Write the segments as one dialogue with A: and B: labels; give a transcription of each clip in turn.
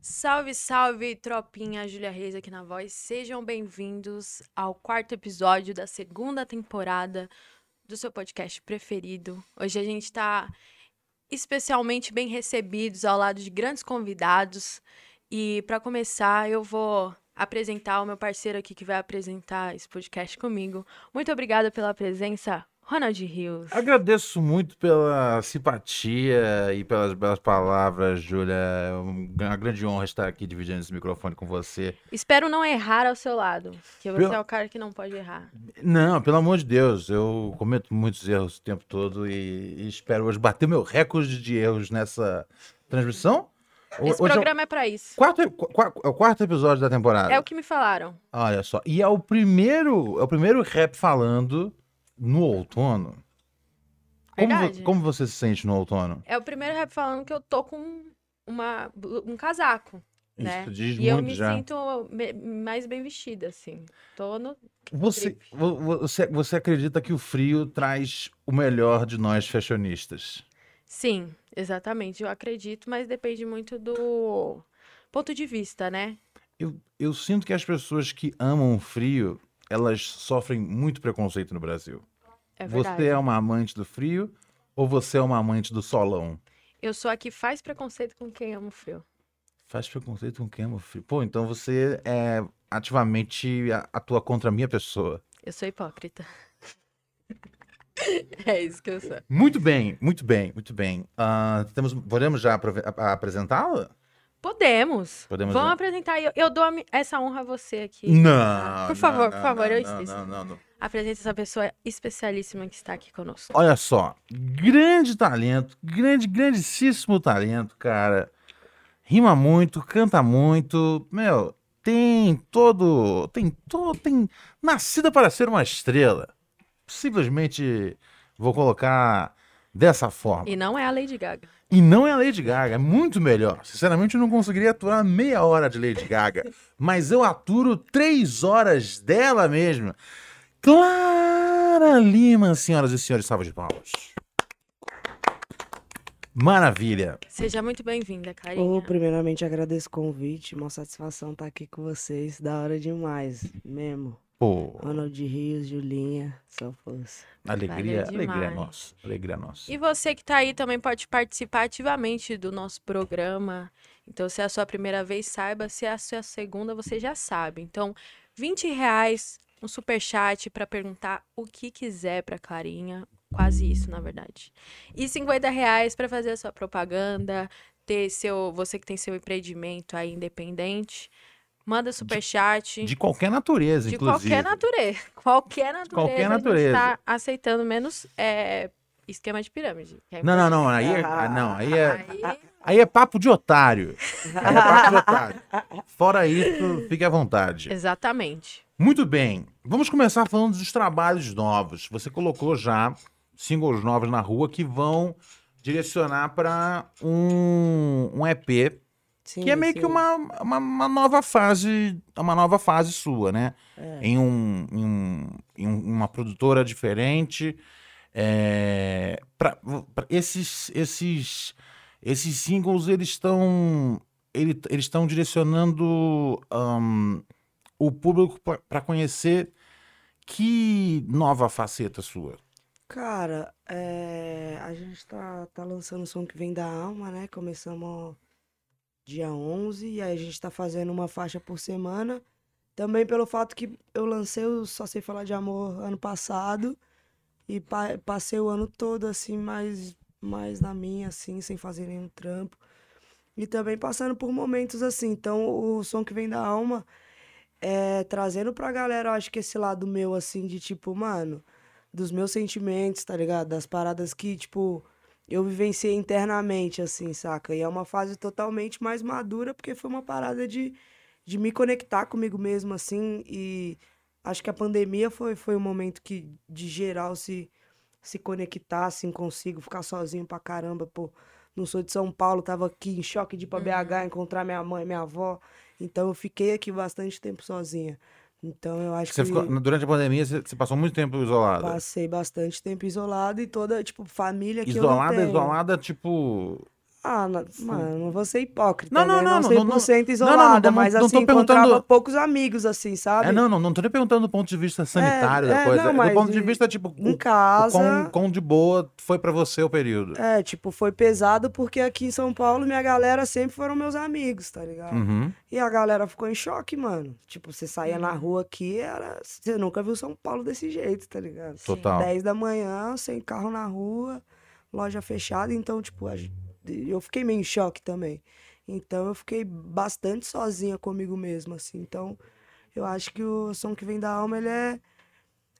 A: Salve, salve, tropinha Júlia Reis aqui na voz. Sejam bem-vindos ao quarto episódio da segunda temporada do seu podcast preferido. Hoje a gente está especialmente bem recebidos ao lado de grandes convidados. E para começar, eu vou apresentar o meu parceiro aqui que vai apresentar esse podcast comigo. Muito obrigada pela presença, Ronald Rios.
B: Agradeço muito pela simpatia e pelas belas palavras, Júlia. É um- uma grande honra estar aqui dividindo esse microfone com você.
A: Espero não errar ao seu lado, que você
B: Meu-
A: é o cara que não pode errar.
B: Não, pelo amor de Deus, eu cometo muitos erros o tempo todo e, e espero hoje bater meu recorde de erros nessa transmissão. Ho-
A: Esse
B: hoje é o
A: programa é pra isso.
B: quarto, qua- é o quarto episódio da temporada.
A: É o que me falaram.
B: Olha só, e é o primeiro, é o primeiro rap falando no outono. Como, vo-
A: Verdade.
B: como você se sente no outono?
A: É o primeiro rap falando que eu tô com uma, blu- um casaco. Né?
B: Isso diz
A: E eu
B: muito
A: me
B: já.
A: sinto me- mais bem vestida, assim. Tô no...
B: Você, vo- vo- você, você acredita que o frio traz o melhor de nós fashionistas?
A: Sim, exatamente. Eu acredito, mas depende muito do ponto de vista, né?
B: Eu, eu sinto que as pessoas que amam o frio, elas sofrem muito preconceito no Brasil.
A: É verdade.
B: você é uma amante do frio ou você é uma amante do solão?
A: Eu sou a que faz preconceito com quem ama o frio.
B: Faz preconceito com quem ama o frio? Pô, então você é, ativamente a- atua contra a minha pessoa.
A: Eu sou hipócrita. é isso que eu sou.
B: Muito bem, muito bem, muito bem. Ah, temos, podemos já aprove- a- a- apresentá-la?
A: Podemos.
B: Podemos, Hum.
A: Vamos
B: né?
A: apresentar. Eu, eu dou a mi- essa honra a você aqui.
B: Não.
A: Por favor,
B: não,
A: por
B: não,
A: favor,
B: não,
A: eu
B: não,
A: insisto.
B: não, não, não.
A: Apresenta essa pessoa especialíssima que está aqui conosco.
B: Olha só, grande talento, grande, grandíssimo talento, cara. Rima muito, canta muito, meu, tem todo, tem todo, tem nascida para ser uma estrela. Simplesmente vou colocar dessa forma.
A: E não é a Lady Gaga.
B: E não é a Lady Gaga, é muito melhor. Sinceramente, eu não conseguiria atuar meia hora de Lady Gaga, mas eu aturo três horas dela mesma. Clara Lima, senhoras e senhores, salva de palmas. Maravilha.
A: Seja muito bem-vinda,
C: Ô,
A: Karina.
C: primeiramente agradeço o convite, uma satisfação estar aqui com vocês, da hora demais, mesmo.
B: Pô,
C: Ronald Rios, Julinha, só força.
B: alegria,
A: Valeu
B: alegria é
A: demais.
B: nossa, alegria nossa.
A: E você que tá aí também pode participar ativamente do nosso programa. Então, se é a sua primeira vez, saiba. Se é a sua segunda, você já sabe. Então, 20 reais, um superchat para perguntar o que quiser pra Clarinha. Quase isso, na verdade. E 50 reais para fazer a sua propaganda, ter seu. Você que tem seu empreendimento aí independente. Manda superchat.
B: De qualquer natureza,
A: De
B: inclusive.
A: qualquer natureza. Qualquer natureza.
B: qualquer
A: A
B: natureza.
A: gente tá aceitando menos é, esquema de pirâmide. que é
B: Não, não, não, aí é, ah, não, aí é,
A: Aí,
B: aí é papo de otário. Aí é papo de otário. Fora isso, fique à vontade.
A: exatamente.
B: Muito bem, vamos começar falando dos trabalhos novos. Você colocou já singles novos na rua que vão direcionar para um, um EP, que é meio que uma, uma, uma nova fase, uma nova fase sua, né?
C: É.
B: Em, um, em, um- em um- uma produtora diferente. É, pra- pra- esses, esses, esses singles, eles estão ele- eles estão direcionando ahn, o público para conhecer que nova faceta sua.
C: Cara, é, a gente tá, tá lançando o som que vem da alma, né? Começamos dia 11 e aí a gente tá fazendo uma faixa por semana. Também pelo fato que eu lancei o Só Sei Falar de Amor ano passado e pa- passei o ano todo assim, mais, mais na minha, assim, sem fazer nenhum trampo. E também passando por momentos assim. Então, o som que vem da alma é trazendo pra galera, eu acho que esse lado meu, assim, de tipo, mano dos meus sentimentos, tá ligado? Das paradas que, tipo, eu vivenciei internamente, assim, saca? E é uma fase totalmente mais madura, porque foi uma parada de, de me conectar comigo mesmo, assim, e acho que a pandemia foi, foi um momento que, de geral, se, se conectar, assim, consigo, ficar sozinho pra caramba, pô. Não sou de São Paulo, tava aqui em choque de ir pra
B: Uhum.
C: BH, encontrar minha mãe, minha avó. Então eu fiquei aqui bastante tempo sozinha. Então eu acho
B: Você
C: que.
B: ficou- durante a pandemia, você, você passou muito tempo isolada.
C: Passei bastante tempo isolado e toda, tipo, família que eu não
B: Isolada,
C: tenho.
B: isolada, tipo.
C: Ah, não, mano, não vou ser hipócrita.
B: Não, não,
C: né?
B: não, não, não,
C: não.
B: não.
C: 100% isolada,
B: Não, não, não, não,
C: mas
B: não tô
C: assim,
B: perguntando-
C: encontrava poucos amigos, assim, sabe?
B: É, não, não, não tô nem perguntando do ponto de vista sanitário da
C: é,
B: coisa.
C: não,
B: é do
C: mas
B: ponto de
C: em-
B: vista, tipo, o,
C: Em
B: o
C: casa.
B: quão, quão de boa foi pra você o período.
C: É, tipo, foi pesado porque aqui em São Paulo minha galera sempre foram meus amigos, tá ligado?
B: Uhum.
C: E a galera ficou em choque, mano. Tipo, você saía
B: Hum.
C: na rua aqui, era. Você nunca viu São Paulo desse jeito, tá ligado?
B: Total.
C: 10 da manhã, sem carro na rua, loja fechada, então, tipo, a gen- eu fiquei meio em choque também. Então, eu fiquei bastante sozinha comigo mesma, assim. Então, eu acho que o som que vem da alma, ele é,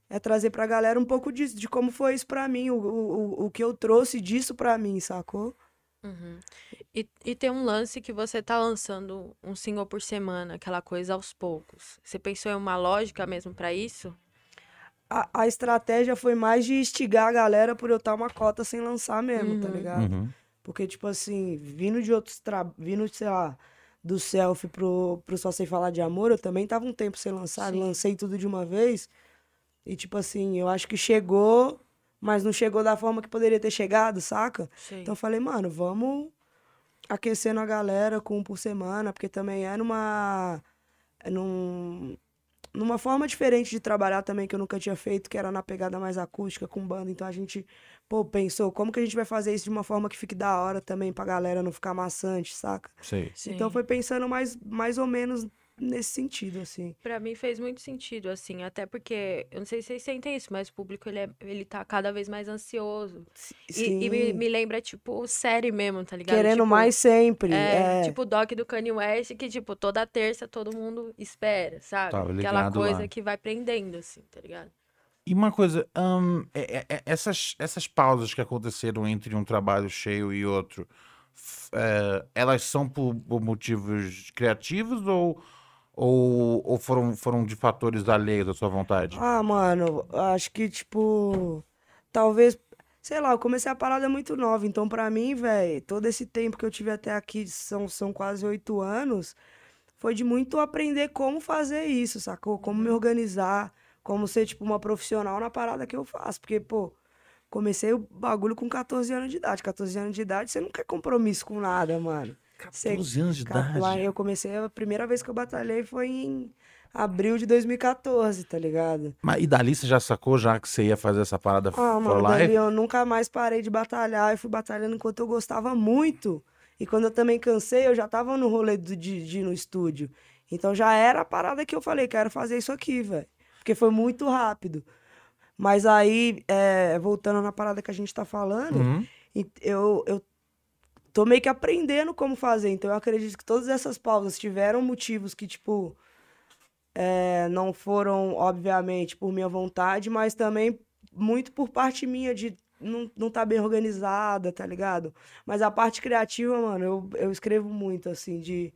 C: é trazer pra galera um pouco disso, de como foi isso pra mim, o, o, o- o que eu trouxe disso pra mim, sacou?
A: Uhum. E, e tem um lance que você tá lançando um single por semana, aquela coisa aos poucos. Você pensou em uma lógica mesmo pra isso?
C: A, a estratégia foi mais de instigar a galera por eu estar uma cota sem lançar mesmo, tá
A: Uhum.
C: ligado?
B: Uhum.
C: Porque, tipo assim, vindo de outros trabalhos, vindo, sei lá, do selfie pro, pro Só Sei Falar de Amor, eu também tava um tempo sem lançar,
A: Sim.
C: lancei tudo de uma vez. E, tipo assim, eu acho que chegou, mas não chegou da forma que poderia ter chegado, saca?
A: Sei.
C: Então eu falei, mano, vamos aquecendo a galera com um por semana, porque também é numa. é num- numa forma diferente de trabalhar também que eu nunca tinha feito, que era na pegada mais acústica com banda. Então a gente, pô, pensou, como que a gente vai fazer isso de uma forma que fique da hora também pra galera não ficar maçante, saca?
B: Sei.
A: Sim.
C: Então foi pensando mais, mais ou menos nesse sentido, assim.
A: Pra mim fez muito sentido, assim, até porque, eu não sei se vocês sentem isso, mas o público, ele, é, ele tá cada vez mais ansioso. E, e me,
C: Sim,
A: me lembra, tipo, série mesmo, tá ligado?
C: Assim, querendo
A: Tipo,
C: mais sempre.
A: É,
C: é.
A: tipo o doc do Kanye West, que, tipo, toda terça todo mundo espera, sabe?
B: Tava
A: Aquela
B: ligado
A: coisa
B: lá.
A: que vai prendendo, assim, tá ligado?
B: E uma coisa, ahn, é- é- é- essas, essas pausas que aconteceram entre um trabalho cheio e outro, f- é, elas são por, por motivos criativos ou, ou, ou foram, foram de fatores alheios à sua vontade?
C: Ah, mano, acho que, tipo, talvez, sei lá, eu comecei a parada muito nova, então pra mim, velho, todo esse tempo que eu tive até aqui, são, são quase oito anos, foi de muito aprender como fazer isso, sacou? Como me organizar, como ser, tipo, uma profissional na parada que eu faço, porque, pô, comecei o bagulho com 14 anos de idade, 14 anos de idade, você não quer compromisso com nada, mano. Você
B: 12 anos de
C: Ca- Lá
B: idade.
C: eu comecei, a primeira vez que eu batalhei foi em abril de 2014, tá ligado?
B: Mas, e dali você já sacou já que você ia fazer essa parada
C: Ah,
B: for
C: mano, dali
B: life?
C: eu nunca mais parei de batalhar. Eu fui batalhando enquanto eu gostava muito. E quando eu também cansei, eu já tava no rolê do, de, de ir no estúdio. Então já era a parada que eu falei, quero fazer isso aqui, velho. Porque foi muito rápido. Mas aí, é, voltando na parada que a gente tá falando,
B: Uhum.
C: e eu, eu tô meio que aprendendo como fazer. Então eu acredito que todas essas pausas tiveram motivos que, tipo, é, não foram, obviamente, por minha vontade, mas também muito por parte minha de não, não tá bem organizada, tá ligado? Mas a parte criativa, mano, eu, eu escrevo muito, assim, de,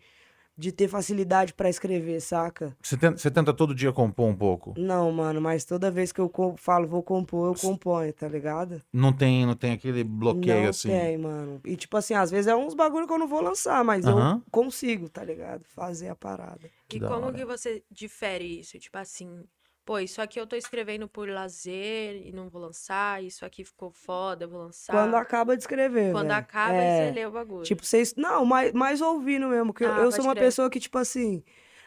C: de ter facilidade pra escrever, saca?
B: Você, tenta, você tenta todo dia compor um pouco?
C: Não, mano, mas toda vez que eu co- falo vou compor, eu componho, tá ligado?
B: Não tem, não tem aquele bloqueio
C: não
B: assim?
C: tem, mano. E tipo assim, às vezes é uns bagulho que eu não vou lançar, mas
B: Aham.
C: eu consigo, tá ligado? Fazer a parada.
B: Que
A: e
B: da
A: como
B: hora.
A: que você difere isso? Tipo assim, pô, isso aqui eu tô escrevendo por lazer e não vou lançar, isso aqui ficou foda, eu vou lançar.
C: Quando acaba de escrever,
A: Tá. Quando
C: velho.
A: acaba, aí
C: é,
A: você lê o bagulho.
C: Tipo, vocês. Não, mais, mais ouvindo mesmo. Que eu-
A: Ah,
C: eu,
A: pode
C: sou uma
A: crer.
C: pessoa que, tipo assim,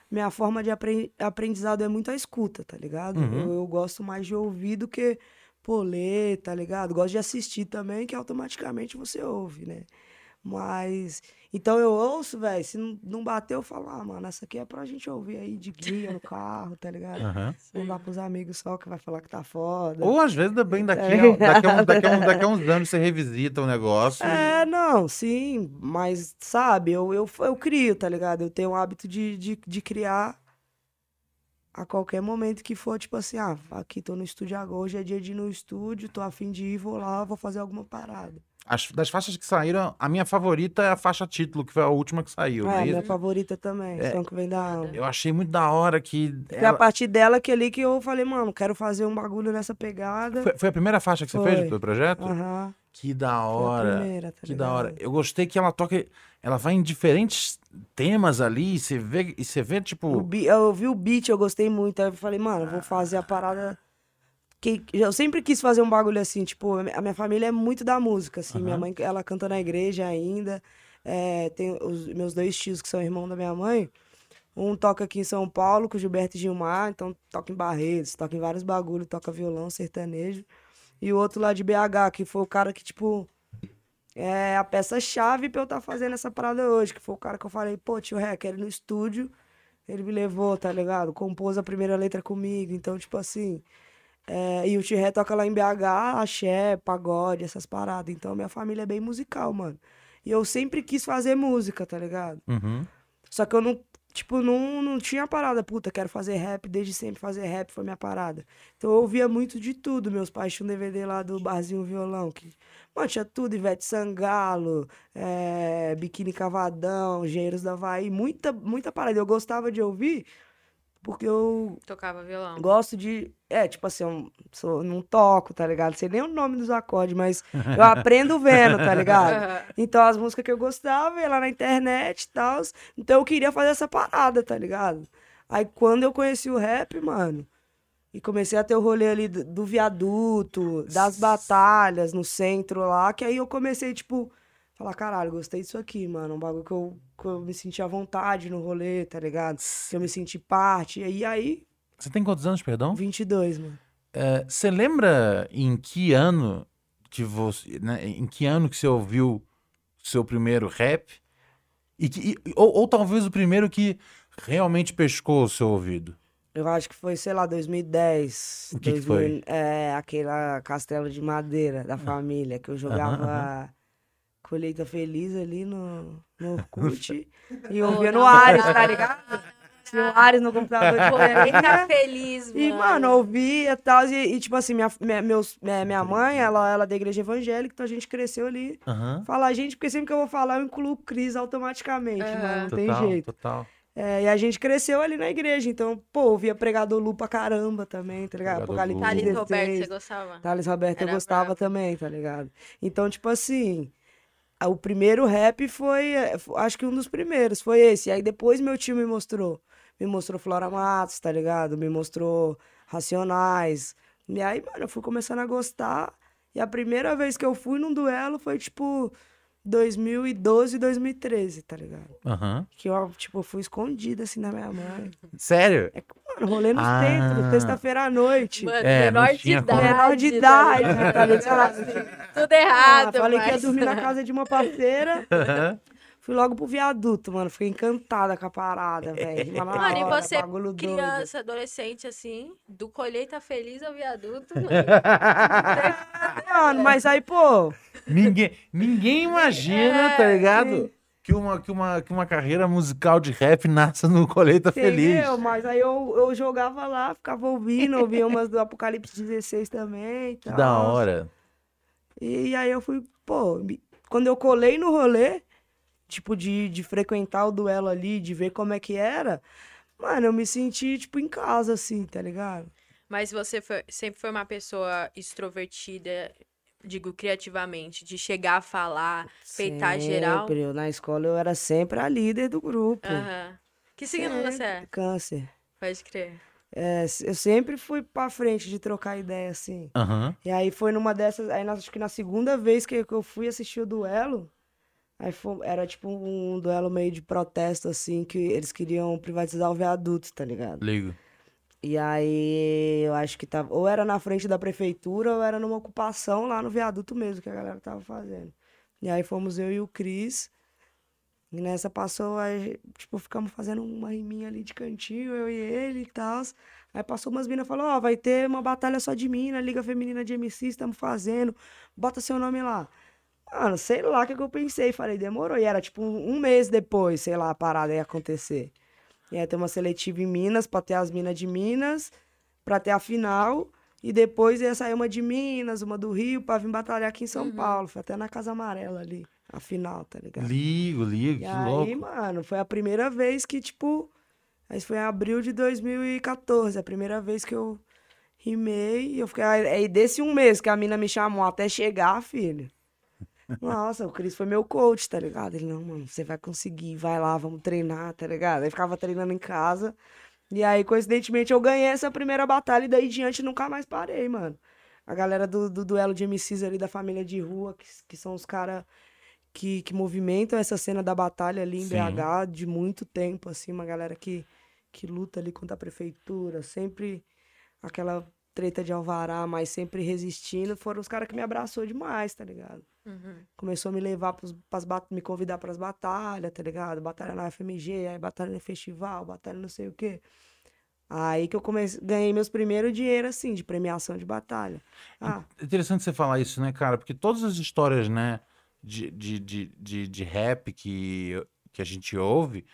C: minha forma de apren- aprendizado é muito a escuta, tá ligado?
B: Uhum.
C: Eu, eu gosto mais de ouvir do que, pô, ler, tá ligado? Gosto de assistir também, que automaticamente você ouve, né? Mas. Então eu ouço, velho. Se não, não bater, eu falo, ah, mano, essa aqui é pra gente ouvir aí de guia no carro, tá ligado?
B: Aham.
C: Mandar pros amigos só que vai falar que tá foda.
B: Ah. Ou às vezes também daqui,
C: Tá
B: a- daqui, a,
C: ligado?
B: uns- daqui, a, uns- daqui a uns anos você revisita o negócio.
C: É, não, sim, mas sabe, eu, eu, eu crio, tá ligado? Eu tenho o hábito de, de, de criar a qualquer momento que for, tipo assim, ah, aqui tô no estúdio agora, hoje é dia de ir no estúdio, tô afim de ir, vou lá, vou fazer alguma parada.
B: As- das faixas que saíram, a minha favorita é a faixa título, que foi a última que saiu.
C: é,
B: né?
C: a minha
B: Isso-
C: favorita também,
B: É.
C: é. que vem da alma.
B: Eu achei muito da hora que.
C: Foi a
B: ela-
C: partir dela que ali que eu falei, mano, quero fazer um bagulho nessa pegada.
B: Foi, foi a primeira faixa que você
C: Foi.
B: fez do projeto?
C: Aham,
B: Que da
C: foi a
B: hora.
C: primeira, tá
B: Que da hora.
C: ligado?
B: Eu gostei que ela toca. Ela vai em diferentes temas ali e você vê, e você vê
C: O
B: tipo. Ah.
C: bi- eu vi o beat, eu gostei muito, aí eu falei, mano, vou fazer a parada que eu sempre quis fazer um bagulho assim, tipo, a minha família é muito da música, assim,
B: Aham.
C: minha mãe, ela canta na igreja ainda, é, tem os meus dois tios que são irmão da minha mãe, um toca aqui em São Paulo com o Gilberto e Gilmar, então toca em Barretos, toca em vários bagulhos, toca violão, sertanejo, e o outro lá de BH, que foi o cara que, tipo, é a peça-chave pra eu estar fazendo essa parada hoje, que foi o cara que eu falei, pô, tio Ré, quero ir no estúdio, ele me levou, tá ligado? Compôs a primeira letra comigo, então, tipo assim... É, e o T-Ré toca lá em BH, axé, pagode, essas paradas. Então, minha família é bem musical, mano. E eu sempre quis fazer música, tá ligado?
B: Uhum.
C: Só que eu não, tipo, não, não tinha parada, puta, quero fazer rap, desde sempre fazer rap foi minha parada. Então, eu ouvia muito de tudo. Meus pais tinham um DVD lá do Barzinho Violão, que, mano, tinha tudo, Ivete Sangalo, é, Biquíni Cavadão, Geiros da Havaí, muita, muita parada. Eu gostava de ouvir, porque eu
A: Tocava violão.
C: Gosto de. É, tipo assim, eu sou- não toco, tá ligado? Sei nem o nome dos acordes, mas eu aprendo vendo, tá ligado?
A: Aham.
C: Então, as músicas que eu gostava, ia lá na internet e tal. Então, eu queria fazer essa parada, tá ligado? Aí, quando eu conheci o rap, mano, e comecei a ter o rolê ali do, do viaduto, das batalhas no centro lá, que aí eu comecei, tipo, falar: caralho, gostei disso aqui, mano. Um bagulho que eu, que eu me senti à vontade no rolê, tá ligado? Que eu me senti parte. E aí,
B: Você tem quantos anos, perdão?
C: 22, mano.
B: É, Você lembra em que ano que você, né, em que ano que você ouviu seu primeiro rap? E que, e- ou, ou talvez o primeiro que realmente pescou o seu ouvido.
C: Eu acho que foi, sei lá, 2010.
B: O que Ah. que
C: 2000, É, aquela castelo de madeira da família, que eu jogava colheita feliz ali no, no Orkut. e eu via no Ares, tá ligado? Tinha o Ares no computador de
A: Pô, ele tá
C: colheita.
A: feliz, mano.
C: E, mano, eu ouvia e tal. E, e, tipo assim, minha, minha, meus, minha, minha mãe, ela, ela é da igreja evangélica, então a gente cresceu ali.
B: Aham.
C: Falar gente, porque sempre que eu vou falar, eu incluo o Cris automaticamente,
A: Aham.
C: mano. Não
B: Total,
C: tem jeito.
B: total.
C: É, e a gente cresceu ali na igreja, então, pô, ouvia Pregador Lu pra caramba também, tá ligado?
B: Pregador
C: Apocalipse
B: Lu.
A: Thales Roberto, você
C: 16.
A: gostava?
C: Thales Roberto eu
A: Era
C: gostava
A: brabo.
C: também, tá ligado? Então, tipo assim, a- o primeiro rap foi, é, f- acho que um dos primeiros, foi esse. E aí depois meu tio me mostrou. Me mostrou Flora Matos, tá ligado? Me mostrou Racionais. E aí, mano, eu fui começando a gostar. E a primeira vez que eu fui num duelo foi, tipo, 2012, 2013, tá ligado?
B: Aham.
C: Que eu, tipo, fui escondida assim da minha mãe.
B: Sério?
C: É, mano, rolê no
B: Ah.
C: centro, sexta-feira à noite.
A: Mano,
B: É, não
A: menor de
B: tinha como.
A: idade.
C: tipo, Menor de idade,
A: né?
C: tá ligado?
A: Assim, Tudo
C: Ah,
A: errado,
C: falei que ia
A: mas-
C: dormir na casa de uma parceira.
B: Aham.
C: Fui logo pro viaduto, mano. Fiquei encantada com a parada, velho. Lá na
A: Mano, e
C: hora,
A: você,
C: bagulho doido.
A: criança, adolescente, assim, do colheita feliz ao viaduto. mano.
C: Mano, mas aí, pô,
B: ninguém, ninguém imagina, tá
A: É,
B: ligado? Que uma, que, uma, que uma carreira musical de rap nasça no Colheita Feliz.
C: entendeu? Mas aí eu, eu jogava lá, ficava ouvindo, ouvia umas do Apocalipse 16 também. e
B: Que
C: tal.
B: da hora.
C: E aí eu fui, pô, me- quando eu colei no rolê, tipo, de, de frequentar o duelo ali, de ver como é que era, mano, eu me senti, tipo, em casa, assim, tá ligado?
A: Mas você foi- sempre foi uma pessoa extrovertida, digo, criativamente, de chegar a falar, peitar geral.
C: Sempre, eu, na escola eu era sempre a líder do grupo.
A: Aham. Que signo você é?
C: Câncer.
A: Pode crer.
C: É, s- eu sempre fui pra frente de trocar ideia, assim.
B: Aham.
C: E aí foi numa dessas. Aí na- acho que na segunda vez que, que eu fui assistir o duelo. Aí fo- era tipo um, duelo meio de protesto, assim, que eles queriam privatizar o viaduto, tá ligado?
B: Ligo.
C: E aí eu acho que tava. Ou era na frente da prefeitura, ou era numa ocupação lá no viaduto mesmo que a galera tava fazendo. E aí fomos eu e o Cris. E nessa passou, aí, tipo, ficamos fazendo uma riminha ali de cantinho, eu e ele e tal. Aí passou umas minas e falou: Ó, vai ter uma batalha só de mina, Liga Feminina de MC, estamos fazendo, bota seu nome lá. Mano, sei lá o que, que eu pensei. Falei, demorou. E era tipo um um mês depois, sei lá, a parada ia acontecer. E aí tem uma seletiva em Minas, pra ter as minas de Minas, pra ter a final. E depois ia sair uma de Minas, uma do Rio, pra vir batalhar aqui em São Paulo. Foi até na Casa Amarela ali, a final, tá ligado?
B: Ligo, ligo,
C: E
B: que
C: aí,
B: louco.
C: mano, foi a primeira vez que, tipo. Aí foi em abril de 2014, a primeira vez que eu rimei. E eu fiquei. Aí aí desse um mês que a mina me chamou até chegar, filho. Nossa, o Cris foi meu coach, tá ligado? Ele, não, mano, você vai conseguir, vai lá, vamos treinar, tá ligado? Aí ficava treinando em casa. E aí, coincidentemente, eu ganhei essa primeira batalha e daí em diante nunca mais parei, mano. A galera do, do duelo de MCs ali da família de rua, que, que são os caras que, que movimentam essa cena da batalha ali em
B: Sim.
C: BH de muito tempo, assim, uma galera que, que luta ali contra a prefeitura, sempre aquela treta de alvará, mas sempre resistindo, foram os caras que me abraçou demais, tá ligado?
A: Uhum.
C: Começou a me levar pros, pras, bat- me convidar pras batalhas, tá ligado? Batalha na FMG, aí batalha no festival, batalha não sei o quê. Aí que eu comecei, ganhei meus primeiros dinheiros, assim, de premiação de batalha. Ah,
B: É Interessante você falar isso, né, cara? Porque todas as histórias, né, de, de, de, de, de rap que, que a gente ouve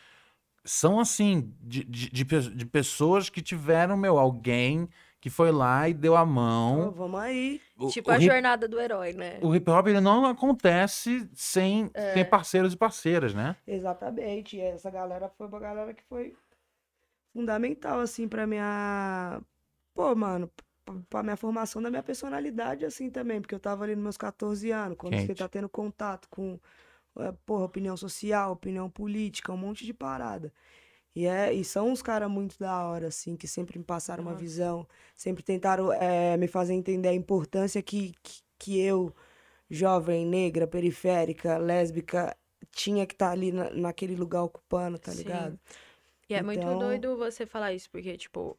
B: são assim, de, de, de, pe- de pessoas que tiveram, meu, alguém que foi lá e deu a
C: ô,
B: mão.
C: vamos aí.
B: O-
A: Tipo
B: o
A: a
B: hip-
A: jornada do herói, né?
B: O hip hop ele não acontece sem, sem parceiros e parceiras, né?
C: Exatamente. E essa galera foi uma galera que foi fundamental, assim, pra minha. Pô, mano, pra- pra minha formação da minha personalidade, assim, também. Porque eu tava ali nos meus 14 anos, quando você
B: Quente.
C: tá tendo contato com, eh, porra, opinião social, opinião política, um monte de parada. E, é, e são uns caras muito da hora, assim, que sempre me passaram uma
A: Nossa.
C: visão, sempre tentaram eh, me fazer entender a importância que, que, que eu, jovem, negra, periférica, lésbica, tinha que estar ali na- naquele lugar ocupando, tá
A: Sim.
C: ligado?
A: E é muito
C: Então-
A: doido você falar isso, porque, tipo,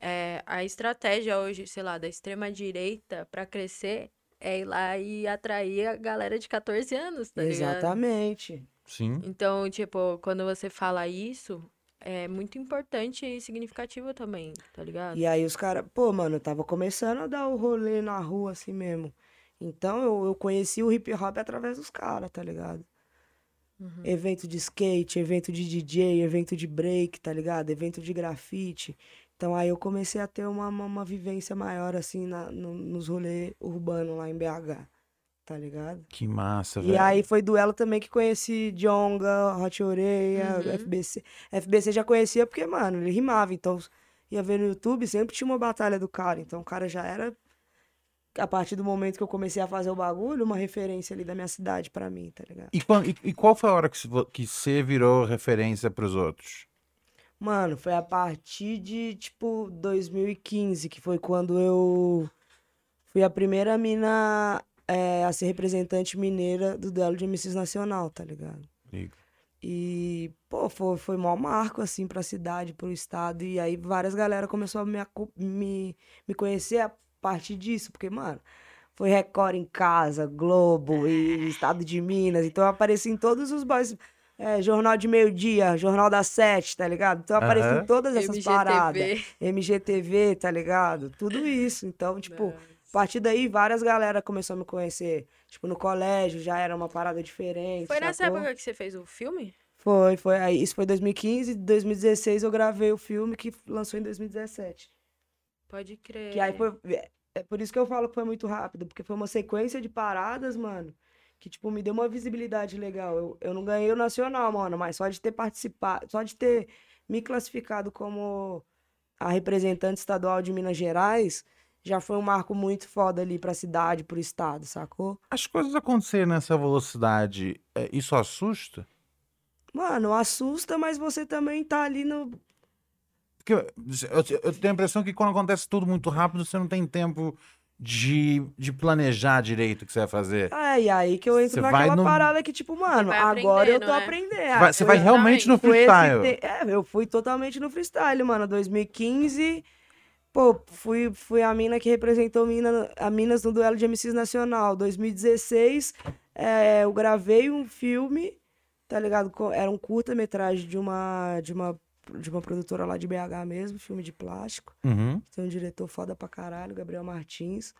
A: é, a estratégia hoje, sei lá, da extrema-direita pra crescer é ir lá e atrair a galera de 14 anos, tá ligado?
C: Exatamente.
B: Sim.
A: Então, tipo, quando você fala isso, é muito importante e significativo também, tá ligado?
C: E aí os caras, pô, mano, eu tava começando a dar o rolê na rua assim mesmo. Então eu, eu conheci o hip hop através dos caras, tá ligado?
A: Uhum.
C: Evento de skate, evento de DJ, evento de break, tá ligado? Evento de grafite. Então aí eu comecei a ter uma, uma, uma vivência maior, assim, na, no- nos rolês urbanos lá em BH, tá ligado?
B: Que massa,
C: E
B: velho.
C: aí foi duelo também que conheci Jonga, Hot Oreia,
A: Uhum.
C: FBC. FBC já conhecia porque, mano, ele rimava, então ia ver no YouTube, sempre tinha uma batalha do cara, então o cara já era a partir do momento que eu comecei a fazer o bagulho, uma referência ali da minha cidade pra mim, tá ligado?
B: E, quan- e- e qual foi a hora que se vo- que você virou referência pros outros?
C: Mano, foi a partir de, tipo, 2015, que foi quando eu fui a primeira mina é, a ser representante mineira do duelo de MCs nacional, tá ligado?
B: Digo.
C: E, pô, foi, foi maior marco, assim, pra cidade, pro estado. E aí várias galera começou a me, acu- me, me conhecer a partir disso, porque, mano, foi Record em casa, Globo e Estado de Minas. Então eu apareci em todos os boys. é, Jornal de Meio-Dia, Jornal das Sete, tá ligado? Então eu apareci
B: Aham.
C: em todas essas paradas.
A: MGTV.
C: MGTV, tá ligado? Tudo isso. Então, tipo, a partir daí, várias galera começou a me conhecer. Tipo, no colégio já era uma parada diferente.
A: Foi nessa
C: sacou?
A: época que você fez o filme?
C: Foi, foi. Aí, isso foi 2015, 2016 eu gravei o filme que lançou em 2017.
A: Pode crer.
C: Que aí foi. é- É por isso que eu falo que foi muito rápido, porque foi uma sequência de paradas, mano, que, tipo, me deu uma visibilidade legal. Eu, eu não ganhei o nacional, mano, mas só de ter participado, só de ter me classificado como a representante estadual de Minas Gerais, já foi um marco muito foda ali pra cidade, pro estado, sacou?
B: As coisas acontecerem nessa velocidade, é, isso assusta?
C: Mano, assusta, mas você também tá ali no,
B: Porque eu, eu tenho a impressão que quando acontece tudo muito rápido, você não tem tempo de, de planejar direito o que você vai fazer.
C: É, e aí que eu entro
B: Você vai
C: naquela
B: no-
C: parada que, tipo, mano,
A: vai
C: agora eu tô
A: aprendendo, né?
C: aprendendo.
B: Você vai, você
C: Ah, Eu
B: vai
C: já
B: realmente no
C: fui esse
B: freestyle.
C: te- É, eu fui totalmente no freestyle, mano. 2015, pô, fui, fui a mina que representou mina, a Minas no duelo de MCs Nacional. 2016, é, eu gravei um filme, tá ligado? Co- Era um curta-metragem de uma, de, uma, de uma produtora lá de BH mesmo, filme de plástico.
B: Uhum.
C: Tem um diretor foda pra caralho, Gabriel Martins.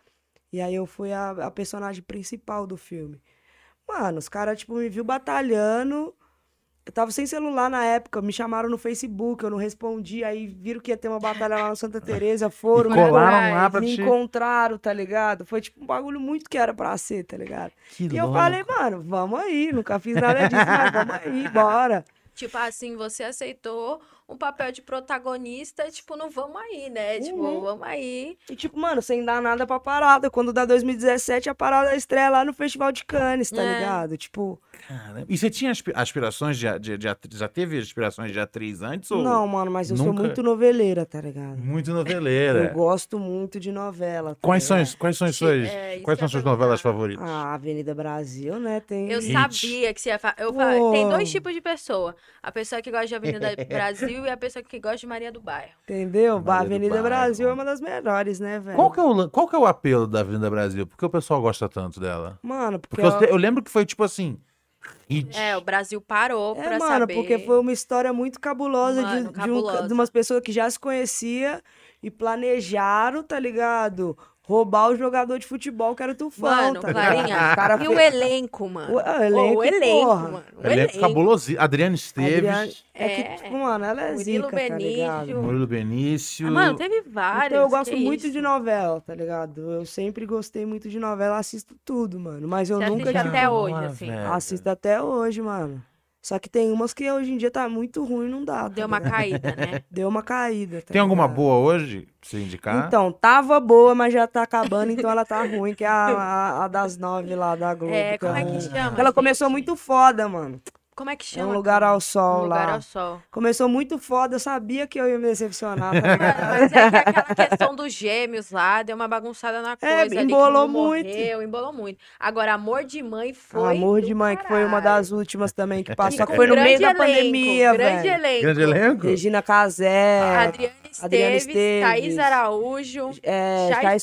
C: E aí eu fui a, a personagem principal do filme. Mano, os caras, tipo, me viu batalhando. Eu tava sem celular na época, me chamaram no Facebook, eu não respondi. Aí viram que ia ter uma batalha lá na Santa Teresa, foram,
B: E
C: me
B: colaram
A: atrás,
B: lá pra
C: um é, me
B: te...
C: encontraram, tá ligado? Foi tipo um bagulho muito que era pra ser, tá ligado?
B: Que
C: E eu
B: louco.
C: falei, mano, vamos aí, nunca fiz nada disso, mas vamos aí, bora.
A: Tipo assim, você aceitou um papel de protagonista, tipo, não vamos aí, né? Tipo,
C: Uhum.
A: vamos aí.
C: E tipo, mano, sem dar nada pra parada. Quando dá 2017, a parada estreia lá no Festival de Cannes, tá
A: É.
C: ligado? Tipo,
B: Caramba. E você tinha aspi- aspirações de, a- de, de atriz? Já teve aspirações de atriz antes? Ou...
C: não, mano, mas eu
B: Nunca-
C: sou muito noveleira, tá ligado?
B: Muito
C: Eu
B: noveleira.
C: gosto muito de novela. tá
B: Quais são,
C: ligado? Ah,
B: as- quais são as
A: É,
B: suas,
A: isso
B: quais
A: que eu
B: são
A: ia
B: suas novelas
A: perguntar.
B: favoritas?
C: A Avenida Brasil, né? Tem.
A: Eu
B: Hit.
A: sabia que você ia falar. Eu falo- Tem
C: Pô.
A: dois tipos de pessoa. A pessoa que gosta de Avenida Brasil e a pessoa que gosta de Maria do Bairro.
C: Entendeu?
B: Maria
C: A
B: do
C: Avenida
B: Bairro.
C: Brasil é uma das melhores, né, velho?
B: Qual que, é o, lan- qual que é o apelo da Avenida Brasil? Por que o pessoal gosta tanto dela?
C: Mano, porque.
B: é?
C: é,
B: Porque eu, eu lembro que foi tipo assim. Hit.
A: É, o Brasil parou
C: É,
A: pra
C: mano,
A: saber.
C: porque foi uma história muito cabulosa, de-
A: Mano,
C: de, um-
A: cabulosa.
C: de umas pessoas que já se conhecia e planejaram, tá ligado? Roubar o jogador de futebol que era o Tufão,
A: Mano,
C: tá ligado?
A: Clarinha.
C: O cara
A: E
C: fez-
A: o elenco, mano.
C: O- ah, elenco,
A: o elenco,
C: porra.
A: mano. O
B: Ela é
A: elenco.
B: cabulosa. Adriane Esteves,
C: Adriane- É
A: É.
C: que, tipo, mano, ela é
A: Murilo
C: zica, tá ligado?
A: Benício.
B: Murilo Benício.
A: Ah, mano, teve vários.
C: Então eu gosto
A: que
C: muito
A: isso.
C: de novela, tá ligado? Eu sempre gostei muito de novela, assisto tudo, mano. Mas eu
A: Você
C: nunca
A: assiste
C: tive-
A: até hoje, assim.
B: velho.
C: Assisto até hoje, mano. Só que tem umas que hoje em dia tá muito ruim, não dá. tá
A: Deu uma
C: ligado?
A: caída, né?
C: Deu uma caída. tá
B: Tem alguma
C: ligado?
B: boa hoje pra você indicar?
C: Então, tava boa, mas já tá acabando, então ela tá ruim, que é a, a- a das nove lá da Globo.
A: É, como é
C: ruim.
A: que chama?
C: Ela
A: gente?
C: começou muito foda, mano.
A: Como é que
C: É
A: chama?
C: um lugar
A: cara?
C: ao sol
A: Um
C: lá.
A: lugar ao sol.
C: Começou muito foda, eu sabia que eu ia me decepcionar, tá ligado?
A: Mano, mas é que aquela questão dos gêmeos lá deu uma bagunçada na coisa. ali, que
C: É, embolou
A: um
C: muito. Ah,
A: Morreu, embolou muito. Agora, Amor de Mãe foi.
C: Amor de
A: do
C: mãe, que foi uma
A: caralho.
C: das últimas também que passou.
A: E
C: Só que
A: com
C: foi no meio
A: grande
C: da
A: elenco,
C: pandemia,
A: grande
C: velho.
A: Elenco.
B: Grande elenco?
C: Regina Casé,
A: Adriana
C: Adriana
A: Esteves,
C: Esteves,
A: Thaís Araújo,
C: é,
A: Chay
C: Chay Suede.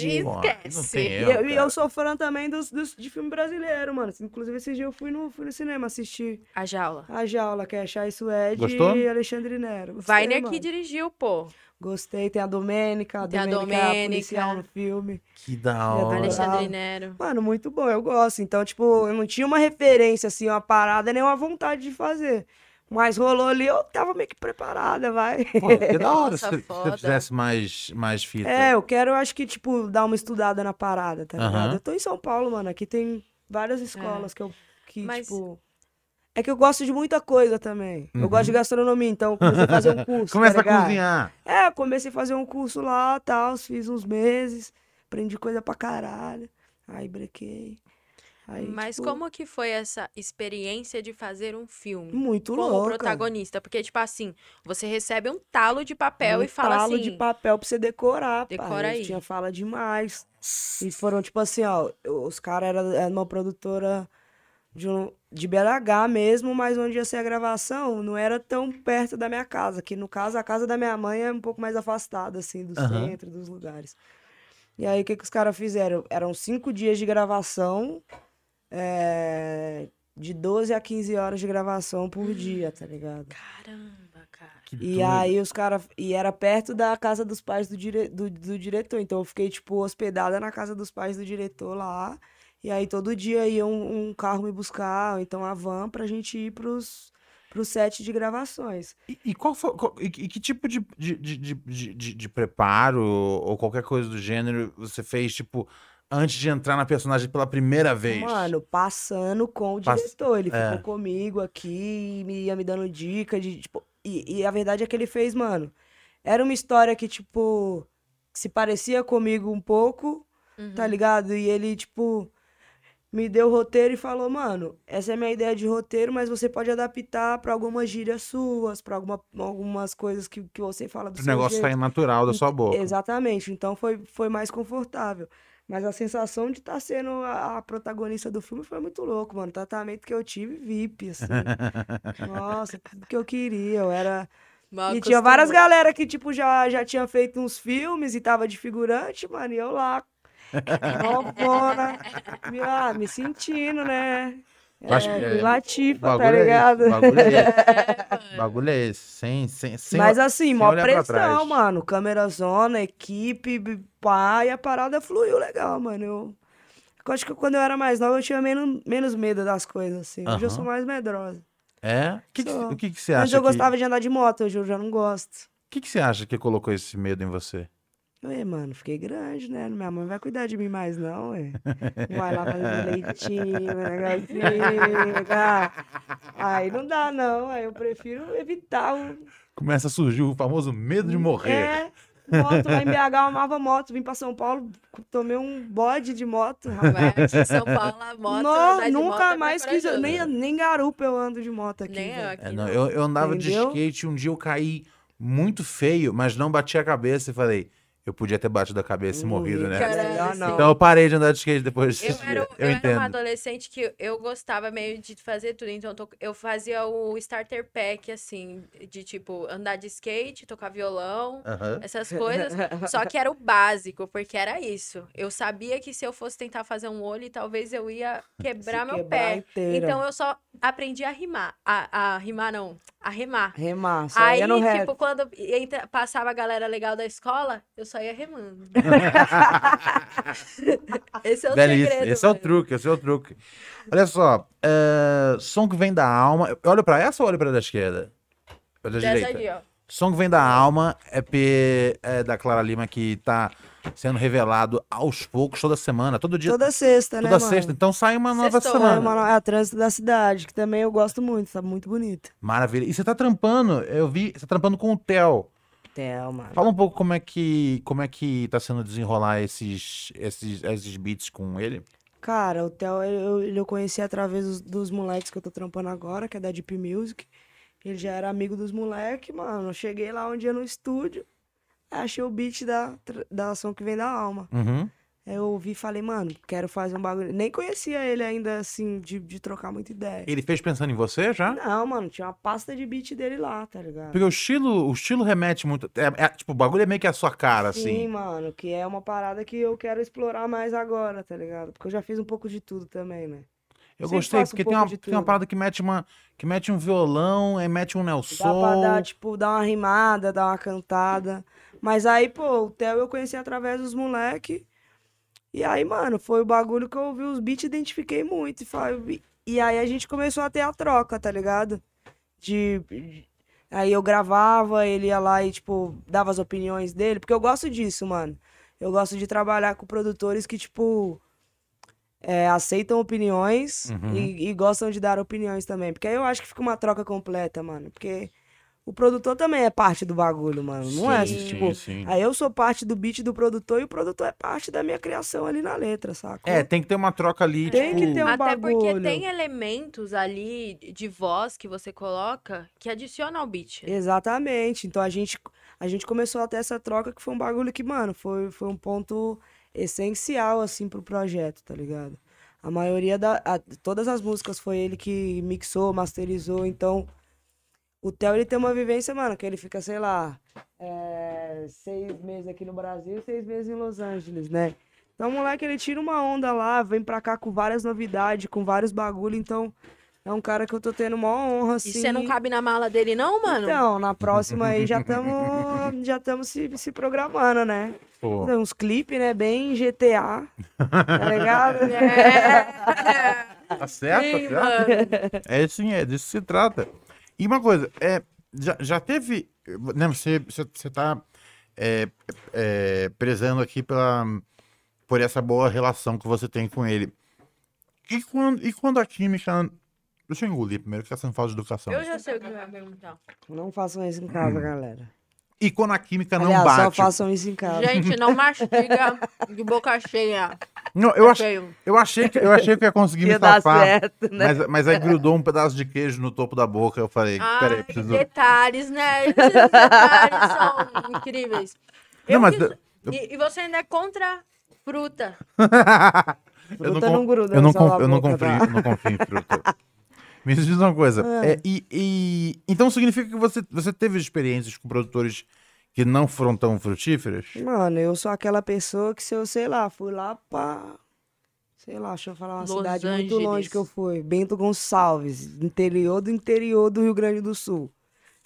A: Suede.
B: Pô, Não
A: esquece.
B: tem
C: E
B: erro,
C: eu, e eu
B: É, cara.
C: sou fã também dos, dos- de filme brasileiro, mano. Assim, Inclusive, esse dia eu fui no, fui no cinema assistir
A: a jaula.
C: a jaula, que é Chay Suede
B: Gostou?
C: e Alexandre Nero. Gostei,
A: Weiner
C: mano.
A: que dirigiu, pô.
C: Gostei, tem a Domênica, a
A: né, Tem a
C: Domênica, é a
A: Domênica.
C: policial no filme.
B: Que da
C: Eu
B: hora.
C: adorava.
A: Alexandre Nero.
C: Mano, muito bom, eu gosto. Então, tipo, eu não tinha uma referência, assim, uma parada, nem uma vontade de fazer. Mas rolou ali, eu tava meio que preparada, vai.
B: Pô, que da hora
A: Nossa,
B: se, se você
A: foda.
B: fizesse mais, mais fita.
C: É, eu quero, eu acho que, tipo, dar uma estudada na parada, tá
B: Aham.
C: ligado? Eu tô em São Paulo, mano, aqui tem várias escolas que eu, que,
A: É. Mas-
C: tipo... É que eu gosto de muita coisa também.
B: Uhum.
C: Eu gosto de gastronomia, então eu comecei a fazer um curso, tá
B: Começa a
C: ligado?
B: cozinhar.
C: É, eu comecei a fazer um curso lá, tal, fiz uns meses, aprendi coisa pra caralho. Aí brequei. Aí,
A: Mas
C: tipo,
A: como que foi essa experiência de fazer um filme?
C: muito
A: como
C: louca.
A: protagonista? Porque, tipo assim, você recebe um talo de papel
C: Um
A: e fala
C: talo
A: assim.
C: de papel pra você decorar, pai.
A: Decora aí.
C: Eu tinha fala demais. E foram tipo assim, ó, os caras eram era uma produtora de, um- de BH mesmo, mas onde ia ser a gravação não era tão perto da minha casa, que no caso a casa da minha mãe é um pouco mais afastada, assim, do
B: Aham.
C: centro, dos lugares. E aí o que, que os caras fizeram? Eram cinco dias de gravação, é, de 12 a 15 horas de gravação por dia, tá ligado?
A: Caramba, cara.
B: Que
C: E
B: doido.
C: aí os caras. E era perto da casa dos pais do, dire... do, do diretor. Então eu fiquei, tipo, hospedada na casa dos pais do diretor lá. E aí todo dia ia um, um carro me buscar, ou então a van, pra gente ir pros, pros sete de gravações.
B: E, e qual foi, qual- e, e que tipo de, de, de, de- de, de- de preparo ou qualquer coisa do gênero você fez, tipo, antes de entrar na personagem pela primeira vez?
C: Mano, passando com o
B: Pass-
C: diretor. Ele
B: é.
C: ficou comigo aqui, me ia me dando dica de, tipo. E, e a verdade é que ele fez, mano. Era uma história que, tipo, se parecia comigo um pouco,
A: Uhum.
C: tá ligado? E ele, tipo, me deu o roteiro e falou, mano, essa é a minha ideia de roteiro, mas você pode adaptar pra algumas gírias suas, pra alguma, algumas coisas que, que você fala do
B: Pro
C: seu
B: negócio
C: jeito.
B: sair natural da sua boca.
C: Exatamente, então foi, foi mais confortável. Mas a sensação de estar sendo a, a protagonista do filme foi muito louco, mano. O tratamento que eu tive, VIP, assim. Nossa, tudo que eu queria. Eu era
A: Mal
C: e tinha várias
A: acostumado.
C: galera que, tipo, já, já tinha feito uns filmes e tava de figurante, mano, e eu lá, novona, me, ah, me sentindo, né?
B: Eu acho que
C: É,
B: é-
C: Latifa, tá
B: é
C: ligado?
B: esse, bagulho é esse.
A: É, mano.
B: bagulho é esse. Sem, sem, sem
C: Mas assim, mó
B: olhar pra
C: pressão,
B: trás.
C: mano. Câmera zona, equipe, b- pá, e a parada fluiu legal, mano. Eu, eu acho que quando eu era mais nova, eu tinha menos, menos medo das coisas, assim. Hoje eu sou
B: Aham.
C: mais medrosa.
B: É? O que, que,
C: Só.
B: o que, que você
C: Antes
B: acha?
C: eu
B: que-
C: gostava de andar de moto, hoje eu já não gosto.
B: O que, que você acha que colocou esse medo em você?
C: Eu, Ué, mano, fiquei grande, né? Minha mãe não vai cuidar de mim mais, um não, ué. Não vai lá fazer leitinho, negocinho. tá? Aí não dá, não. Aí eu prefiro evitar o.
B: Começa a surgir o famoso medo de morrer.
C: É, moto lá em BH, eu amava moto. Vim pra São Paulo, tomei um bode de moto. rapaz.
A: Vai aqui em São Paulo, a moto.
C: Nó,
A: andar de
C: nunca
A: moto é
C: mais quis.
A: corajoso.
C: Nem, nem garupa eu ando de moto aqui.
A: Nem eu
C: velho.
A: aqui.
B: É, não,
A: não.
B: eu, eu andava
C: Entendeu?
B: de skate, um dia eu caí muito feio, mas não bati a cabeça e falei, eu podia ter batido a cabeça e
C: Hum,
B: morrido, né?
A: Cara,
C: Melhor não.
B: Então eu parei de andar de skate depois
A: Eu
B: desse
A: era, um,
B: dia.
A: eu
B: Eu,
A: era uma
B: entendo.
A: adolescente que eu gostava meio de fazer tudo. Então, eu to- eu fazia o starter pack, assim, de tipo, andar de skate, tocar violão,
B: Aham.
A: essas coisas. Só que era o básico, porque era isso. Eu sabia que se eu fosse tentar fazer um olho, talvez eu ia
C: Se
A: quebrar meu
C: quebrar
A: pé.
C: inteira.
A: Então, eu só aprendi a rimar. A, a rimar, não. A remar.
C: Remar, só
A: Aí,
C: ia é no
A: tipo,
C: rap.
A: quando entra- passava a galera legal da escola, eu só ia remando. Esse é o
B: Belíssimo.
A: segredo.
B: Esse é o
A: mano.
B: truque, esse é o truque. Olha só, é, som que vem da alma. Eu olho pra essa ou olho pra da esquerda? Pra da
A: Dessa
B: direita?
A: ali, ó.
B: Som que vem da alma, EP é da Clara Lima que tá sendo revelado aos poucos, toda semana, todo dia.
C: Toda sexta, né?
B: toda
C: mano?
B: sexta. Então sai uma nova
A: Sextou.
C: É,
B: semana.
C: mano, é a trânsito da cidade, que também eu gosto muito, tá muito bonito.
B: Maravilha. E você tá trampando, eu vi, você tá trampando com o Theo.
C: Thelma.
B: Fala um pouco como é que, como é que tá sendo desenrolar esses, esses, esses beats com ele.
C: Cara, o Theo eu, ele eu conheci através dos, dos moleques que eu tô trampando agora, que é da Deep Music. Ele já era amigo dos moleques, mano. Eu cheguei lá um dia no estúdio, achei o beat da, tr- da ação que vem da alma.
B: Uhum.
C: Aí eu ouvi e falei, mano, quero fazer um bagulho. Nem conhecia ele ainda, assim, de, de trocar muita ideia.
B: Ele fez pensando em você já?
C: Não, mano, tinha uma pasta de beat dele lá, tá ligado?
B: Porque o estilo, o estilo remete muito. É, é, tipo, o bagulho é meio que a sua cara,
C: Sim,
B: assim.
C: mano, que é uma parada que eu quero explorar mais agora, tá ligado? Porque eu já fiz um pouco de tudo também, né?
B: Eu
C: Sempre
B: gostei,
C: faço um
B: porque tem,
C: pouco
B: uma,
C: de
B: tem uma
C: tudo.
B: parada que mete, uma, que mete um violão, aí mete um
C: Dá pra
B: Nelson.
C: dar, tipo, dar uma rimada, dar uma cantada. Mas aí, pô, o Theo eu conheci através dos moleque. E aí, mano, foi o bagulho que eu ouvi os beats e identifiquei muito. E, falei- e aí a gente começou a ter a troca, tá ligado? De. Aí eu gravava, ele ia lá e, tipo, dava as opiniões dele. Porque eu gosto disso, mano. Eu gosto de trabalhar com produtores que, tipo. é, aceitam opiniões
B: Uhum.
C: e, e gostam de dar opiniões também. Porque aí eu acho que fica uma troca completa, mano. Porque o produtor também é parte do bagulho, mano. Não é
B: Sim,
C: assim, tipo,
B: sim.
C: Aí eu sou parte do beat do produtor e o produtor é parte da minha criação ali na letra, saca?
B: É, tem que ter uma troca ali,
C: Tem
B: tipo.
C: que ter um
A: Até porque
C: bagulho.
A: tem elementos ali de voz que você coloca que adiciona ao beat.
C: Exatamente. Então a gente, a gente começou até essa troca que foi um bagulho que, mano, foi, foi um ponto essencial, assim, pro projeto, tá ligado? A maioria da. a- todas as músicas foi ele que mixou, masterizou, então. O Theo, ele tem uma vivência, mano, que ele fica, sei lá, é, seis meses aqui no Brasil, seis meses em Los Angeles, né? Então, o moleque, ele tira uma onda lá, vem pra cá com várias novidades, com vários bagulho, então é um cara que eu tô tendo uma honra, assim.
A: E você não cabe na mala dele, não, mano?
C: Então, na próxima aí já estamos já tamo se, se programando, né?
B: Pô,
C: Uns clipes, né? Bem GTA, tá ligado?
A: É.
B: tá certo,
A: Sim,
B: tá certo.
A: mano.
B: É sim, é disso que se trata. E uma coisa, é, já, já teve. Né, você, você, você tá é, é, prezando aqui pela, por essa boa relação que você tem com ele. E quando, e quando a química. Deixa eu engolir primeiro, que tá sendo falta de educação.
A: Eu já sei o que você vai então. perguntar.
C: Não façam isso em casa, galera.
B: E quando a química Hum. não
C: Aliás, só
B: bate.
C: façam isso em casa.
A: Gente, não mastiga de boca cheia.
B: Não, eu, ach,
A: Feio.
B: eu, achei que, eu achei que eu ia conseguir me
C: Ia dar
B: safar.
C: certo, né?
B: Mas, mas aí grudou um pedaço de queijo no topo da boca. Eu falei, peraí,
A: Ai,
B: preciso.
A: detalhes, né? Esses detalhes são incríveis.
B: Não,
A: Eu
B: mas.
A: quis- E, e você ainda é contra fruta.
B: Eu não,
C: Fruta
B: con-
C: não gruda
B: eu não,
C: no céu
B: con-
C: da
B: eu não
C: boca,
B: confio,
C: tá?
B: eu não confio em fruta. Me diz uma coisa.
C: Ah.
B: é, e, e- então significa que você, você teve experiências com produtores que não foram tão frutíferas?
C: Mano, eu sou aquela pessoa que se eu, sei lá, fui lá pra. Sei lá, deixa eu falar uma
A: Los
C: cidade muito
A: Angeles.
C: longe que eu fui. Bento Gonçalves, interior do interior do Rio Grande do Sul.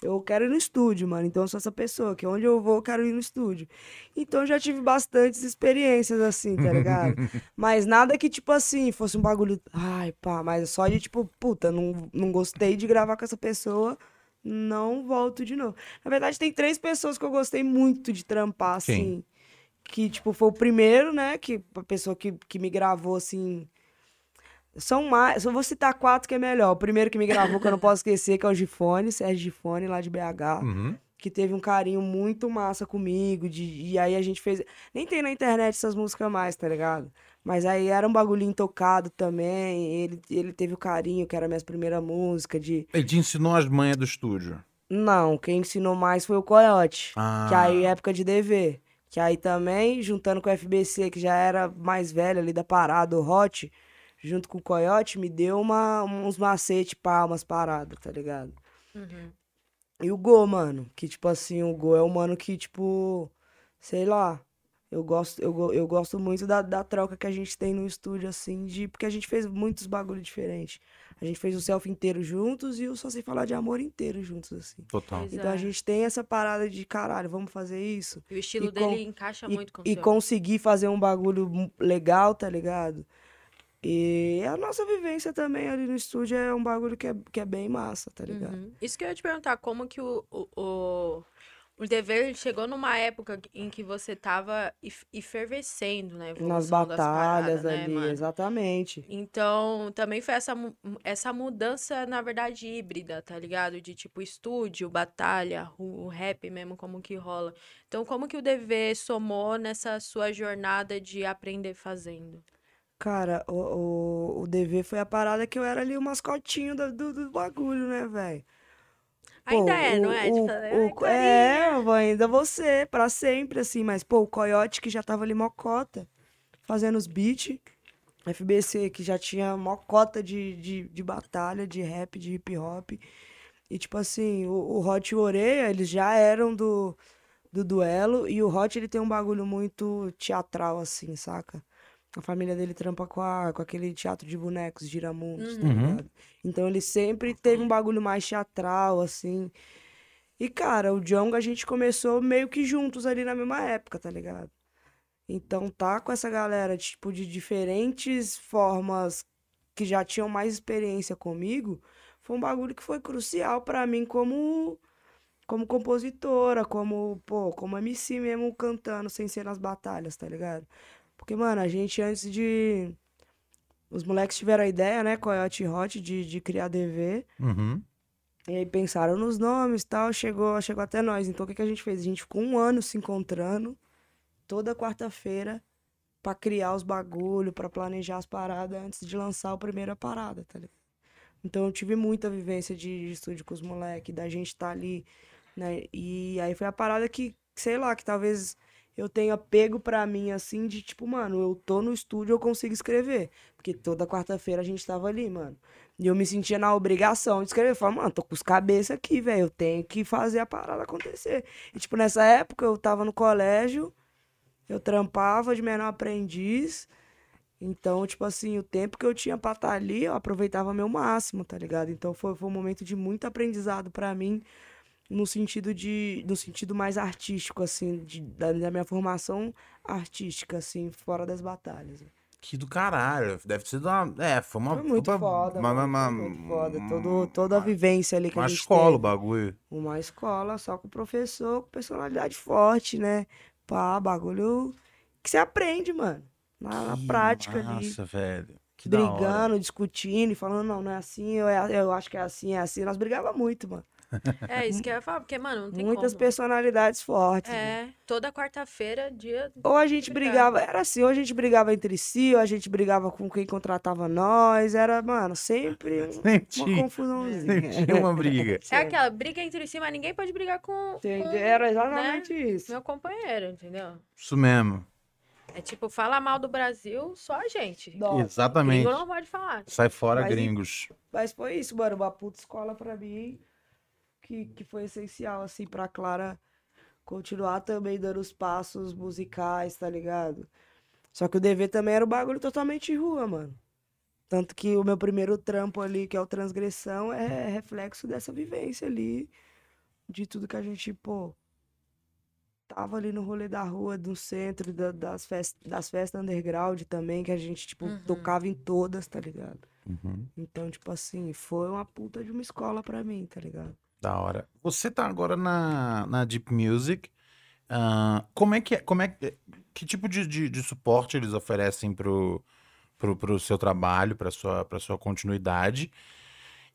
C: Eu quero ir no estúdio, mano. Então eu sou essa pessoa que onde eu vou, eu quero ir no estúdio. Então eu já tive bastantes experiências assim, tá ligado? mas nada que, tipo assim, fosse um bagulho. Ai, pá, mas só de tipo, puta, não, não gostei de gravar com essa pessoa. Não volto de novo. Na verdade, tem três pessoas que eu gostei muito de trampar, assim.
B: Quem?
C: Que, tipo, foi o primeiro, né? Que a pessoa que, que me gravou, assim. São mais. Só vou citar quatro que é melhor. O primeiro que me gravou, que eu não posso esquecer, que é o Gifone, Sérgio Gifone, lá de BH.
B: Uhum.
C: Que teve um carinho muito massa comigo. De, e aí a gente fez. Nem tem na internet essas músicas mais, tá ligado? Mas aí era um bagulhinho tocado também. Ele, ele teve o carinho, que era a minha primeira música. De.
B: Ele te ensinou as manhas do estúdio.
C: Não, quem ensinou mais foi o Coyote.
B: Ah,
C: Que aí é época de DV. Que aí também, juntando com o FBC, que já era mais velho ali da parada, o Hot, junto com o Coyote, me deu uma, uns macete, pá, umas paradas, tá ligado?
A: Uhum.
C: E o Go, mano, que tipo assim, o Go é um mano que, tipo, sei lá, eu gosto, eu, go- eu gosto muito da, da troca que a gente tem no estúdio, assim, de. Porque a gente fez muitos bagulho diferente. A gente fez o selfie inteiro juntos e o Só Sem Falar de Amor inteiro juntos, assim.
B: total.
A: Pois
C: Então
A: é.
C: a gente tem essa parada de caralho, vamos fazer isso.
A: E o estilo
C: E
A: dele
C: com-
A: encaixa
C: e
A: Tá muito com o
C: e
A: seu.
C: conseguir fazer um bagulho mu- legal, tá ligado? E a nossa vivência também ali no estúdio é um bagulho que é, que é bem massa, tá ligado?
A: Uhum. Isso que eu ia te perguntar, como que o, o, o, o dever chegou numa época em que você tava ef- efervescendo, né? a
C: Nas
A: evolução das
C: batalhas
A: paradas, né,
C: ali,
A: mano?
C: exatamente.
A: Então, também foi essa, mu- essa mudança, na verdade, híbrida, tá ligado? De tipo estúdio, batalha, o o rap mesmo, como que rola. Então, como que o DV somou nessa sua jornada de aprender fazendo?
C: Cara, o, o, o DV foi a parada que eu era ali o mascotinho do, do, do bagulho, né, velho?
A: Ainda é, não é? Tipo, "Ai,
C: O, o, é, vó, ainda você, pra sempre, assim. Mas, pô, o Coyote que já tava ali mocota, fazendo os beats. FBC que já tinha mocota de, de, de batalha, de rap, de hip hop. E, tipo assim, o, o Hot e o Oreia, eles já eram do, do duelo. E o Hot, ele tem um bagulho muito teatral, assim, saca? A família dele trampa com, a, com aquele teatro de bonecos, Giramundos, tá
B: Uhum.
C: ligado? Então ele sempre teve um bagulho mais teatral, assim. E, cara, o Django a gente começou meio que juntos ali na mesma época, tá ligado? Então tá com essa galera, tipo, de diferentes formas que já tinham mais experiência comigo, foi um bagulho que foi crucial pra mim como como compositora, como, pô, como MC mesmo cantando sem ser nas batalhas, tá ligado? Porque, mano, a gente antes de os moleques tiveram a ideia, né, Coyote e Hot de, de criar DV.
B: Uhum.
C: E aí pensaram nos nomes e tal, chegou, chegou até nós. Então o que, que a gente fez? A gente ficou um ano se encontrando, toda quarta-feira, pra criar os bagulho, pra planejar as paradas antes de lançar a primeira parada, tá ligado? Então eu tive muita vivência de, de estúdio com os moleques, da gente tá ali, né? E aí foi a parada que, sei lá, que talvez eu tenha pego pra mim, assim, de tipo, mano, eu tô no estúdio, eu consigo escrever. Porque toda quarta-feira a gente tava ali, mano. E eu me sentia na obrigação de escrever. Eu falava, mano, tô com os cabeça aqui, velho. Eu tenho que fazer a parada acontecer. E, tipo, nessa época eu tava no colégio, eu trampava de menor aprendiz. Então, tipo assim, o tempo que eu tinha pra estar ali, eu aproveitava meu máximo, tá ligado? Então foi, foi um momento de muito aprendizado pra mim, no sentido de. no sentido mais artístico, assim, de- da, da minha formação artística, assim, fora das batalhas.
B: Que do caralho. Deve ter sido uma. É, foi uma.
C: Foi muito
B: uma-
C: foda,
B: uma-
C: mano,
B: uma-
C: foi muito foda.
B: uma-
C: Todo, toda a vivência ali que
B: Uma
C: a gente
B: escola o
C: teve.
B: bagulho.
C: Uma escola, só com professor, com personalidade forte, né? Pá, bagulho que você aprende, mano. Na, na
B: Que
C: Ah, prática ali.
B: massa, velho. Que da hora.
C: brigando, discutindo e falando, não, não é assim, eu, é- eu acho que é assim, é assim. Nós brigava muito, mano.
A: É isso que eu ia falar, porque, mano, não tem
C: Muitas
A: como.
C: personalidades fortes. né?
A: É, toda quarta-feira, dia.
C: Ou a gente
A: Brigar.
C: brigava, era assim, ou a gente brigava entre si, ou a gente brigava com quem contratava nós, era, mano, sempre um-
B: Sempre
C: uma
B: tinha, sempre
C: confusãozinha.
B: tinha uma briga.
A: É aquela briga entre si, mas ninguém pode brigar com,
C: Entendeu?
A: com né,
C: Era exatamente isso.
A: meu companheiro, entendeu?
B: Isso mesmo.
A: É tipo, fala mal do Brasil, só a gente.
C: Dó.
B: Exatamente.
A: Gringo não pode falar.
B: Sai fora,
C: Mas e-
B: gringos.
C: Mas foi isso, mano. Uma puta escola pra mim, que, que foi essencial, assim, pra Clara continuar também dando os passos musicais, tá ligado? Só que o DV também era um bagulho totalmente rua, mano. Tanto que o meu primeiro trampo ali, que é o Transgressão, é reflexo dessa vivência ali, de tudo que a gente, pô, tava ali no rolê da rua, do centro, da- das, fest, das festas underground também, que a gente, tipo,
A: Uhum.
C: tocava em todas, tá ligado? Então, tipo assim, foi uma puta de uma escola pra mim, tá ligado?
B: Da hora. Você tá agora na, na Deep Music. Ah, como é que é? Como é, que- que tipo de, de, de suporte eles oferecem pro, pro, pro seu trabalho, pra sua, pra sua continuidade.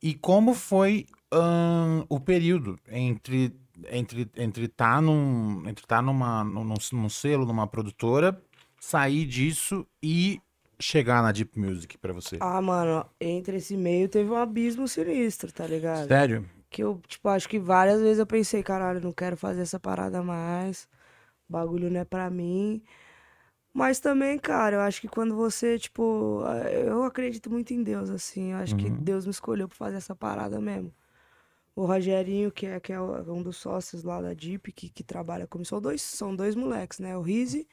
B: E como foi ahn, o período entre entre entre tá num entre tá numa num, num- num selo, numa produtora, sair disso e chegar na Deep Music pra você?
C: Ah, mano, entre esse meio teve um abismo sinistro, tá ligado?
B: Sério?
C: Que eu, tipo, acho que várias vezes eu pensei, caralho, não quero fazer essa parada mais. O bagulho não é pra mim. Mas também, cara, eu acho que quando você, tipo, ah, eu acredito muito em Deus, assim. Eu acho que Deus me escolheu pra fazer essa parada mesmo. O Rogerinho, que é, que é o- um dos sócios lá da Deep, que, que trabalha comigo. São dois, são dois moleques, né? O Rizzi,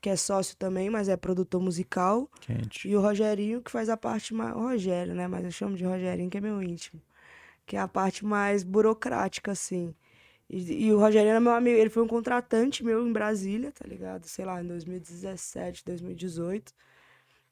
C: que é sócio também, mas é produtor musical.
B: Quente.
C: E o Rogerinho, que faz a parte mais. O Rogério, né? Mas eu chamo de Rogerinho, que é meu íntimo. Que é a parte mais burocrática, assim. E, e o Rogerinho era meu amigo. Ele foi um contratante meu em Brasília, tá ligado? Sei lá, em 2017, 2018.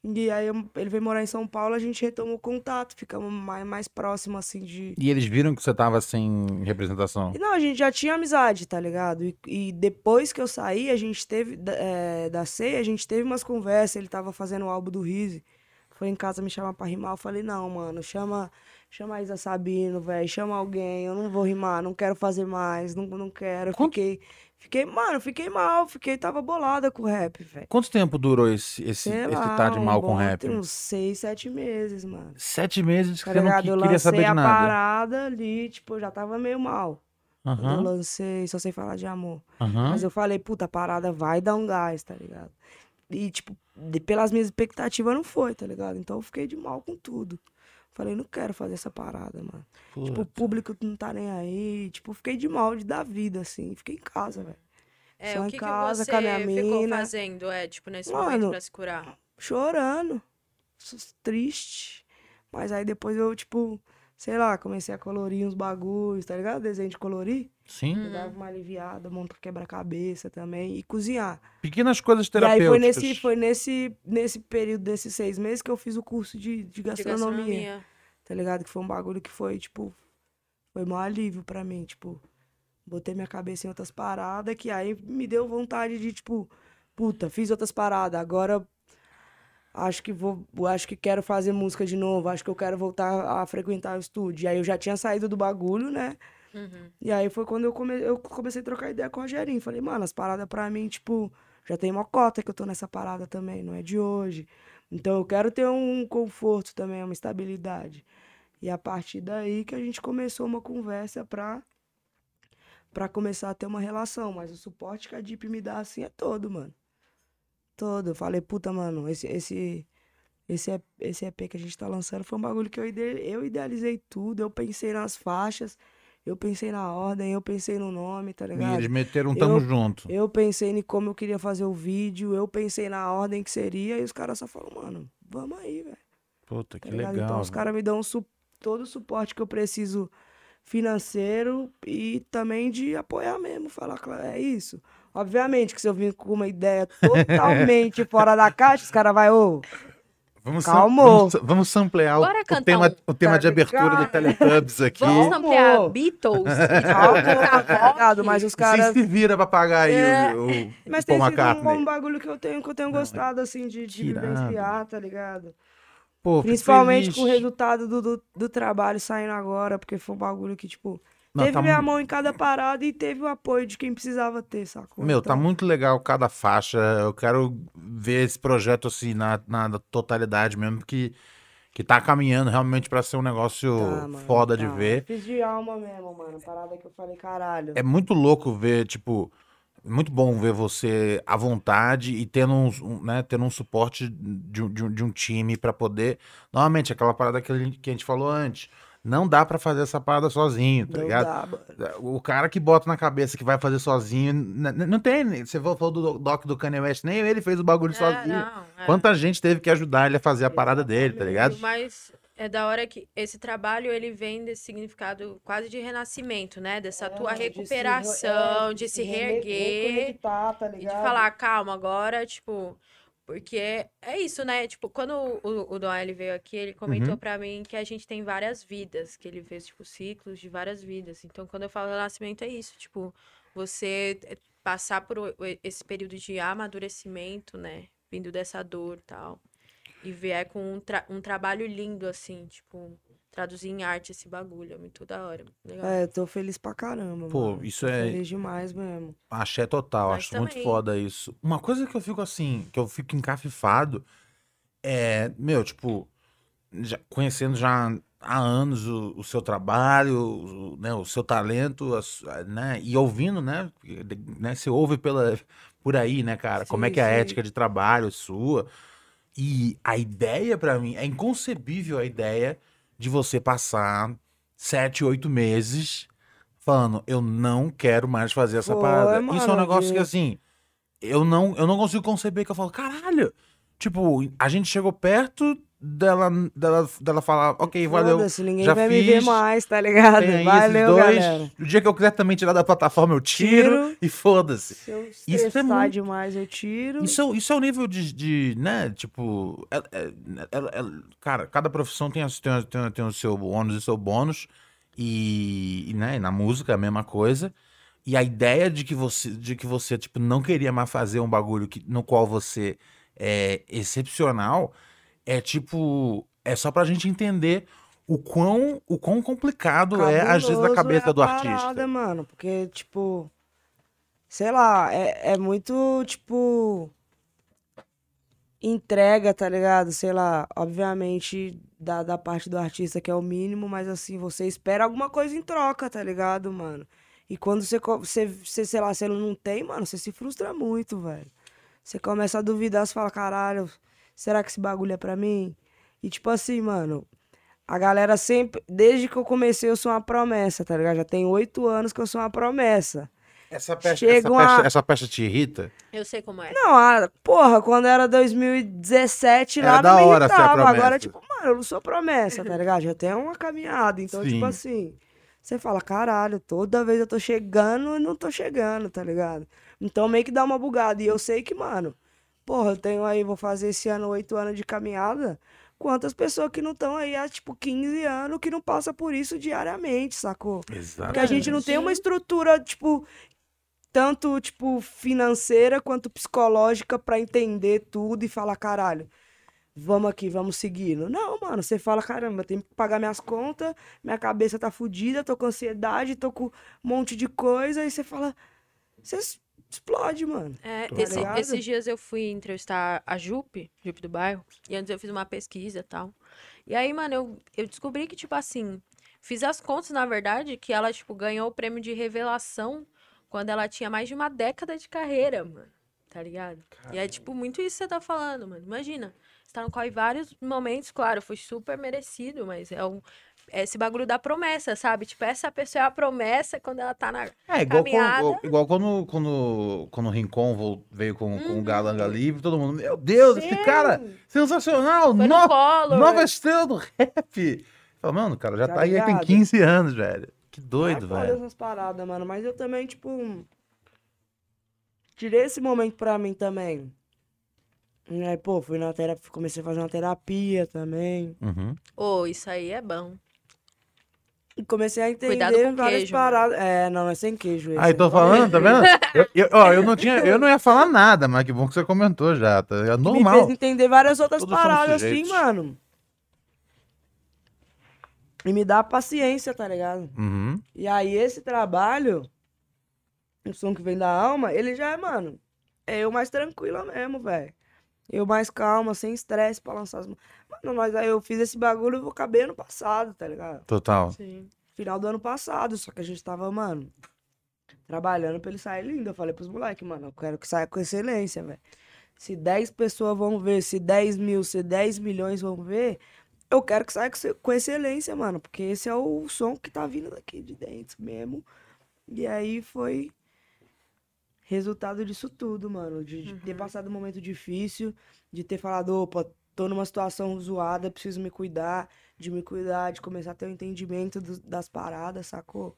C: E aí eu- ele veio morar em São Paulo, a gente retomou o contato, ficamos mais, mais próximos, assim, de.
B: E eles viram que você tava sem representação.
C: E Não, a gente já tinha amizade, tá ligado? E, e depois que eu saí, a gente teve, da- eh, da ceia, a gente teve umas conversas, ele tava fazendo o álbum do Rizzi, foi em casa me chamar pra rimar, eu falei, não, mano, chama, chama a Isa Sabino, velho, chama alguém, eu não vou rimar, não quero fazer mais, não, não quero,
B: Quanto-
C: fiquei, fiquei, mano, fiquei mal, fiquei, tava bolada com o rap, velho.
B: Quanto tempo durou esse esse,
C: Sei
B: esse
C: lá,
B: tá de
C: um
B: mal com
C: bom-
B: rap?
C: tem uns seis, sete meses, mano.
B: Sete meses que
C: Tá
B: você não
C: ligado?
B: que-
C: eu
B: queria
C: lancei
B: saber de
C: a
B: nada.
C: parada ali, tipo, eu já tava meio mal. Quando eu
B: Aham,
C: lancei, só sei falar de amor.
B: aham.
C: Mas eu falei, puta, a parada vai dar um gás, tá ligado? E, tipo, de- pelas minhas expectativas não foi, tá ligado? Então eu fiquei de mal com tudo. Falei, não quero fazer essa parada, mano. Tipo, o
B: Puta.
C: público não tá nem aí. Tipo, eu fiquei de mal de dar vida, assim. Fiquei em casa, velho.
A: É,
C: Só
A: o
C: em
A: que, que
C: casa
A: você
C: com a minha
A: ficou
C: mina.
A: fazendo, é, tipo, nesse
C: Mano,
A: momento pra se curar?
C: Chorando. sus- Triste. Mas aí depois eu, tipo, sei lá, comecei a colorir uns bagulhos, tá ligado? Desenho de colorir.
B: Sim.
C: Eu dava uma aliviada, monto quebra-cabeça também. E cozinhar.
B: Pequenas coisas
C: E aí
B: terapêuticas.
C: foi nesse, foi nesse, nesse período desses seis meses que eu fiz o curso de, de
A: De
C: gastronomia,
A: gastronomia.
C: tá ligado? Que foi um bagulho que foi, tipo, foi um alívio pra mim, tipo, botei minha cabeça em outras paradas, que aí me deu vontade de, tipo, puta, fiz outras paradas, agora acho que vou, acho que quero fazer música de novo, acho que eu quero voltar a frequentar o estúdio. E aí eu já tinha saído do bagulho, né?
A: Uhum.
C: E aí foi quando eu, come... eu comecei a trocar ideia com o Rogerinho. Falei, mano, as paradas pra mim, tipo, já tem uma cota que eu tô nessa parada também, não é de hoje. Então eu quero ter um conforto também, uma estabilidade. E é a partir daí que a gente começou uma conversa pra, pra começar a ter uma relação. Mas o suporte que a Deep me dá assim é todo, mano. Todo. Eu falei, puta, mano, esse, esse, esse, E- esse EP que a gente tá lançando foi um bagulho que eu, ide- eu idealizei tudo, eu pensei nas faixas. Eu pensei na ordem, eu pensei no nome, tá
B: E
C: ligado?
B: eles meteram um tamo
C: Eu-
B: junto.
C: Eu pensei em como eu queria fazer o vídeo, eu pensei na ordem que seria, e os caras só falam, mano, vamos aí, velho.
B: Puta,
C: Tá
B: que
C: ligado?
B: legal.
C: Então os caras me dão su- todo o suporte que eu preciso financeiro e também de apoiar mesmo, falar, claro, é isso. Obviamente que se eu vim com uma ideia totalmente fora da caixa, os caras vai, ô,
B: Vamos,
C: Calma.
B: vamos, vamos samplear o,
A: Bora
B: o
A: cantar
B: tema,
A: um,
B: o tema
C: tá
B: de abertura do
C: ligado?
B: Teletubbies aqui.
A: Vamos ampliar
C: Amor.
A: Beatles e
C: calma,
A: colocar
C: tá ligado?
A: rock?
C: Mas os
B: Vocês
C: caras...
B: se vira pra pagar aí
C: É,
B: o, o,
C: Mas
B: o
C: tem
B: Paul
C: sido um- um,
B: McCartney.
C: bagulho que eu tenho, que eu
B: é
C: tenho gostado, assim, de, de
B: que irado.
C: vivenciar, tá ligado?
B: Pô, fico
C: Principalmente
B: feliz.
C: com o resultado do, do, do trabalho saindo agora, porque foi um bagulho que, tipo,
B: Não,
C: teve
B: tá
C: minha
B: mu-
C: mão em cada parada e teve o apoio de quem precisava ter, sacou?
B: Meu, tá
C: Então,
B: muito legal cada faixa. Eu quero ver esse projeto assim na, na totalidade mesmo, que, que tá caminhando realmente pra ser um negócio
C: tá, mano,
B: foda de
C: tá.
B: ver.
C: Fiz de alma mesmo, mano. Parada que eu falei, caralho.
B: É muito louco ver, tipo, muito bom ver você à vontade e tendo um, um, né, tendo um suporte de, um- de um- de um time pra poder. Novamente, aquela parada que a gente, que a gente falou antes. Não dá pra fazer essa parada sozinho, tá
C: não
B: ligado?
C: dá, mano.
B: O cara que bota na cabeça que vai fazer sozinho, n- n- não tem. Você falou do doc do Kanye West, nem ele fez o bagulho
A: É,
B: sozinho.
A: não, é.
B: Quanta gente teve que ajudar ele a fazer a parada dele, tá ligado?
A: Mas é da hora que esse trabalho ele vem desse significado quase de renascimento, né? Dessa tua
C: É, de se re-
A: recuperação,
C: é,
A: de se
C: rene-
A: reerguer
C: reconectar, tá
A: e de
C: ligado?
A: falar, calma, agora, tipo, porque é, é isso, né? Tipo, quando o, o Don L veio aqui, ele comentou
B: Uhum.
A: pra mim que a gente tem várias vidas, que ele fez, tipo, ciclos de várias vidas. Então, quando eu falo renascimento, é isso, tipo, você eh, passar por o- esse período de amadurecimento, né? Vindo dessa dor e tal. e vier com um, tra- um trabalho lindo, assim, tipo, traduzir em arte esse bagulho. É muito da hora. Legal.
C: É, eu tô feliz pra caramba,
B: Pô,
C: mano.
B: isso
C: Tô
B: é-
C: Feliz demais mesmo.
B: Axé total,
A: Nós
B: acho muito
A: também.
B: foda isso. Uma coisa que eu fico assim, que eu fico encafifado, é, meu, tipo, já- conhecendo já há anos o, o seu trabalho, o, o- né, o seu talento, a su- a- né, e ouvindo, né, de- né, você ouve pela, por aí, né, cara, como é
C: Sim,
B: que é a
C: sim.
B: ética de trabalho sua, e a ideia pra mim, é inconcebível a ideia de você passar sete, oito meses falando, eu não quero mais fazer essa
C: Foi,
B: parada. Isso é um
C: mano,
B: negócio
C: de-
B: que, assim, eu não, eu não consigo conceber que eu falo, caralho. Tipo, a gente chegou perto dela, dela, dela falar, ok, valeu.
C: Foda-se, ninguém
B: já
C: vai me ver
B: fiz,
C: mais, tá ligado?
B: Tem aí esses
C: Valeu,
B: dois.
C: galera.
B: O dia que eu quiser também tirar da plataforma, eu tiro,
C: Tiro.
B: e foda-se.
C: Se eu
B: é
C: estressar
B: muito-
C: demais, eu tiro.
B: Isso, é o- isso é o nível de, de, né, tipo, é- é- é- é- cara, cada profissão tem, as- tem, a- tem, a- tem o seu ônus e o seu bônus, e, e, né, e na música é a mesma coisa, e a ideia de que você, de que você, tipo, não queria mais fazer um bagulho que, no qual você é excepcional, é tipo, é só pra gente entender o quão, o quão complicado é, às vezes, da
C: Cabuloso
B: cabeça
C: é a
B: do artista.
C: Parada, mano, porque, tipo, sei lá, é, é muito, tipo, entrega, tá ligado? Sei lá, obviamente, da, da parte do artista que é o mínimo, mas assim, você espera alguma coisa em troca, tá ligado, mano? E quando você, co- você, você sei lá, você não tem, mano, você se frustra muito, velho. Você começa a duvidar, você fala, caralho, será que esse bagulho é pra mim? E tipo assim, mano, a galera sempre, desde que eu comecei, eu sou uma promessa, tá ligado? Já tem oito anos que eu sou uma promessa.
B: Essa
C: peste-
B: peça,
C: Chega essa uma- peste-
B: te irrita?
A: Eu sei como é.
C: Não, a, porra, quando era 2017 lá,
B: Era da
C: não me
B: hora ser a
C: irritava.
B: promessa.
C: Agora, tipo, mano, eu não sou promessa, tá ligado? Já tem uma caminhada. Então,
B: Sim.
C: tipo assim, você fala, caralho, toda vez eu tô chegando e não tô chegando, tá ligado? Então meio que dá uma bugada. E eu sei que, mano, porra, eu tenho aí, vou fazer esse ano oito anos de caminhada. Quantas pessoas que não estão aí há, tipo, 15 anos que não passa por isso diariamente, sacou?
B: Exato.
C: Porque a gente não tem uma estrutura, tipo, tanto, tipo, financeira quanto psicológica pra entender tudo e falar, caralho, vamos aqui, vamos seguindo. Não, mano, você fala, caramba, eu tenho que pagar minhas contas, minha cabeça tá fudida, tô com ansiedade, tô com um monte de coisa, e você fala, você es- explode, mano.
A: É,
B: Tá
A: esse-
C: ligado?
A: esses dias eu fui entrevistar a Jupe, Jupe do bairro, e antes eu fiz uma pesquisa e tal. E aí, mano, eu, eu descobri que, tipo assim, fiz as contas, na verdade, que ela, tipo, ganhou o prêmio de revelação quando ela tinha mais de uma década de carreira, mano. Tá ligado? E é, tipo, muito isso que você tá falando, mano. Imagina, você tá no qual em vários momentos, claro, foi super merecido, mas é um. é Esse bagulho da promessa, sabe? Tipo, essa pessoa é a promessa quando ela tá na.
B: É, igual,
A: Caminhada.
B: quando, igual quando, quando, quando o Rincon vol- veio com, com o Galanga Livre, todo mundo, Uhum. meu Deus, esse cara sensacional,
A: Foi
B: no-
A: no colo.
B: nova estrela do rap. Fala, mano, o cara já tá,
C: Tá
B: aí, aí tem
C: ligado? Ah,
B: 15 anos, velho. Que doido,
C: Vai foda
B: velho.
C: essas paradas, mano. Mas eu também, tipo. Tirei esse momento pra mim também. E aí, pô, fui na terapia, comecei a fazer uma terapia também.
B: Uhum.
A: Ô, isso aí é bom.
C: E comecei a entender
A: Cuidado com
C: várias
A: queijo,
C: paradas. É, não, é sem queijo. esse.
B: Aí, tô falando, tá vendo? Eu, eu- ó, eu não tinha, eu não ia falar nada, mas que bom que você comentou já, tá? É
C: Que Me
B: normal.
C: fez entender várias outras
B: Todos somos
C: paradas assim,
B: sujeitos.
C: mano. E me dá paciência, tá ligado?
B: Uhum.
C: E aí esse trabalho, o som que vem da alma, ele já é, mano, é eu mais tranquila mesmo, velho. Eu mais calma, sem estresse pra lançar as... mu- Mano, nós, aí eu fiz esse bagulho, eu vou caber ano passado, tá ligado?
B: Total.
A: Sim.
C: Final do ano passado, só que a gente tava, mano, trabalhando pra ele sair lindo. Eu falei pros moleques, mano, eu quero que saia com excelência, velho. Se 10 pessoas vão ver, se 10 mil, se 10 milhões vão ver, eu quero que saia com ex- com excelência, mano. Porque esse é o som que tá vindo daqui de dentro mesmo. E aí foi resultado disso tudo, mano. De, de
A: Uhum.
C: ter passado um momento difícil, de ter falado, opa, tô numa situação zoada, preciso me cuidar, de me cuidar, de começar a ter um entendimento dos- das paradas, sacou?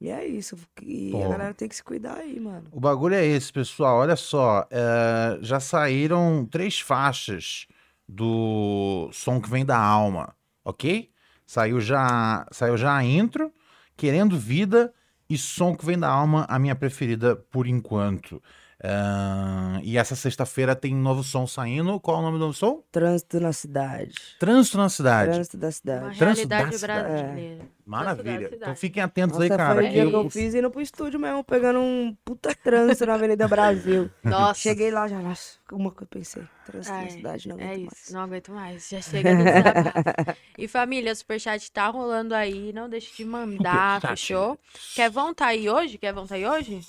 C: E é isso. E
B: Pô.
C: a galera tem que se cuidar aí, mano.
B: O bagulho é esse, pessoal. Olha só, é, já saíram três faixas do som que vem da alma, ok? Saiu já, saiu já a intro, Querendo Vida e Som que vem da alma, a minha preferida por enquanto. Ahn, e essa sexta-feira tem novo som saindo. Qual é o nome do novo som?
C: Trânsito na cidade.
B: Trânsito na Cidade.
C: Trânsito da
A: Uma
C: cidade.
B: Trânsito da
A: realidade
B: cidade.
A: brasileira.
B: Maravilha.
A: Trânsito da
B: Então
A: Cidade.
B: fiquem atentos
C: Nossa,
B: aí, cara.
C: foi o
A: que
C: dia que eu
A: isso.
C: fiz indo pro estúdio mesmo, pegando um puta trânsito na Avenida Brasil.
A: Nossa.
C: É. Cheguei lá já, nossa, uma coisa eu pensei, trânsito
A: Ai,
C: na cidade, não aguento
A: É isso,
C: mais.
A: não aguento mais. Já chega no desabafo. E família, o superchat tá rolando aí. Não deixe de mandar,
B: Superchat.
A: fechou? Quer vão tá aí hoje? Quer vão tá aí hoje?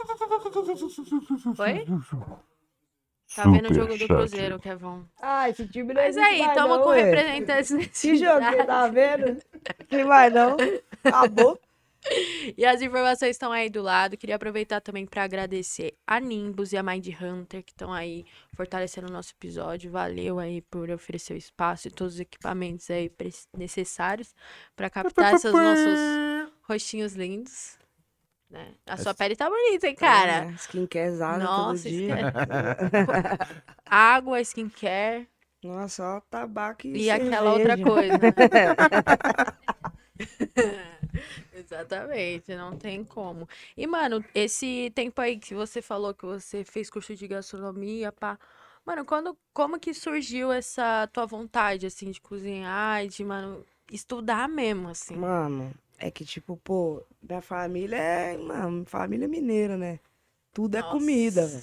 A: Foi? Tá vendo o jogo do Cruzeiro, Quer vão.
C: Ai, esse time não
A: Mas é aí,
C: existe mais
A: tamo
C: não,
A: com
C: ué.
A: representantes nesse
C: Esse jogo, você tá vendo? Tem mais não. Acabou.
A: E as informações estão aí do lado. Queria aproveitar também para agradecer a Nimbus e a Mind Hunter que estão aí fortalecendo o nosso episódio. Valeu aí por oferecer o espaço e todos os equipamentos aí pre- necessários para captar esses nossos rostinhos lindos. né? A sua pele tá bonita, hein, cara?
C: É, skincarezada
A: Nossa,
C: todo dia.
A: Água, skincare
C: Nossa, só tabaco e
A: e aquela outra
C: cerveja.
A: coisa. Exatamente, não tem como. E, mano, esse tempo aí que você falou que você fez curso de gastronomia, pá. Mano, quando, como que surgiu essa tua vontade, assim, de cozinhar, e de, mano, estudar mesmo, assim?
C: Mano, é que tipo, pô, minha família é, mano, família mineira, né? Tudo é comida, velho.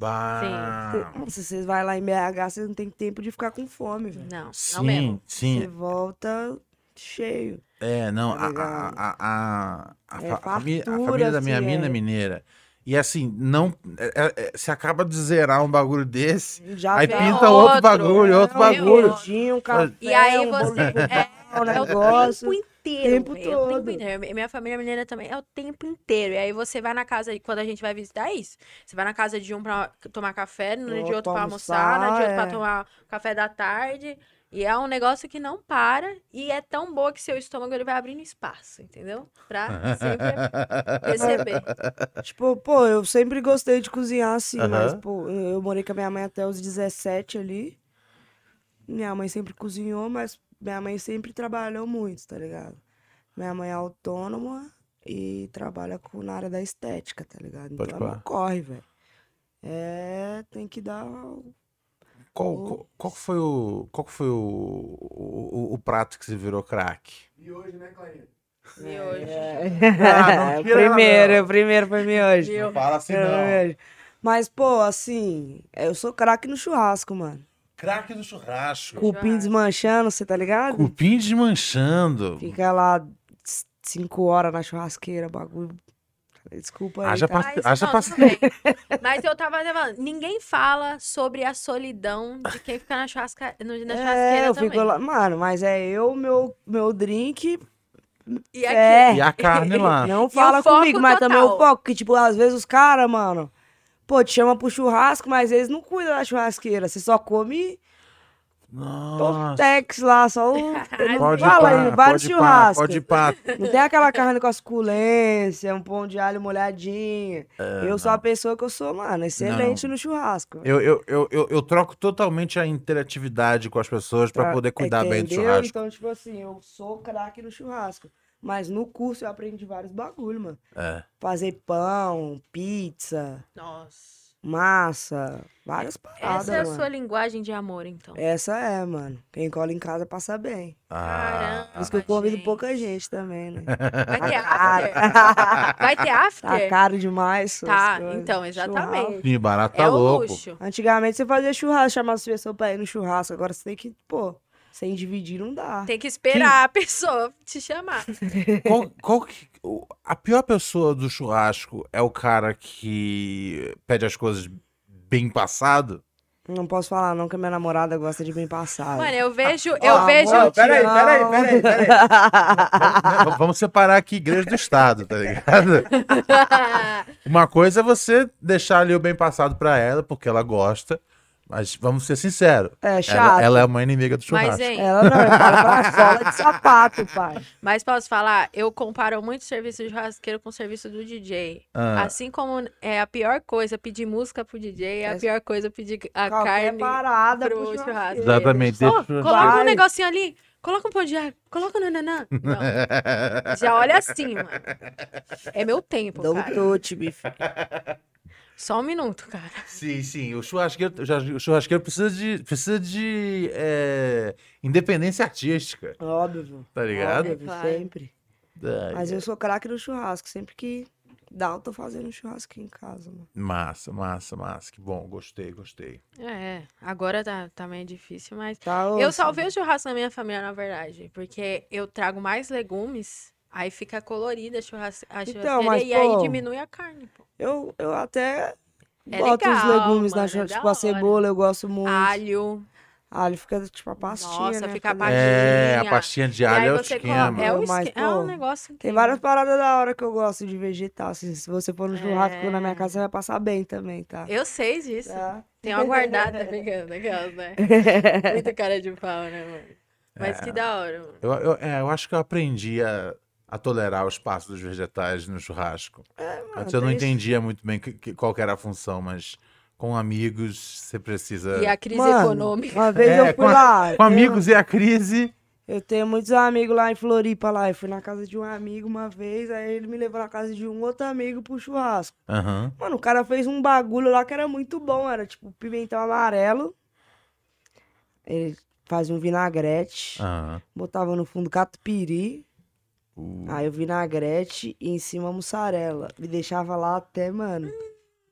B: Bah.
C: Cê- mano, Se você vai lá em BH, você não tem tempo de ficar com fome, velho.
A: Não, não mesmo.
B: Sim,
C: Você
B: sim.
C: volta cheio.
B: É, não. A,
C: Tá ligado?
B: a, a, a, a,
C: É
B: fa- a fami- a
C: fartura,
B: família da minha
C: assim,
B: mina é
C: é.
B: mineira. E assim, não. É, é, é, você acaba de zerar um bagulho desse.
C: Já
B: Aí
C: vem
B: pinta
A: é outro. é
B: outro bagulho, outro
A: Não,
C: um
B: bagulho.
C: gordinho, um café,
A: E aí
C: um bolo
A: você-
C: de fubá, um
A: É o
C: negócio.
A: tempo inteiro.
C: tempo
A: velho, é o
C: todo.
A: tempo inteiro. E Minha família mineira também é o tempo inteiro. E aí você vai na casa, e quando a gente vai visitar é isso. Você vai na casa de um pra tomar café, no dia
C: Do
A: de outro
C: outro
A: pra
C: pra
A: almoçar, no dia de outro pra
C: almoçar, é.
A: tomar café da tarde. E é um negócio que não para. E é tão boa que seu estômago ele vai abrindo espaço, entendeu? Pra sempre
C: é
A: perceber.
C: Tipo, pô, eu sempre gostei de cozinhar assim, mas,
B: Aham.
C: pô, eu morei com a minha mãe até os 17 ali. Minha mãe sempre cozinhou, mas minha mãe sempre trabalhou muito, tá ligado? Minha mãe é autônoma e trabalha com, na área da estética, tá ligado?
B: Pode
C: Então ela
B: pá.
C: corre, velho. É, tem que dar. o-
B: Qual, qual, qual que foi o qual que foi o, o, o- o prato que você virou craque?
A: Miojo.
B: Ah, não
C: É. o
B: tira ela,
C: primeiro,
B: não.
C: o primeiro foi miojo.
A: Meu.
B: Fala assim
C: Era miojo. Mas, pô, assim, eu sou craque no churrasco, mano.
B: Craque do churrasco.
C: Cupim desmanchando, você tá ligado?
B: Cupim desmanchando.
C: Fica lá 5 horas na churrasqueira, bagulho. Desculpa aí,
B: Haja
C: tá?
B: paci- haja
A: não,
B: paci-
A: tudo bem. Mas eu tava falando, ninguém fala sobre a solidão de quem fica na, churrasca, no- na churrasqueira
C: É, eu
A: também.
C: fico lá. Mano, mas é eu, meu, meu drink.
A: E aqui,
C: É.
B: E a carne lá.
C: Não fala
A: o foco
C: comigo, mas também
A: total.
C: o foco. Que, tipo, às vezes os caras, mano, pô, te chama pro churrasco, mas eles não cuidam da churrasqueira. Você só come
B: Nossa.
C: tortex lá, só o. Não
B: Pode
C: fala
B: pá,
C: aí, vários
B: pode pá,
C: churrascos.
B: pode pá.
C: Não tem aquela carne com a suculência, um pão de alho molhadinho.
B: É,
C: eu sou a pessoa que eu sou, mano, excelente no churrasco.
B: Eu, eu, eu, eu, eu troco totalmente a interatividade com as pessoas pra
C: Pra-
B: poder cuidar bem do
C: entendeu?
B: churrasco.
C: Então, tipo assim, eu sou craque no churrasco. Mas no curso eu aprendi vários bagulho, mano.
A: Então,
B: É.
C: Fazer pão, pizza,
A: Nossa.
C: massa, várias paradas,
A: Essa é a
C: mano.
A: sua linguagem de amor, então.
C: Essa é, mano. Quem cola em casa passa bem.
B: Ah.
A: Caramba.
C: Por isso que eu convido
A: gente. É
C: pouca gente também, né?
A: Vai ter after?
C: Cara,
A: Vai ter
C: tá
A: after?
C: caro demais. essas
A: é. Tá,
C: coisas.
A: então, exatamente.
B: Sim, barato tá
A: é o
B: louco.
A: luxo.
C: Antigamente você fazia churrasco, chamava as pessoas pra ir no churrasco. Agora você tem que, pô, sem dividir não dá.
A: Tem que esperar a pessoa te chamar.
B: Qual, qual que- o- a pior pessoa do churrasco é o cara que pede as coisas bem passado?
C: Não posso falar não que a minha namorada gosta de bem passado.
A: Mano, eu vejo,
C: Ó,
A: eu
C: amor,
A: vejo.
C: te
B: Ah, peraí,
C: amo.
B: peraí, peraí, peraí. V- Vamos separar aqui igreja do Estado, tá ligado? Uma coisa é você deixar ali o bem passado pra ela, porque ela gosta. Mas vamos ser sinceros.
C: É
B: Ela,
C: chato.
B: ela é uma inimiga do churrasco.
A: Mas, hein,
C: Ela não, eu falo pra sola de sapato, pai.
A: mas posso falar? Eu comparo muito o serviço de churrasqueiro com o serviço do DJ.
B: Ah.
A: Assim como é a pior coisa pedir música pro DJ, é a
C: É-
A: pior coisa pedir a
C: Qualquer
A: carne.
C: parada
A: pro
C: pro
A: churrasco.
C: churrasco.
B: Exatamente.
A: Ô,
B: Deixa eu-
A: coloca um
C: Vai.
A: negocinho ali, coloca um pão de ar, coloca um nananã. Não.
C: um
A: Já olha assim, mano. É meu tempo, cara.
C: Dá um touch, bife.
A: Só um minuto, cara.
B: Sim, sim. O churrasqueiro, já- o churrasqueiro precisa de, precisa de é, independência artística,
C: Óbvio.
B: tá ligado?
C: Óbvio,
A: Claro.
C: sempre.
B: É,
C: Mas eu sou craque no churrasco. Sempre que dá, eu tô fazendo churrasco aqui em casa, mano.
B: Massa, massa, massa. Que bom, gostei, gostei.
A: É, agora tá, tá meio difícil, mas.
C: Tá,
A: Eu
C: osso.
A: salvei o churrasco na minha família, na verdade. Porque eu trago mais legumes, aí fica colorida a churras- a
C: Então,
A: churrasqueira
C: mas,
A: e aí
C: pô,
A: diminui a carne, pô.
C: Eu, eu até
A: É
C: boto os
A: legal,
C: legumes na
A: mano, é
C: churrasco.
A: da
C: Tipo, a
A: hora.
C: cebola eu gosto muito. Alho,
A: Alho.
C: fica tipo a pastinha,
A: Nossa,
C: né?
A: fica a
C: legal.
A: pastinha.
B: É, a
A: Pastinha.
B: pastinha de
A: E
B: alho
A: aí
B: é o
A: você
B: esquema.
A: coloca- É, o
C: Mas,
A: esque... é um
C: pô,
A: negócio
C: Tem
A: incrível.
C: várias paradas da hora que eu gosto de vegetar. assim, se você for no churrasco
A: É.
C: na minha casa, você vai passar bem também, tá?
A: Eu sei disso.
C: Tá?
A: Tem uma guardada, brincando, aquelas, né? Muito cara de pau, né, mano? Mas
B: É.
A: que da hora, mano.
B: Eu, eu- é, eu acho que eu aprendi a, a tolerar o espaço dos vegetais no churrasco.
A: É,
B: Antes eu não
C: tem isso.
B: entendia muito bem que- que- qual que era a função, mas com amigos você precisa.
A: E a crise
C: Mano,
A: econômica.
C: Uma vez
B: É,
C: eu fui lá.
B: Com
C: eu-
B: amigos e a crise.
C: Eu tenho muitos amigos lá em Floripa, lá. Eu fui na casa de um amigo uma vez, aí ele me levou na casa de um outro amigo pro churrasco.
B: Aham.
C: Mano, o cara fez um bagulho lá que era muito bom. Era tipo pimentão amarelo. Ele fazia um vinagrete,
B: aham.
C: botava no fundo catupiry,
B: Uh,
C: aí o vinagrete e em cima a mussarela. Me deixava lá até, mano,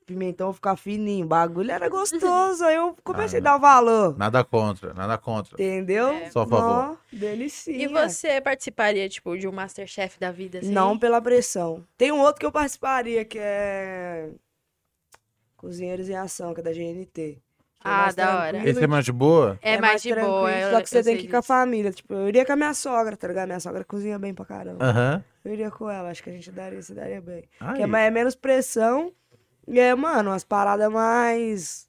C: pimentão ficar fininho. O bagulho era gostoso. Aí eu
B: Ah.
C: comecei a dar valor.
B: Nada contra, nada contra.
C: Entendeu?
A: É.
B: Só a favor.
C: Nó, delicinha.
A: E você participaria, tipo, de um Masterchef da vida, assim?
C: é. Não pela pressão. Tem um outro que eu participaria, que é. Cozinheiros em Ação, que é da GNT. Que é
A: Ah,
C: mais
A: da hora.
C: tranquilo,
B: Esse é mais de boa?
A: É, mais de
C: tranquilo,
A: boa. eu-
C: Só que você
A: eu
C: tem
A: sei
C: que ir com a
A: disso.
C: família. Tipo, eu iria com a minha sogra, tá ligado? Minha sogra cozinha bem pra caramba.
B: Aham.
C: Eu iria com ela, acho que a gente daria, se daria bem.
B: Aí.
C: Que é, mais- é menos pressão e é, mano, umas paradas mais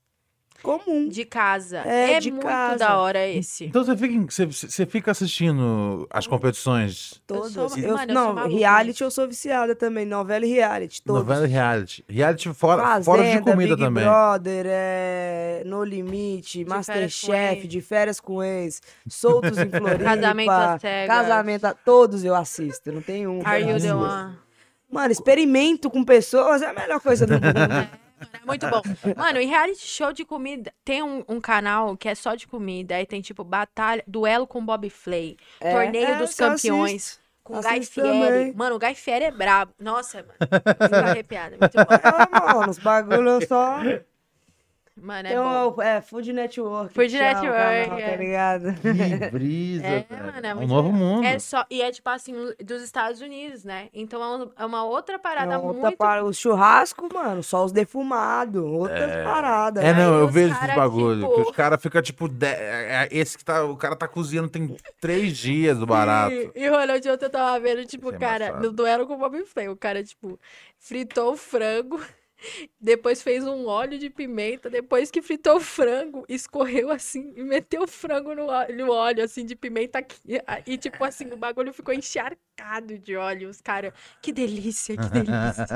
C: comum.
A: De casa.
C: É,
A: É,
C: de
A: muito
C: casa.
A: da hora esse.
B: Então você fica, em- você, você fica assistindo as competições,
C: Todas.
A: sou- mano,
C: Eu-
A: eu sou
C: não,
A: maluca
C: reality
A: nisso.
C: eu sou viciada também. Novela e reality, todos.
B: novela e reality. Reality fora,
C: Fazenda,
B: fora de comida
C: Big
B: também.
C: Brother, é, No Limite,
A: Férias com
C: Masterchef,
A: Ex.
C: De Férias com Ex, Soltos em Floripa.
A: Casamento às cegas.
C: Casamento a... Todos eu assisto, não tem um. que eu
A: Are
C: não
A: you the
C: assisto.
A: one?
C: Mano, experimento com pessoas é a melhor coisa do mundo. né?
A: É muito bom. Mano, e reality show de comida. Tem um, um canal que é só de comida. Aí tem, tipo, batalha, duelo com Bob Flay,
C: É,
A: torneio
C: é,
A: dos
C: eu
A: campeões.
C: assisto.
A: Com o Guy
C: Assisto
A: Fieri.
C: também.
A: Mano, o Guy Fieri é brabo. Nossa, mano. Fico arrepiada. Muito bom.
C: Ah, mano, os bagulhos só.
A: Mano, é
C: Tem
A: bom.
C: um, é, Food Network.
A: Food
C: que chama o
A: Network,
C: canal,
A: é.
C: Tá ligado?
B: Que brisa,
A: É,
B: cara.
A: mano, é
B: um
A: muito
B: novo
A: legal.
B: mundo.
A: É só, e é tipo assim, dos Estados Unidos, né? Então é, um- é uma outra parada
C: É outra
A: muito.
C: para o churrasco, mano, só os defumados, outras paradas.
B: É, não,
A: Aí
B: eu
A: os
B: vejo
A: cara,
B: esse bagulho. Que os
A: tipo-
B: caras ficam tipo. de- é- é Esse que tá. O cara tá cozinhando tem três dias do barato.
A: E, e Ronald, ontem eu tava vendo, tipo,
B: Isso é
A: cara,
B: embaçado.
A: no duelo com o Bob Flay, o cara, tipo, fritou o frango, depois fez um óleo de pimenta, depois que fritou o frango, escorreu assim e meteu o frango no ó- no óleo, assim, de pimenta aqui. E, tipo, assim, o bagulho ficou encharcado de óleo. Os caras, que delícia, que delícia.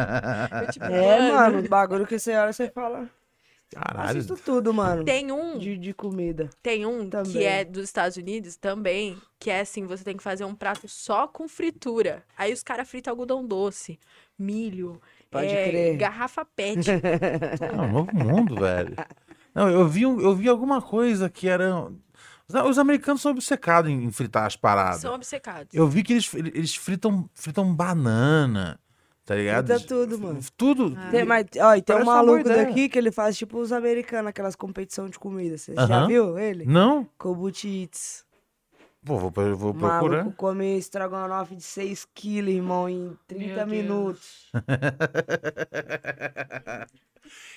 A: Eu, tipo,
C: É,
A: mano,
C: mano, o bagulho que você olha, você fala. Assisto
B: Caralho.
C: tudo, mano.
A: Tem um
C: De, de comida.
A: Tem um
C: Também.
A: que é dos Estados Unidos também, que é assim, você tem que fazer um prato só com fritura. Aí os caras fritam algodão doce, milho,
C: Pode
A: é,
C: crer.
A: garrafa pet.
B: É um novo mundo, velho. Não, eu vi, um- eu vi alguma coisa que era. Os- Os americanos são obcecados em em fritar as paradas.
A: São obcecados.
B: Eu vi que eles, eles fritam, fritam banana. Tá ligado?
C: Frita tudo, mano.
B: Tudo.
C: Tem, mas, ó, e tem um
B: Parece uma boa
C: maluco
B: ideia.
C: daqui que ele faz tipo os americanos, aquelas competição de comida. Você já
B: Aham.
C: viu ele?
B: Não?
C: Kobuchi Eats.
B: Pô, vou, eu vou
C: O maluco
B: procurar.
C: come estrogonofe de 6 kg, irmão, em 30
A: Meu Deus.
C: minutos.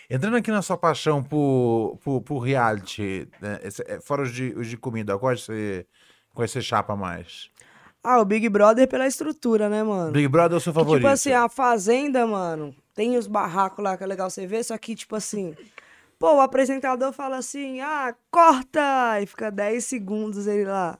B: Entrando aqui na sua paixão por, por, por reality, né, esse- é, fora os de, os de comida, quais você, quais você chapa mais?
C: Ah, o Big Brother pela estrutura, né, mano?
B: Big Brother é o seu
C: Que,
B: favorito?
C: tipo assim, a fazenda, mano, tem os barracos lá que é legal você ver, só que, tipo assim, pô, o apresentador fala assim, ah, corta! E fica 10 segundos ele lá.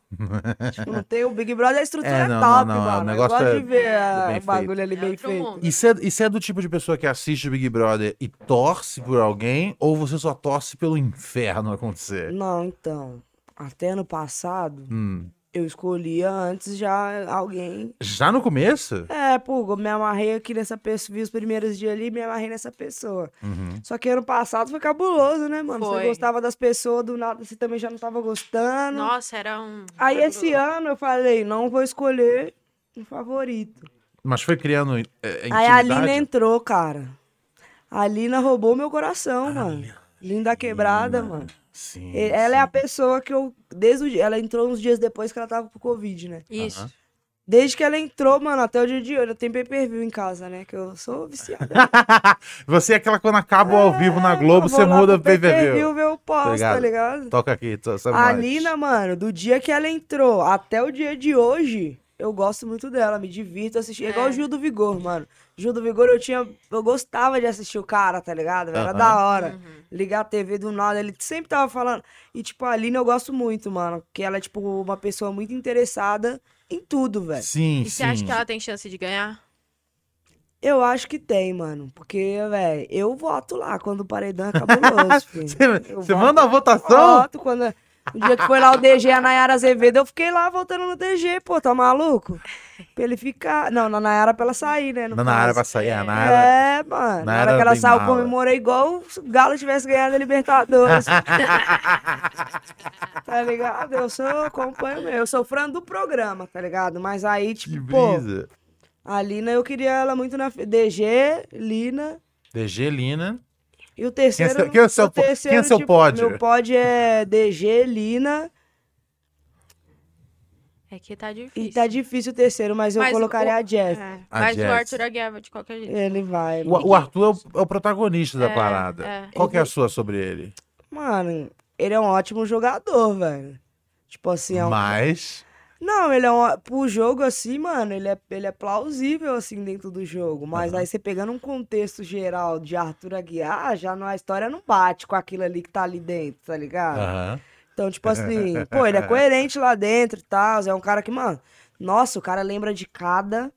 C: tipo, não tem o Big Brother, a estrutura
B: É,
C: é,
B: não,
C: top,
B: não, não,
C: mano.
B: o
C: Eu
B: negócio
C: gosto
B: é-
C: de ver
B: é
C: a-
B: bem
C: o bagulho ali
A: feito. É
C: bem
A: outro
C: feito.
A: mundo.
B: E você e você é do tipo de pessoa que assiste o Big Brother e torce por alguém, ou você só torce pelo inferno acontecer?
C: Não, então, até ano passado,
B: Hum.
C: eu escolhia antes já alguém.
B: Já no começo?
C: É, é, Pugo, me amarrei aqui nessa pessoa, vi os primeiros dias ali, me amarrei nessa pessoa.
B: Uhum.
C: Só que ano passado foi cabuloso, né, mano?
A: Foi.
C: Você gostava das pessoas, do nada você também já não tava gostando.
A: Nossa, era um.
C: Aí esse ano eu falei, não vou escolher um favorito.
B: Mas foi criando é,
C: Aí a Lina
B: intimidade?
C: entrou, cara. A Lina roubou meu coração, mano. Linda quebrada,
B: Lina.
C: mano.
B: Hum, Sim,
C: E- Ela é a
B: sim.
C: pessoa que eu. Desde o dia, ela entrou uns dias depois que ela tava com Covid, né?
A: Isso.
B: Aham.
C: Desde que ela entrou, mano, até o dia de hoje, eu tenho pay per view em casa, né? Que eu sou viciada.
B: você é aquela que quando acaba o ao vivo na
C: É,
B: Globo,
C: eu
B: você
C: vou lá
B: muda o
C: pro pay per
B: PVV.
C: view ver o pós,
B: Obrigado.
C: tá ligado?
B: Toca aqui, to- sabe
C: A
B: mais.
C: Lina, mano, do dia que ela entrou até o dia de hoje, eu gosto muito dela, me divirto assistindo. É igual o Gil do Vigor, mano. Gil do Vigor eu tinha. Eu gostava de assistir o cara, tá ligado? Era
B: Aham.
C: da hora. Ligar a TV do nada, ele sempre tava falando. E, tipo, a Lina eu gosto muito, mano. Porque ela é, tipo, uma pessoa muito interessada em tudo, velho.
B: Sim,
A: E
B: sim.
A: você acha que ela tem chance de ganhar?
C: Eu acho que tem, mano. Porque, velho, eu voto lá quando o paredão é cabuloso, filho.
B: Você,
C: Eu
B: você
C: voto.
B: manda a votação?
C: voto quando. O dia que foi lá o DG, a Nayara Azevedo, eu fiquei lá voltando no DG, pô, tá maluco? Pra ele ficar. Não, na Nayara pra ela sair, né? no
B: na área
C: caso.
B: vai sair, a Nayara.
C: É, mano. Na
B: Nayara
C: hora que ela
B: bem
C: saiu, eu
B: mala.
C: comemorei igual se o Galo tivesse ganhado a Libertadores. tá ligado? Eu sou, eu acompanho mesmo. Eu sou fã do programa, tá ligado? Mas aí,
B: Que
C: tipo, pô,
B: brisa.
C: a Lina, eu queria ela muito na. fi- DG, Lina.
B: DG Lina.
C: E o terceiro.
B: Quem é seu- quem é seu
C: o
B: po- quem é
C: terceiro,
B: seu
C: tipo,
B: pódio?
C: Meu pódio é DG, Lina.
A: É que tá difícil.
C: E tá difícil o terceiro, mas eu
A: Mas
C: colocaria
A: o-
C: a Jeff.
A: É.
B: A
A: Mas
B: Jess.
A: o Arthur Aguiar de qualquer jeito.
C: Ele vai.
B: O, o Arthur é o, é o protagonista da
A: É,
B: parada.
A: é.
B: Qual que é a sua sobre ele?
C: Mano, ele é um ótimo jogador, velho. Tipo assim, é um...
B: Mas.
C: Não, ele é um. Pro jogo, assim, mano, ele é, ele é plausível, assim, dentro do jogo. Mas
B: Aham.
C: aí você pegando um contexto geral de Arthur Aguiar, já não, a história não bate com aquilo ali que tá ali dentro, tá ligado?
B: Aham.
C: Então, tipo assim, pô, ele é coerente lá dentro e tal. É um cara que, mano, nossa, o cara lembra de cada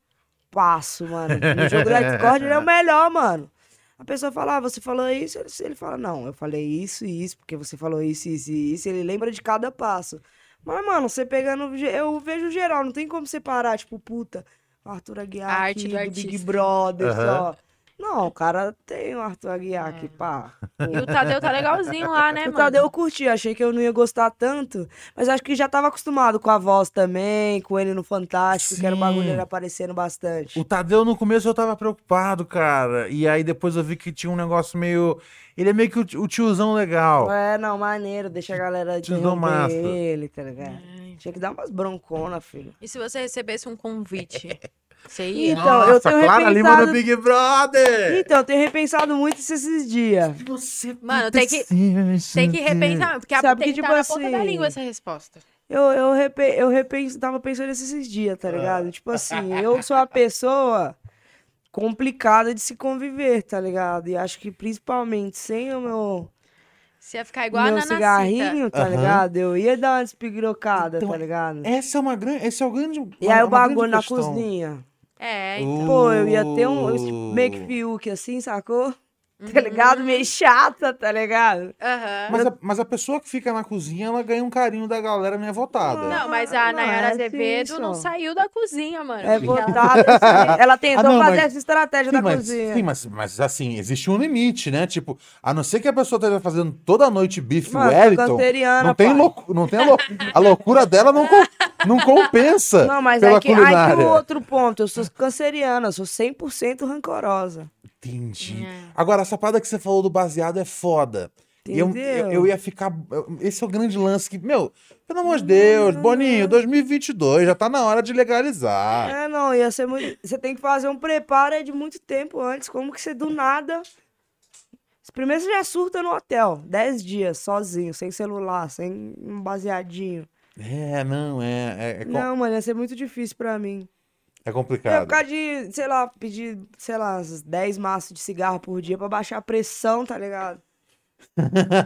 C: passo, mano. No jogo da Discord ele é o melhor, mano. A pessoa fala, ah, você falou isso, ele, ele fala, não, eu falei isso e isso, porque você falou isso, isso e isso, ele lembra de cada passo. Mas, mano, você pegando. ge- Eu vejo geral, não tem como separar, tipo, puta, Arthur Aguiar
A: A arte
C: aqui,
A: do
C: do, Big
A: artista.
C: Brother,
B: Aham.
C: só. Não, o cara tem o Arthur Aguiar aqui, pá.
A: É. E o Tadeu tá legalzinho lá,
B: É,
A: né,
C: O
A: mano?
C: Tadeu eu curti, achei que eu não ia gostar tanto, mas acho que já tava acostumado com a voz também, com ele no Fantástico, que era o
B: Sim.
C: bagulho ele aparecendo bastante. Tipo,
B: O Tadeu, no começo, eu tava preocupado, cara. E aí depois eu vi que tinha um negócio meio. Ele é meio que o ti- o tiozão legal.
C: É, não, maneiro, deixa a galera
B: Te dou
C: interromper
B: massa. É, então.
C: ele, tá ligado?
A: Ai.
C: Tinha que dar umas bronconas, filho.
A: E se você recebesse um convite? Você ia?
C: Então, eu tenho
B: Clara Lima do
C: repensado-
B: Big Brother!
C: Então, eu tenho repensado muito isso esses dias.
B: Você
A: Mano, tem que- Tem que repensar, porque a,
C: Sabe
A: tem que,
C: que, tipo
A: tá na ponta da
C: assim,
A: língua essa resposta.
C: Eu, eu, repe, eu repenso, tava pensando nisso esses dias, tá
B: É.
C: ligado? Tipo assim, eu sou uma pessoa complicada de se conviver, tá ligado? E acho que principalmente sem o meu...
A: Você ia ficar igual a
C: meu
A: Nanacita.
C: cigarrinho, tá
B: Aham.
C: ligado? Eu ia dar uma despirocada,
B: Então,
C: tá ligado?
B: Essa é uma grande. Esse é o grande.
C: e aí o bagulho na cozinha. Tá
A: É, então.
C: Pô, eu ia ter um esse
B: Uh.
C: meio que Fiuk assim, sacou?
A: Uhum.
C: Tá ligado? Meio chata, tá ligado?
A: Aham.
B: Mas a, mas a pessoa que fica na cozinha, ela ganha um carinho da galera minha votada.
A: Não, mas a
C: Não,
A: Nayara
C: é
A: Azevedo não
C: isso.
A: saiu da cozinha, mano.
C: É
A: Porque ela-
C: votada. assim. Ela tentou
B: Ah, não,
C: fazer
B: mas-
C: essa estratégia da
B: mas,
C: cozinha.
B: sim, mas, mas assim, existe um limite, né? Tipo, a não ser que a pessoa esteja fazendo toda noite bife
C: Mano, sou
B: Wellington.
C: canceriana,
B: Não tem,
C: pai.
B: loucu- não tem a, lou- a loucura dela não, com- não compensa
C: Não, mas
B: pela
C: é que, aí que
B: culinária.
C: o outro ponto, eu sou canceriana, eu sou 100% rancorosa.
B: Entendi.
A: É.
B: Agora, essa parada que você falou do baseado é foda. E Eu, eu,
C: Entendeu?
B: eu ia ficar. eu- Esse é o grande lance que, meu, pelo amor de Deus, Boninho, 2022, já tá na hora de legalizar.
C: É, não, ia ser muito. Você tem que fazer um preparo é de muito tempo antes. Como que você do nada. Primeiro você já surta no hotel, 10 dias, sozinho, sem celular, sem um baseadinho.
B: É, não, é. É, é, com-
C: Não, mano, ia ser muito difícil pra mim.
B: é
C: Eu ia
B: complicado.
C: ficar de, sei lá, pedir, sei lá, uns 10 maços de cigarro por dia pra baixar a pressão, tá ligado?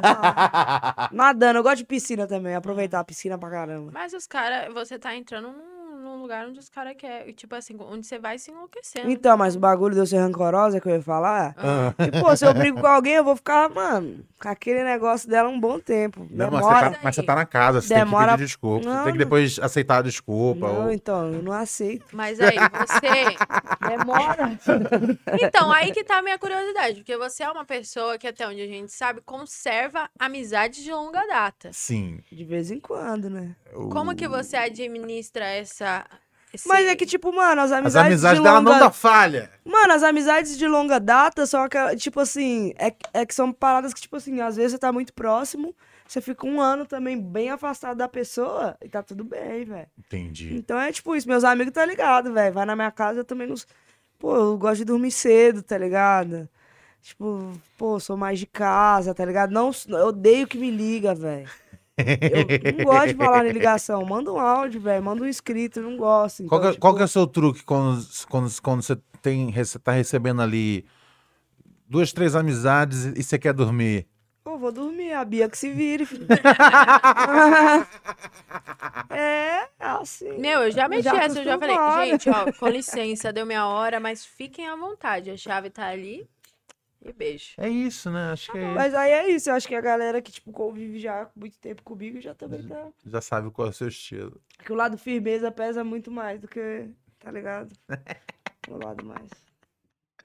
B: Ah.
C: Nadando, eu gosto de piscina também, aproveitar a piscina pra caramba.
A: Mas os caras, você tá entrando num, num lugar onde os caras querem, tipo assim, onde você vai se enlouquecendo.
C: Então, mas o bagulho de eu ser rancorosa que eu ia falar.
B: Ah.
C: E, pô, se eu brigo com alguém, eu vou ficar, mano, com aquele negócio dela um bom tempo.
B: Não, mas,
C: Demora.
B: você tá, mas você tá na casa, você tem que
C: Demora-
B: pedir desculpa. você
C: Não,
B: tem que
C: não.
B: depois aceitar a desculpa.
C: Não,
B: ou-
C: então, eu não aceito.
A: Mas aí, você,
D: Demora.
A: Então, aí que tá a minha curiosidade, porque você é uma pessoa que, até onde a gente sabe, conserva amizades de longa data.
B: Sim.
C: De vez em quando, né?
A: Como que você administra essa. esse-
C: Mas é que, tipo, mano, as
B: As
C: amizades.
B: amizades
C: de
B: dela
C: longa...
B: não dá falha.
C: Mano, as amizades de longa data são aquelas, tipo assim, é, é que são paradas que, tipo assim, às vezes você tá muito próximo, você fica um ano também bem afastado da pessoa e tá tudo bem, velho.
B: Entendi.
C: Então é tipo isso, meus amigos tá ligado, velho. Vai na minha casa, eu também não. s- Pô, eu gosto de dormir cedo, tá ligado? Tipo, pô, sou mais de casa, tá ligado? Não, s- eu odeio que me liga, velho. Eu não gosto de falar em ligação. Manda um áudio, velho. Manda um escrito, eu não gosto. Então,
B: Qual que, é-
C: tipo,
B: qual que é o seu truque quando, quando, quando você tem, rece- tá recebendo ali duas, três amizades e você quer dormir?
C: Pô, vou dormir, a Bia que se vire, filho. é, assim.
A: Meu, eu já meti
C: Já
A: essa, eu já falei,
C: acostumada.
A: gente, ó, com licença, deu minha hora, mas fiquem à vontade. A chave tá ali. E beijo.
B: É isso, né? Acho que é isso.
C: Mas aí é isso, eu acho que a galera que, tipo, convive já há muito tempo comigo já
B: Uhum.
C: também tá.
B: Já sabe qual é o seu estilo.
C: Que o lado firmeza pesa muito mais do que, tá ligado? O lado mais.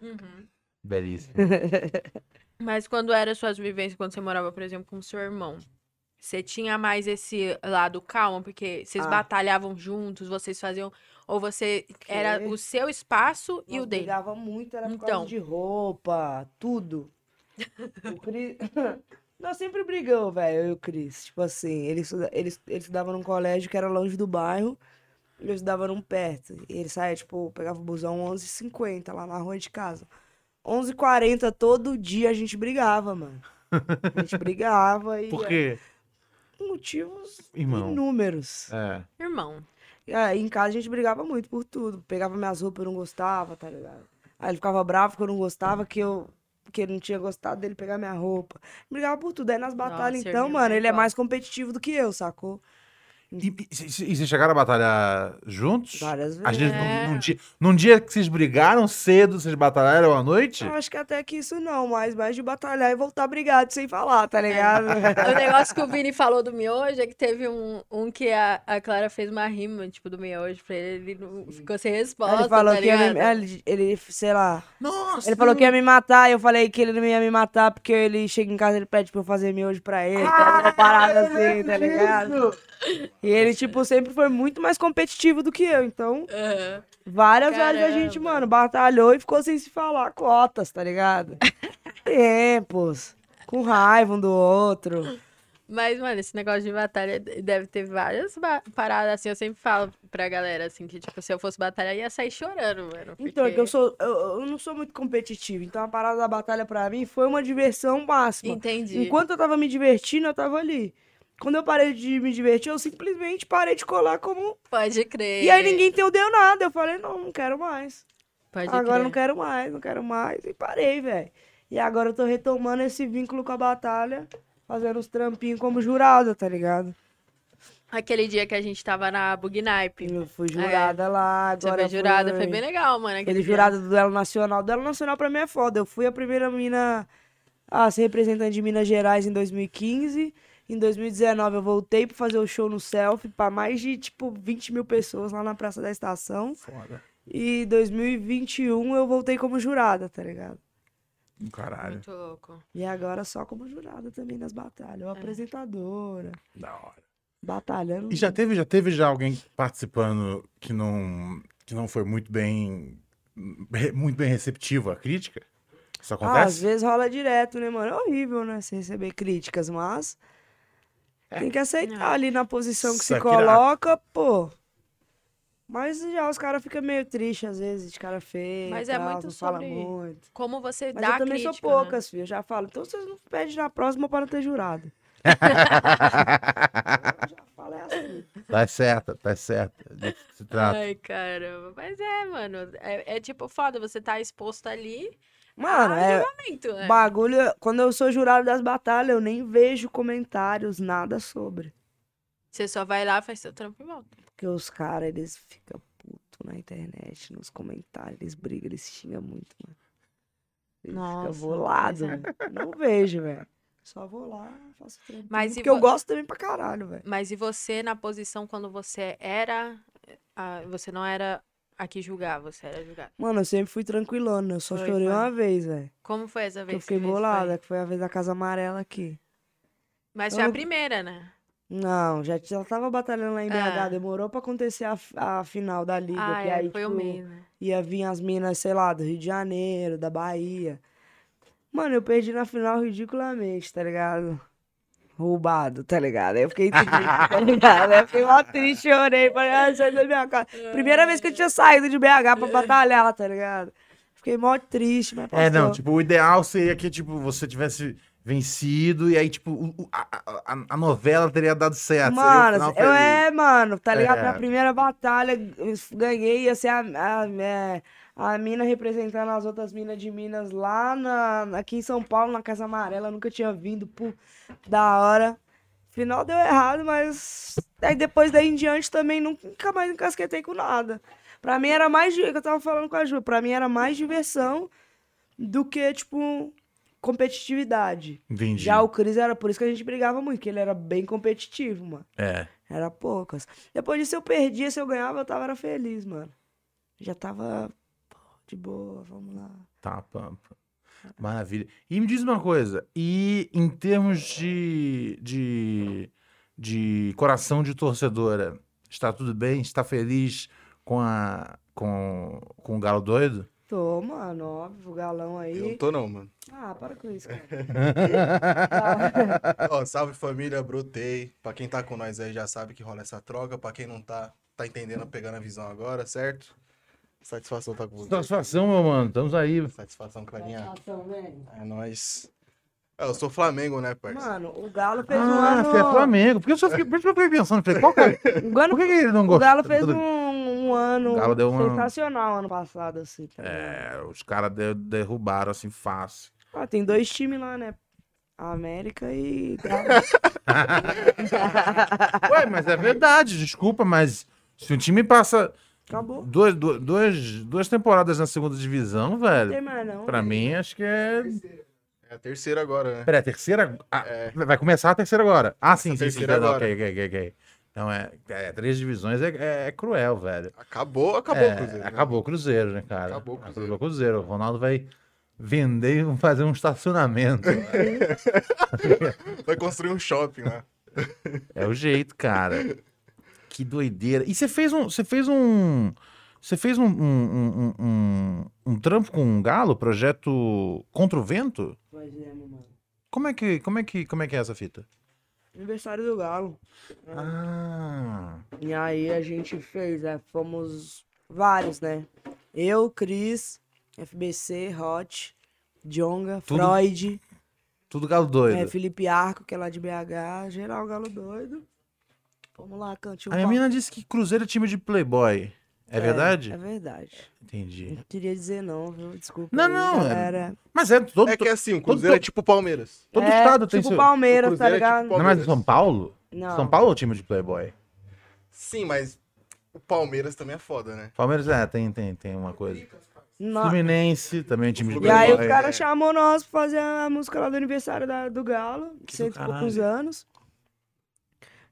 A: Uhum.
B: Belíssimo.
A: Mas quando era suas vivências, quando você morava, por exemplo, com seu irmão, você tinha mais esse lado calmo, porque vocês
C: Ah.
A: batalhavam juntos, vocês faziam. Ou você. Era
C: Quê?
A: o seu espaço e
C: Nós
A: o dele.
C: brigava muito, era por
A: Então.
C: causa de roupa, tudo. O Cris... Nós sempre brigamos, velho, eu e o Cris. Tipo assim, ele, estuda... ele... ele estudava num colégio que era longe do bairro, e eu estudava num perto. E ele saía, tipo, pegava o busão 11h50 lá na rua de casa. 11h40 todo dia a gente brigava, mano. A gente brigava e...
B: Por quê?
C: Motivos
B: Irmão.
C: inúmeros.
B: É.
A: Irmão.
C: E aí, em casa a gente brigava muito por tudo. Pegava minhas roupas, eu não gostava, tá ligado? Aí ele ficava bravo que eu não gostava, que eu que ele não tinha gostado dele pegar minha roupa. Brigava por tudo. Aí nas batalhas,
A: Nossa,
C: então,
A: irmão,
C: mano,
A: é
C: ele é
A: igual.
C: mais competitivo do que eu, sacou?
B: E, e, e- e vocês chegaram a batalhar juntos?
C: Várias
B: Às vezes,
C: vezes.
A: É.
B: num, num dia, num dia que vocês brigaram cedo, vocês batalharam à noite?
C: Eu acho que até que isso não, mas mais de batalhar e voltar brigado sem falar,
A: É.
C: tá ligado?
A: O negócio que o Vini falou do miojo é que teve um, um que a, a Clara fez uma rima, tipo, do miojo pra ele, ele não, ficou sem
C: Aí
A: resposta,
C: ele falou
A: tá
C: que ia me-
A: ligado?
C: ele, ele, sei lá.
B: Nossa!
C: Ele falou que é ia me matar, e eu falei que ele não ia me matar porque ele chega em casa e ele pede pra eu fazer miojo pra ele, tá? uma parada assim, tá ligado? E ele, tipo, sempre foi muito mais competitivo do que eu. Então,
A: Aham.
C: várias vezes a gente,
A: Caramba.
C: mano, batalhou e ficou sem se falar cotas, tá ligado? Tempos. Com raiva um do outro.
A: Mas, mano, esse negócio de batalha deve ter várias ba- paradas, assim, eu sempre falo pra galera, assim, que, tipo, se eu fosse batalhar, ia sair chorando, mano.
C: Então, é que
A: porque-
C: eu sou. Eu, eu não sou muito competitivo. Então a parada da batalha pra mim foi uma diversão máxima.
A: Entendi.
C: assim, Enquanto eu tava me divertindo, eu tava ali. Quando eu parei de me divertir, eu simplesmente parei de colar como. um.
A: Pode crer.
C: E aí ninguém entendeu nada. Eu falei, não, não quero mais.
A: Pode
C: agora
A: crer.
C: eu não quero mais, não quero mais. E parei, velho. E agora eu tô retomando esse vínculo com a batalha, fazendo os trampinhos como jurada, tá ligado?
A: Aquele dia que a gente tava na Bugnipe.
C: Eu fui jurada lá,
A: É. Você
C: Hum, agora
A: foi jurada, foi
C: fui-
A: bem legal, mano.
C: Aquele
A: dia.
C: jurado do Duelo Nacional. O Duelo Nacional pra mim é foda. Eu fui a primeira mina a ser representante de Minas Gerais em 2015. Em 2019 eu voltei pra fazer o show no Selfie pra mais de, tipo, 20 mil pessoas lá na Praça da Estação.
B: Foda.
C: E 2021 eu voltei como jurada, tá ligado?
B: Do Caralho.
A: Muito louco.
C: E agora só como jurada também nas batalhas. Ou apresentadora,
B: Da hora.
C: batalhando.
B: E já teve, já teve já alguém participando que não, que não foi muito bem, re- muito bem receptivo à crítica? Isso
C: Ah, às
B: acontece?
C: vezes rola direto, né, mano? É horrível, né? Você receber críticas, mas. Tem que aceitar
A: É.
C: ali na posição que se
B: Saque na-
C: coloca, pô. Mas já os caras ficam meio tristes, às vezes, de cara feio.
A: Mas é
C: tal,
A: muito
C: não fala
A: sobre
C: muito.
A: Como você
C: Mas
A: dá
C: eu também
A: crítica, né?
C: sou poucas, filho. Eu já falo. Então vocês não pedem na próxima para não ter jurado. Eu já falo, é assim.
B: tá certa, tá certa. Se
A: Né?
B: trata.
A: Ai, caramba. Mas é, mano. É, é tipo foda, você tá exposto ali
C: Mano,
A: Ah,
C: é,
A: muito, né?
C: Bagulho, quando eu sou jurado das batalhas, eu nem vejo comentários, nada sobre.
A: Você só vai lá, faz seu trampo e volta.
C: Porque os caras, eles ficam putos na internet, nos comentários, eles brigam, eles xingam muito, mano. Eles
A: Nossa,
C: ficam bolados,
A: pois é.
C: mano. Não vejo, velho. Só vou lá, faço trampo.
A: Mas e
C: Porque eu
A: vo-
C: gosto também pra caralho, velho.
A: Mas e você na posição quando você era. ah, você não era aqui julgar, você era julgada.
C: Mano, eu sempre fui tranquilona, eu só
A: Foi,
C: chorei
A: foi.
C: uma vez, velho.
A: Como foi essa
C: que
A: vez?
C: Eu fiquei
A: que fez,
C: bolada,
A: foi?
C: que foi a vez da Casa Amarela aqui.
A: Mas
C: Eu
A: foi a
C: não-
A: primeira, né?
C: Não, já, já tava batalhando lá em BH,
A: Ah.
C: demorou pra acontecer a, f- a final da liga,
A: ah,
C: que
A: é,
C: aí,
A: foi o
C: tipo,
A: meio, né?
C: ia vir as minas, sei lá, do Rio de Janeiro, da Bahia. Mano, eu perdi na final ridiculamente, tá ligado? Roubado, tá ligado? Aí eu fiquei triste, tá ligado? Aí eu fiquei mó triste, chorei, falei, ah, sai da minha casa. Primeira vez que eu tinha saído de BH pra batalhar, tá ligado? Fiquei mó triste, mas
B: É, não,
C: passou.
B: tipo, o ideal seria que, tipo, você tivesse vencido e aí, tipo, o- o- a, a- a- a novela teria dado certo. seria o
C: Mano,
B: final
C: eu
B: feliz.
C: é, mano, tá ligado?
B: É.
C: Minha primeira batalha, eu ganhei, ia ser a, a, é, a mina representando as outras minas de Minas lá na, aqui em São Paulo, na Casa Amarela, nunca tinha vindo, pô, da hora. Final deu errado, mas aí depois daí em diante também nunca mais encasquetei com nada. Pra mim era mais, de- que eu tava falando com a Ju, pra mim era mais diversão do que, tipo, competitividade.
B: Entendi.
C: Já o Cris era por isso que a gente brigava muito, que ele era bem competitivo, mano.
B: É.
C: Era poucas. Depois disso eu perdia, se eu ganhava, eu tava era feliz, mano. Já tava pô, de boa, vamos lá.
B: Tá, pampa. Maravilha. E me diz uma coisa, e em termos de, de, de coração de torcedora, está tudo bem? Está feliz com, a, com, com o Galo Doido?
C: Tô, mano, óbvio, o galão
D: Eu não
C: aí.
D: tô, não, mano.
C: Ah, para com isso, cara. Tá,
D: Ó, salve família, brotei. Pra quem tá com nós aí já sabe que rola essa troca. Pra quem não tá, tá entendendo, pegando a visão agora, certo? Satisfação tá com você.
B: Satisfação, meu mano. Estamos aí.
D: Satisfação, Clarinha.
C: Satisfação, velho.
D: É nóis. É, eu sou Flamengo, né, parça?
C: Mano, o Galo fez um
B: Ah,
C: ano.
B: você é Flamengo. Porque eu só fiquei, por isso que eu fiquei pensando, falei, qual cara?
C: O Galo,
B: Por que que ele não
C: o
B: gostou?
C: Galo fez um, um ano
B: O Galo deu uma-
C: sensacional ano passado, assim. Tá ligado?
B: É, os caras de- derrubaram assim fácil.
C: Ah, tem dois times lá, né? América e. Galo.
B: Ué, mas é verdade, desculpa, mas se o time passa
C: Acabou.
B: duas, du- duas, duas temporadas na segunda divisão,
C: Não tem
B: velho,
C: mais, não.
B: pra mim acho que é.
D: É a terceira agora, né?
B: Peraí, a terceira. ah, Vai começar a terceira agora. Ah, sim, sim,
D: É. Começa a
B: sim.
D: terceira
B: Agora.
D: agora.
B: Ok, ok, ok, ok. Então é, é, Três divisões é, é- é cruel, velho.
D: Acabou, acabou,
B: É,
D: Cruzeiro. né?
B: Acabou o Cruzeiro, né, cara?
D: Acabou o Cruzeiro.
B: Acabou o Cruzeiro. O Ronaldo vai vender e fazer um estacionamento.
D: Vai construir um shopping lá.
B: É o jeito, cara. Que doideira. E você fez um. Você fez um. Você fez um, um, um, um, um trampo com um galo, projeto Contra o Vento?
C: Fazemos, mano.
B: Como é que, como é que, como é, que é essa fita?
C: Aniversário do Galo.
B: Ah.
C: E aí a gente fez, é, fomos vários, né? Eu, Cris, FBC, Hot, Jonga,
B: Tudo
C: Freud,
B: Tudo galo
C: é,
B: doido.
C: Felipe Arco, que é lá de BH, geral Galo doido. Vamos lá, um cantinho.
B: A minha mina disse que Cruzeiro é time de playboy. É, verdade?
C: É verdade.
B: Entendi.
C: Não queria dizer não, viu? Desculpa.
B: Não,
C: aí,
B: não, é-
C: Galera.
B: Mas é todo,
D: É que é assim, o Cruzeiro é tipo Palmeiras.
B: todo
C: É,
B: estado tem
C: tipo
B: seu...
C: Palmeiras,
D: O
C: tá
D: Cruzeiro é tipo
C: ligado?
B: Não é mais de São Paulo?
C: Não.
B: São Paulo é o time de playboy.
D: Sim, mas o Palmeiras também é foda, né?
B: Palmeiras, é, tem, tem, tem uma coisa.
C: Não.
B: Fluminense também é time de
C: E
D: Fluminense.
B: playboy.
C: aí o
D: Vai,
C: cara
D: é.
C: chamou nós pra fazer a música lá do aniversário da- do Galo, de
B: do
C: cento e poucos
B: caralho.
C: anos.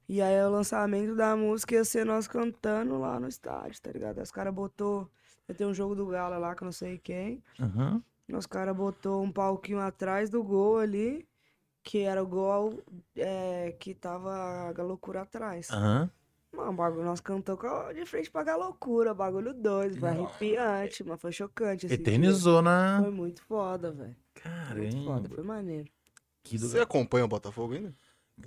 C: E aí o lançamento da música ia ser nós cantando lá no estádio, tá ligado? Aí Os caras botou. Eu tenho um jogo do Galo lá que eu não sei quem.
B: Aham.
C: Os caras botou um palquinho atrás do gol ali, que era o gol é, que tava a loucura atrás.
B: Aham.
C: Mano, o bagulho nós cantamos de frente pra loucura, bagulho doido, foi arrepiante, mas foi chocante. esse dia.
B: Eternizou na.
C: Foi muito foda, velho. Muito foda,
B: Caramba.
C: foi maneiro.
B: que do-
D: Você acompanha o Botafogo ainda?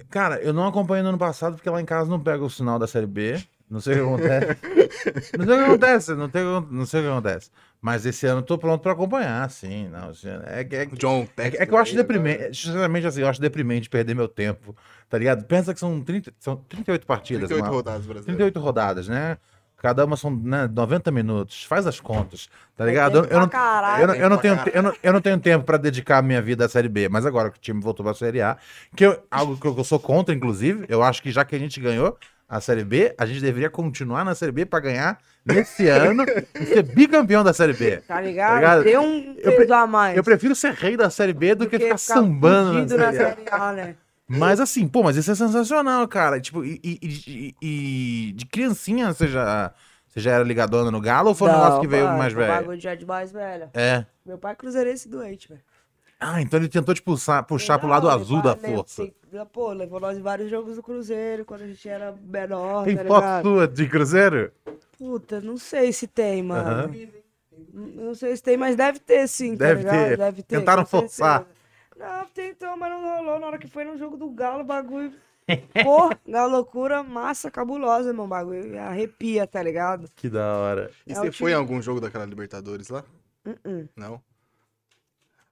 B: Cara, eu não acompanhei no ano passado porque lá em casa não pega o sinal da série B. Não sei o que acontece. não sei o que acontece, não, tem, não sei o que acontece. Mas esse ano eu tô pronto pra acompanhar, sim. Não, esse ano- é, que- é, que-
D: John
B: é que-
D: Texas
B: é que eu acho
D: aí, agora.
B: deprimente. Sinceramente, assim, eu acho deprimente perder meu tempo, tá ligado? Pensa que são, 30, são 38 partidas.
D: 38
B: uma-
D: é rodadas brasileiras.
B: 38 rodadas, né? Cada uma são né, 90 minutos. Faz as contas, tá
C: Foi
B: ligado?
C: tempo
B: Eu, eu
C: pra
B: não,
C: caralho.
B: Eu não, eu não
D: Pra
B: tenho,
D: caralho.
B: eu, não, eu não tenho tempo pra dedicar a minha vida à Série B, mas agora que o time voltou pra Série A, que eu, algo que eu, que eu sou contra, inclusive, eu acho que já que a gente ganhou a Série B, a gente deveria continuar na Série B pra ganhar nesse ano e ser bicampeão da Série B.
C: Tá ligado?
B: Tá ligado?
C: Deu um
B: Eu
C: peso a mais.
B: Eu prefiro ser rei da Série B do, que, ficar, sambando na
C: fudido
B: Série A.
C: Série A, né?
B: Mas assim, pô, mas isso é sensacional, cara. Tipo, e, e- e- e- e de criancinha você já, Você já era ligadona no Galo ou foi um
C: Não,
B: negócio que veio
C: pai,
B: mais
C: foi um
B: velho?
C: bagulho já de mais velho.
B: É.
C: Meu pai é cruzeirense doente, velho.
B: Ah, então ele tentou te pulsar, puxar pro lado
C: Não,
B: azul
C: meu
B: da
C: pai levou-
B: força.
C: tem- Pô, levou nós em vários jogos do Cruzeiro quando a gente era menor,
B: Tem
C: tá
B: foto
C: ligado?
B: sua de Cruzeiro?
C: Puta, não sei se tem, mano. Não sei se tem, mas deve ter sim, tá
B: Deve
C: ligado?
B: ter.
C: Deve ter.
B: Tentaram
C: com certeza.
B: forçar.
C: Não, tentou, mas não rolou. Na hora que foi no jogo do Galo, o bagulho. Pô, Galo loucura, massa, cabulosa, irmão. Bagulho arrepia, tá ligado?
B: Que da hora.
D: E
C: É
D: você
C: o
D: foi
C: time-
D: em algum jogo daquela Libertadores lá?
C: Uh-uh.
D: Não?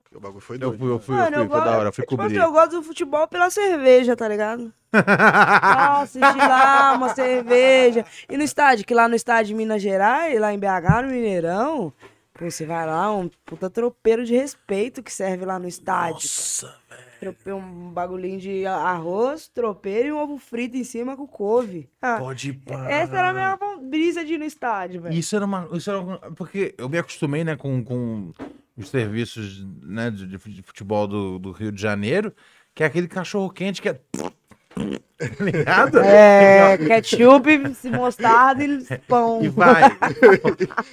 D: Porque O bagulho foi
B: Eu
D: doido.
B: fui, eu
D: mano.
B: fui, eu fui, foi da hora, eu fui
C: tipo assim,
B: cobrir.
C: eu gosto do futebol pela cerveja, tá ligado? Ah, assistir lá uma cerveja. E no estádio, que lá no estádio de Minas Gerais, lá em BH, no Mineirão, pô, você vai lá, um puta tropeiro de respeito que serve lá no estádio.
B: Nossa,
C: Trope- um bagulhinho de arroz, tropeiro e um ovo frito em cima com couve. Ah,
B: pode ir pra...
C: essa era a minha von- brisa de ir no estádio, velho.
B: Isso era uma. Isso era uma- porque eu me acostumei, né, com, com os serviços né, de, de futebol do, do Rio de Janeiro, que é aquele cachorro quente que é. Tá ligado?
C: É, ketchup, mostarda e pão.
B: E vai.
D: E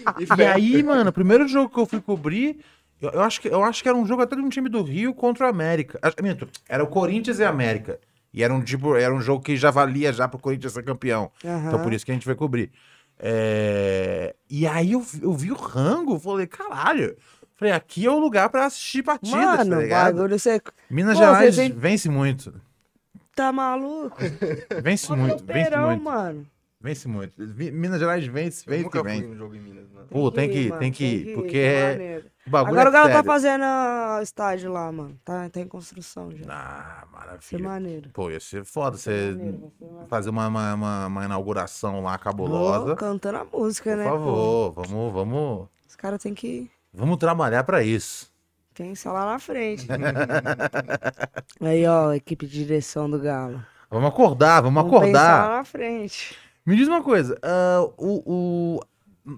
C: Ah,
B: E
D: fé.
B: aí, mano, o primeiro jogo que eu fui cobrir, eu, eu acho que, eu acho que era um jogo até de um time do Rio contra o América. Ah, minto, era o Corinthians e a América. E era um tipo, era um jogo que já valia já pro Corinthians ser campeão.
C: Aham.
B: Então por isso que a gente vai cobrir. É, E aí eu, vi- eu vi o rango, falei, caralho. Falei, aqui é o lugar pra assistir partidas, tá
C: Mano,
B: ligado?
C: bagulho, você
B: Minas
C: Pô,
B: Gerais
C: você tem-
B: vence muito.
C: tá maluco?
B: Vence muito, vence
C: Tropeirão,
B: muito.
C: mano.
B: Vence muito. Vi- Minas Gerais vence,
D: Eu
B: vence,
D: nunca fui
B: vence.
D: num jogo em Minas, mano.
B: Pô, tem que,
C: mano,
B: tem que ir, porque
C: tá
B: é-
C: maneiro.
B: o bagulho é
C: Agora o Galo tá
B: sério.
C: fazendo ah, estádio lá, mano. Tá, tá em construção já.
B: Ah,
C: Isso é
B: maravilha.
C: maneiro.
B: Pô, ia ser foda
C: Isso é
B: você
C: maneiro, vai ser maneiro.
B: fazer uma, uma, uma- uma inauguração lá
C: Ô,
B: cabulosa.
C: Cantando a música,
B: Por
C: né?
B: favor, vamos, vamos,
C: pô? Os caras têm que
B: vamos trabalhar pra isso.
C: pensar lá na frente. Aí, ó, equipe de direção do Galo.
B: Vamos acordar, vamos,
C: Vamos Pensar
B: acordar.
C: lá na frente.
B: Me diz uma coisa, ah, o, o-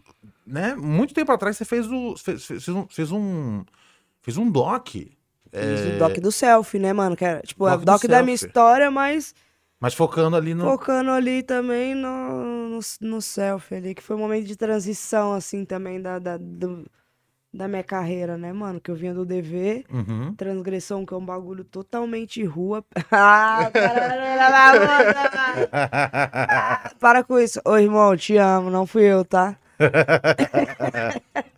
B: né? Muito tempo atrás você fez o fez, fez- fez um fez um fez um doc,
C: Isso, o doc do selfie, né, mano? Que era, tipo, é o
B: É. Doc do
C: doc da minha
B: selfie.
C: história, mas
B: mas focando ali no
C: focando ali também no, no, no selfie ali, que foi um momento de transição, assim, também da, da, do- da minha carreira, né, mano? Que eu vinha do DV,
B: Uhum.
C: Transgressão, que é um bagulho totalmente rua. Ah, para- Para com isso. Ô, irmão, te amo, não fui eu, tá?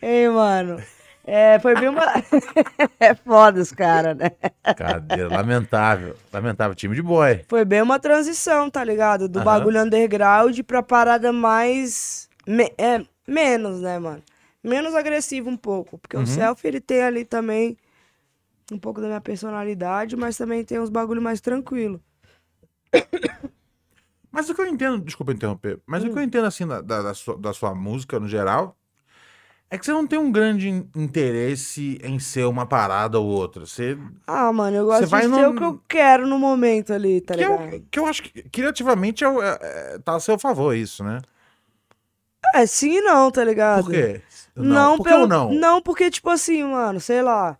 C: Ei, mano. É, foi bem uma. é foda os caras, né?
B: Cadeira, lamentável, lamentável time de boy.
C: Foi bem uma transição, tá ligado? Do
B: Aham.
C: bagulho underground pra parada mais. me- é, menos, né, mano? Menos agressivo um pouco. Porque
B: Uhum.
C: o selfie, ele tem ali também um pouco da minha personalidade, mas também tem uns bagulho mais tranquilo.
B: Mas o que eu entendo, desculpa interromper, mas
C: Hum.
B: o que eu entendo assim da, da, da sua, da sua música no geral é que você não tem um grande in- interesse em ser uma parada ou outra. Você,
C: Ah, mano, eu
B: Você
C: gosto
B: vai
C: de ser
B: no-
C: o que eu quero no momento ali, tá
B: que, é
C: ligado?
B: o- que eu acho que criativamente é, o- é- é- tá a seu favor isso, né?
C: É, sim e não, tá ligado?
B: Por quê?
C: Não,
B: Por que
C: pelo...
B: ou não?
C: Não, porque, tipo assim, mano, sei lá.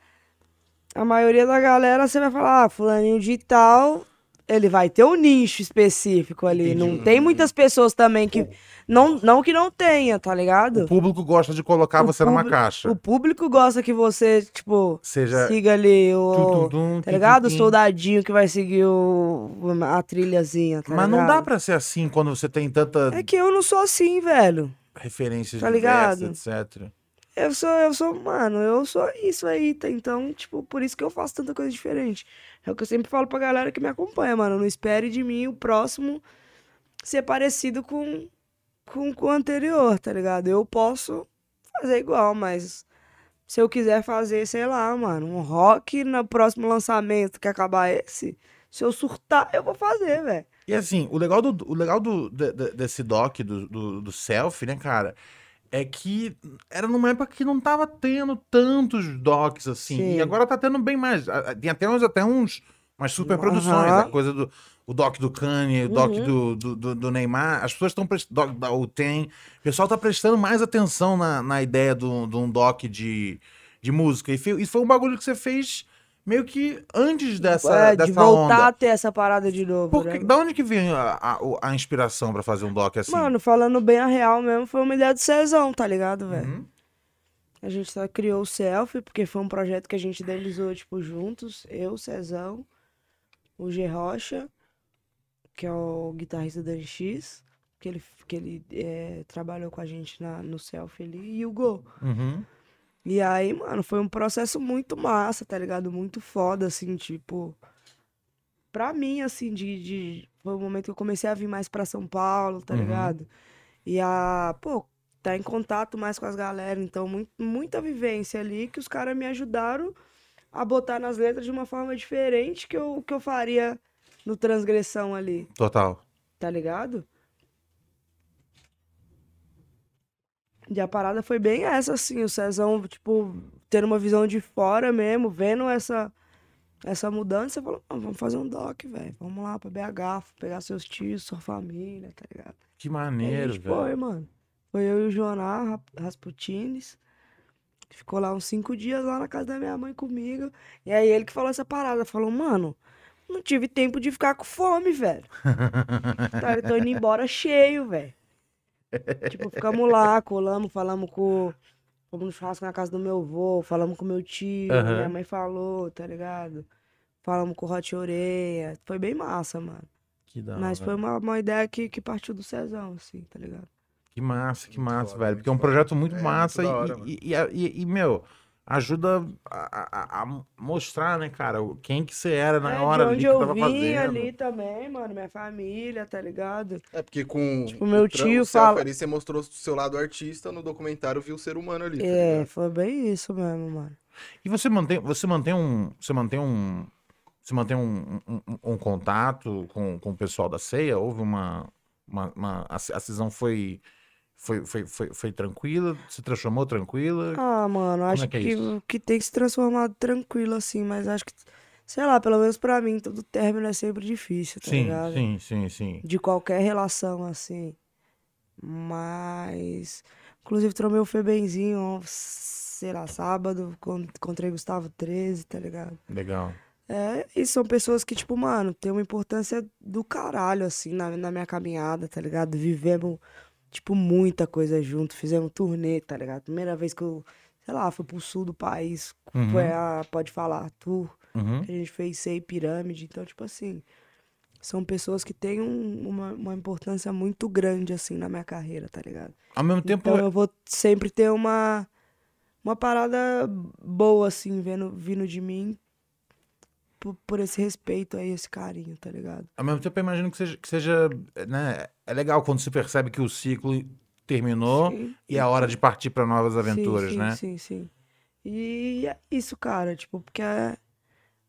C: A maioria da galera, você vai falar, ah, fulaninho de tal, ele vai ter um nicho específico ali. Não tem muitas pessoas também que... Não, não que não tenha, tá
B: O
C: ligado?
B: público gosta de colocar
C: O
B: você numa
C: público-
B: caixa.
C: O público gosta que você, tipo,
B: Seja.
C: siga ali
B: tum, tum,
C: o...
B: tum,
C: Tá
B: tim,
C: ligado?
B: tim,
C: O
B: tim.
C: soldadinho que vai seguir o... a trilhazinha, tá
B: Mas
C: ligado?
B: não dá pra ser assim quando você tem tanta
C: É que eu não sou assim, velho.
B: referência
C: Tá
B: diversa,
C: ligado?
B: etc.
C: Eu sou, eu sou, mano, eu sou isso aí, tá? Então, tipo, por isso que eu faço tanta coisa diferente. É o que eu sempre falo pra galera que me acompanha, mano. Não espere de mim o próximo ser parecido com, com, com o anterior, tá ligado? Eu posso fazer igual, mas se eu quiser fazer, sei lá, mano, um rock no próximo lançamento que acabar esse, se eu surtar, eu vou fazer, velho.
B: E assim, o legal do, o legal do, de- de- desse doc, do, do, do selfie, né, cara? É que era numa época que não tava tendo tantos docs assim.
C: Sim.
B: E agora tá tendo bem mais. A- a- Tem até uns, até uns umas superproduções.
C: Aham.
B: A coisa do o doc do Kanye, o doc
C: Uhum.
B: do, do, do- do Neymar. As pessoas estão prestando. da UTEM. O pessoal tá prestando mais atenção na, na ideia de do, um doc de, de música. E fe- isso foi um bagulho que você fez meio que antes dessa,
C: é,
B: dessa
C: de voltar
B: onda.
C: a ter essa parada de novo.
B: Por
C: né?
B: que- da onde que vem a, a- o- a inspiração pra fazer um doc assim?
C: Mano, falando bem a real mesmo, foi uma ideia do Cezão, tá ligado, velho?
B: Uhum.
C: A gente só criou o Selfie, porque foi um projeto que a gente idealizou, tipo, juntos. Eu, o Cezão, o G Rocha, que é o guitarrista da NX, que ele, que ele eh, trabalhou com a gente na, no Selfie ali, e o Go.
B: Uhum.
C: E aí, mano, foi um processo muito massa, tá ligado? Muito foda, assim, tipo. Pra mim, assim, de. de- Foi o momento que eu comecei a vir mais pra São Paulo, tá
B: Uhum.
C: ligado? E a, pô, tá em contato mais com as galera. Então, mu- muita vivência ali que os caras me ajudaram a botar nas letras de uma forma diferente que eu, que eu faria no Transgressão ali,
B: Total.
C: tá ligado? E a parada foi bem essa, assim, o Cezão, tipo, tendo uma visão de fora mesmo, vendo essa, essa mudança, falou, "Ah, vamos fazer um doc, velho, vamos lá pra BH, pegar seus tios, sua família, tá ligado?
B: Que
C: E a
B: maneiro,
C: gente foi,
B: velho.
C: mano. Foi eu e o Joná Rap- Rasputines. Ficou lá uns cinco dias lá na casa da minha mãe comigo. E aí ele que falou essa parada, falou, mano, não tive tempo de ficar com fome, velho. Tá, eu tô indo embora cheio, velho. Tipo, ficamos lá, colamos, falamos com. Fomos no churrasco na casa do meu avô, falamos com meu tio,
B: Aham.
C: minha mãe falou, tá ligado? Falamos com o Hot Oreia. Foi bem massa, mano.
B: Que da
C: Mas
B: hora.
C: foi uma, uma ideia que, que partiu do Cezão, assim, tá ligado?
B: Que massa, que
D: Muito
B: massa,
D: foda,
B: velho.
D: muito
B: Porque é um
D: foda.
B: projeto muito
D: É, muito
B: massa e,
D: da hora, mano.
B: e, e, e- e, meu, ajuda a, a- a mostrar, né, cara, o- quem que você era na
C: É,
B: hora
C: de
B: ali
C: onde
B: que
C: eu
B: tava
C: vim
B: fazendo.
C: ali também, mano, minha família, tá ligado?
D: É porque com
C: Tipo, meu
D: o tran-
C: tio
D: o selfie
C: fala-
D: ali, você mostrou o seu lado artista, no documentário viu o ser humano ali. tá
C: É,
B: né?
D: ligado?
C: foi bem isso mesmo, mano.
B: E você mantém, você mantém um, você mantém um, você mantém um, um- um- um contato com, com o pessoal da ceia? Houve uma, uma, uma- a, a cisão foi, foi, foi, foi, foi tranquila? Se transformou tranquila?
C: Ah, mano, acho
B: é que é isso?
C: que, que tem se transformado tranquilo, assim, mas acho que, sei lá, pelo menos pra mim, todo término é sempre difícil, tá
B: sim,
C: ligado?
B: sim, sim, sim.
C: De qualquer relação, assim. Mas. Inclusive, tromei o Febenzinho, sei lá, sábado, con- encontrei Gustavo 13, tá ligado?
B: Legal.
C: É, e são pessoas que, tipo, mano, tem uma importância do caralho, assim, na, na minha caminhada, tá ligado? Vivemos, tipo, muita coisa junto, fizemos turnê, tá ligado? Primeira vez que eu, sei lá, fui pro sul do país,
B: Uhum.
C: foi a, pode falar, tour,
B: Uhum.
C: que a gente fez Sei Pirâmide, então, tipo assim, são pessoas que têm um- uma, uma importância muito grande, assim, na minha carreira, tá ligado?
B: Ao mesmo um tempo,
C: Então eu vou sempre ter uma uma parada boa assim vendo vindo de mim por, por esse respeito aí, esse carinho, tá ligado?
B: Ao mesmo tempo, eu imagino que seja, que seja, né? É legal quando se percebe que o ciclo terminou
C: Sim.
B: e é a hora de partir para novas
C: Sim,
B: aventuras,
C: sim,
B: né?
C: Sim, sim. E é isso, cara, tipo, porque a,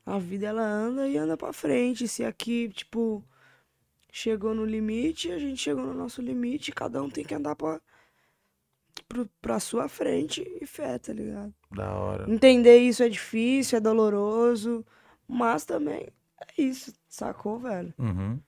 C: a vida ela anda e anda pra frente. Se aqui, tipo, chegou no limite, a gente chegou no nosso limite, cada um tem que andar pra, pro, pra sua frente e fé, tá ligado?
B: Da hora.
C: Entender isso é difícil, é doloroso, mas também é isso, sacou, velho?
B: Uhum.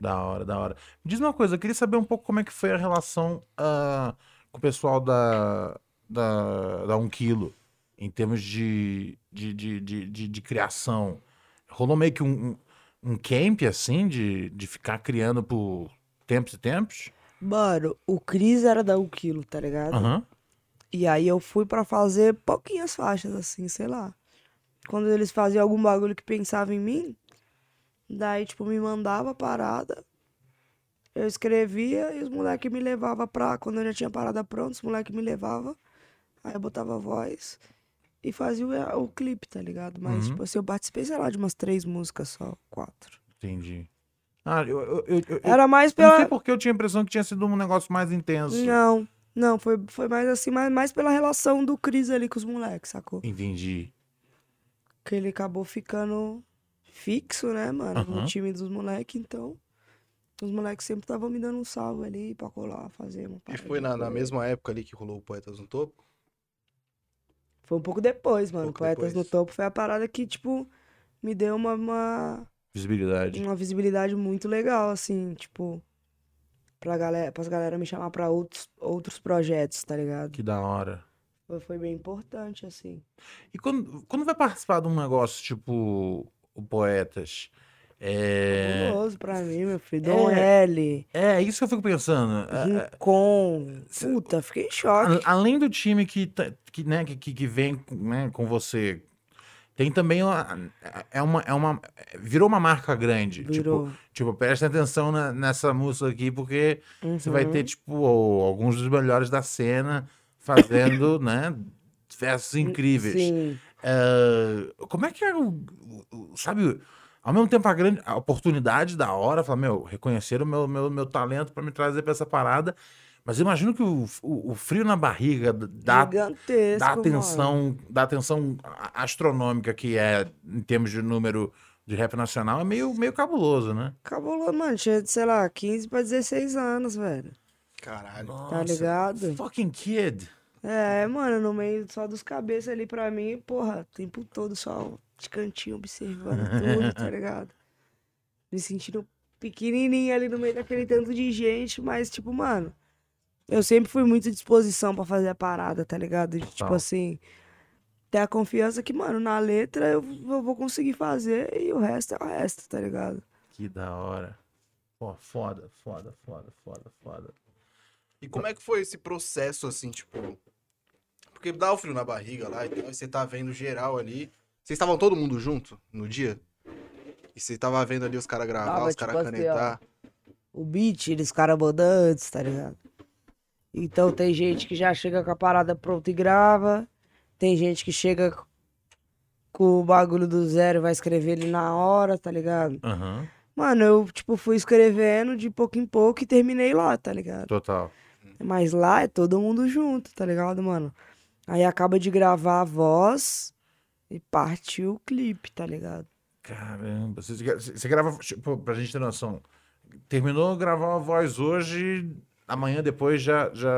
B: Da hora, da hora. Me diz uma coisa, eu queria saber um pouco como é que foi a relação ah, com o pessoal da, da, da 1 Quilo, em termos de, de, de, de, de- de criação. Rolou meio que um, um um camp, assim, de, de ficar criando por tempos e tempos?
C: Mano, o Cris era da 1 quilo, tá ligado?
B: Aham.
C: E aí eu fui pra fazer pouquinhas faixas, assim, sei lá. Quando eles faziam algum bagulho que pensava em mim, daí, tipo, me mandava a parada, eu escrevia e os moleques me levavam pra. Quando eu já tinha a parada pronta, os moleques me levavam, aí eu botava a voz e fazia o, o clipe, tá ligado? Mas,
B: Uhum.
C: tipo assim, eu participei, sei lá, de umas três músicas só, quatro.
B: Entendi. Ah, eu, eu, eu- eu-
C: Era mais
B: Eu não sei
C: pela.
B: porque eu tinha a impressão que tinha sido um negócio mais intenso.
C: Não, não, foi, foi mais assim, mais, mais pela relação do Cris ali com os moleques, sacou?
B: Entendi.
C: Que ele acabou ficando fixo, né, mano,
B: Aham.
C: no time dos moleques, então. Os moleques sempre estavam me dando um salve ali pra colar, fazer uma
D: E
C: parada
D: foi na,
C: com
D: na
C: ele.
D: mesma época ali que rolou o Poetas no Topo?
C: Foi um pouco depois, mano.
D: Pouco
C: Poetas
D: depois.
C: no Topo foi a parada que, tipo, me deu uma, uma,
B: Visibilidade.
C: uma visibilidade muito legal, assim, tipo. Pra galera, pras galera me chamar pra outros, outros projetos, tá ligado?
B: Que da hora.
C: Foi, foi bem importante, assim.
B: E quando, quando vai participar de um negócio tipo o Poetas? É,
C: Fabuloso pra mim, meu filho. Dom
B: É.
C: L,
B: é isso que eu fico pensando.
C: Uhum.
B: É, é,
C: Rincon. Puta, fiquei em choque.
B: a- além do time que, tá- que, né, que, que- que vem né, com você, tem também uma, é uma, é uma. Virou uma marca
D: Ah,
B: grande. Tipo,
C: Virou.
B: tipo, presta atenção na- nessa música aqui, porque Você vai
C: Uhum.
B: ter, tipo, o- alguns dos melhores da cena fazendo, né? Versos
C: Hum,
B: incríveis.
C: Sim.
B: Eh, como é que é o, o- o- Sabe, ao mesmo tempo a grande a oportunidade da hora, falar, meu, reconheceram o meu, meu, meu talento pra me trazer pra essa parada. Mas eu imagino que o, o- o frio na barriga da,
C: Gigantesco.
B: da
C: mano.
B: atenção, da atenção a- astronômica que é em termos de número de rap nacional é meio, meio cabuloso, né?
C: Cabuloso, mano. Tinha, sei lá, 15 pra 16 anos, velho.
D: Caralho.
C: Tá ligado?
B: Fucking kid.
C: É,
B: Uhum.
C: mano, no meio só dos cabeças ali pra mim, porra, o tempo todo só de cantinho observando tudo, tá ligado? Me sentindo pequenininho ali no meio daquele tanto de gente, mas tipo, mano, eu sempre fui muito à disposição pra fazer a parada, tá ligado? De, tipo
B: Total.
C: assim, ter a confiança que, mano, na letra eu, eu vou conseguir fazer e o resto é o resto, tá ligado?
B: Que da hora. Pô, foda, foda, foda, foda, foda.
D: E como é que foi esse processo, assim, tipo... Porque dá o frio na barriga lá e tal, e você tá vendo geral ali. Vocês estavam todo mundo junto no dia? E você tava vendo ali os caras gravar,
C: Tava,
D: os caras
C: tipo assim, ó.
D: canetar.
C: o beat, eles caras mandam antes, tá ligado? Então tem gente que já chega com a parada pronta e grava, tem gente que chega com o bagulho do zero e vai escrever ele na hora, tá ligado?
B: Aham,
C: Mano, eu, tipo, fui escrevendo de pouco em pouco e terminei lá, tá ligado?
B: total.
C: Mas lá é todo mundo junto, tá ligado, mano? Aí acaba de gravar a voz e partiu o clipe, tá ligado?
B: Caramba, você, você você grava, tipo, pra gente ter noção, terminou gravar a voz hoje, amanhã depois já, já,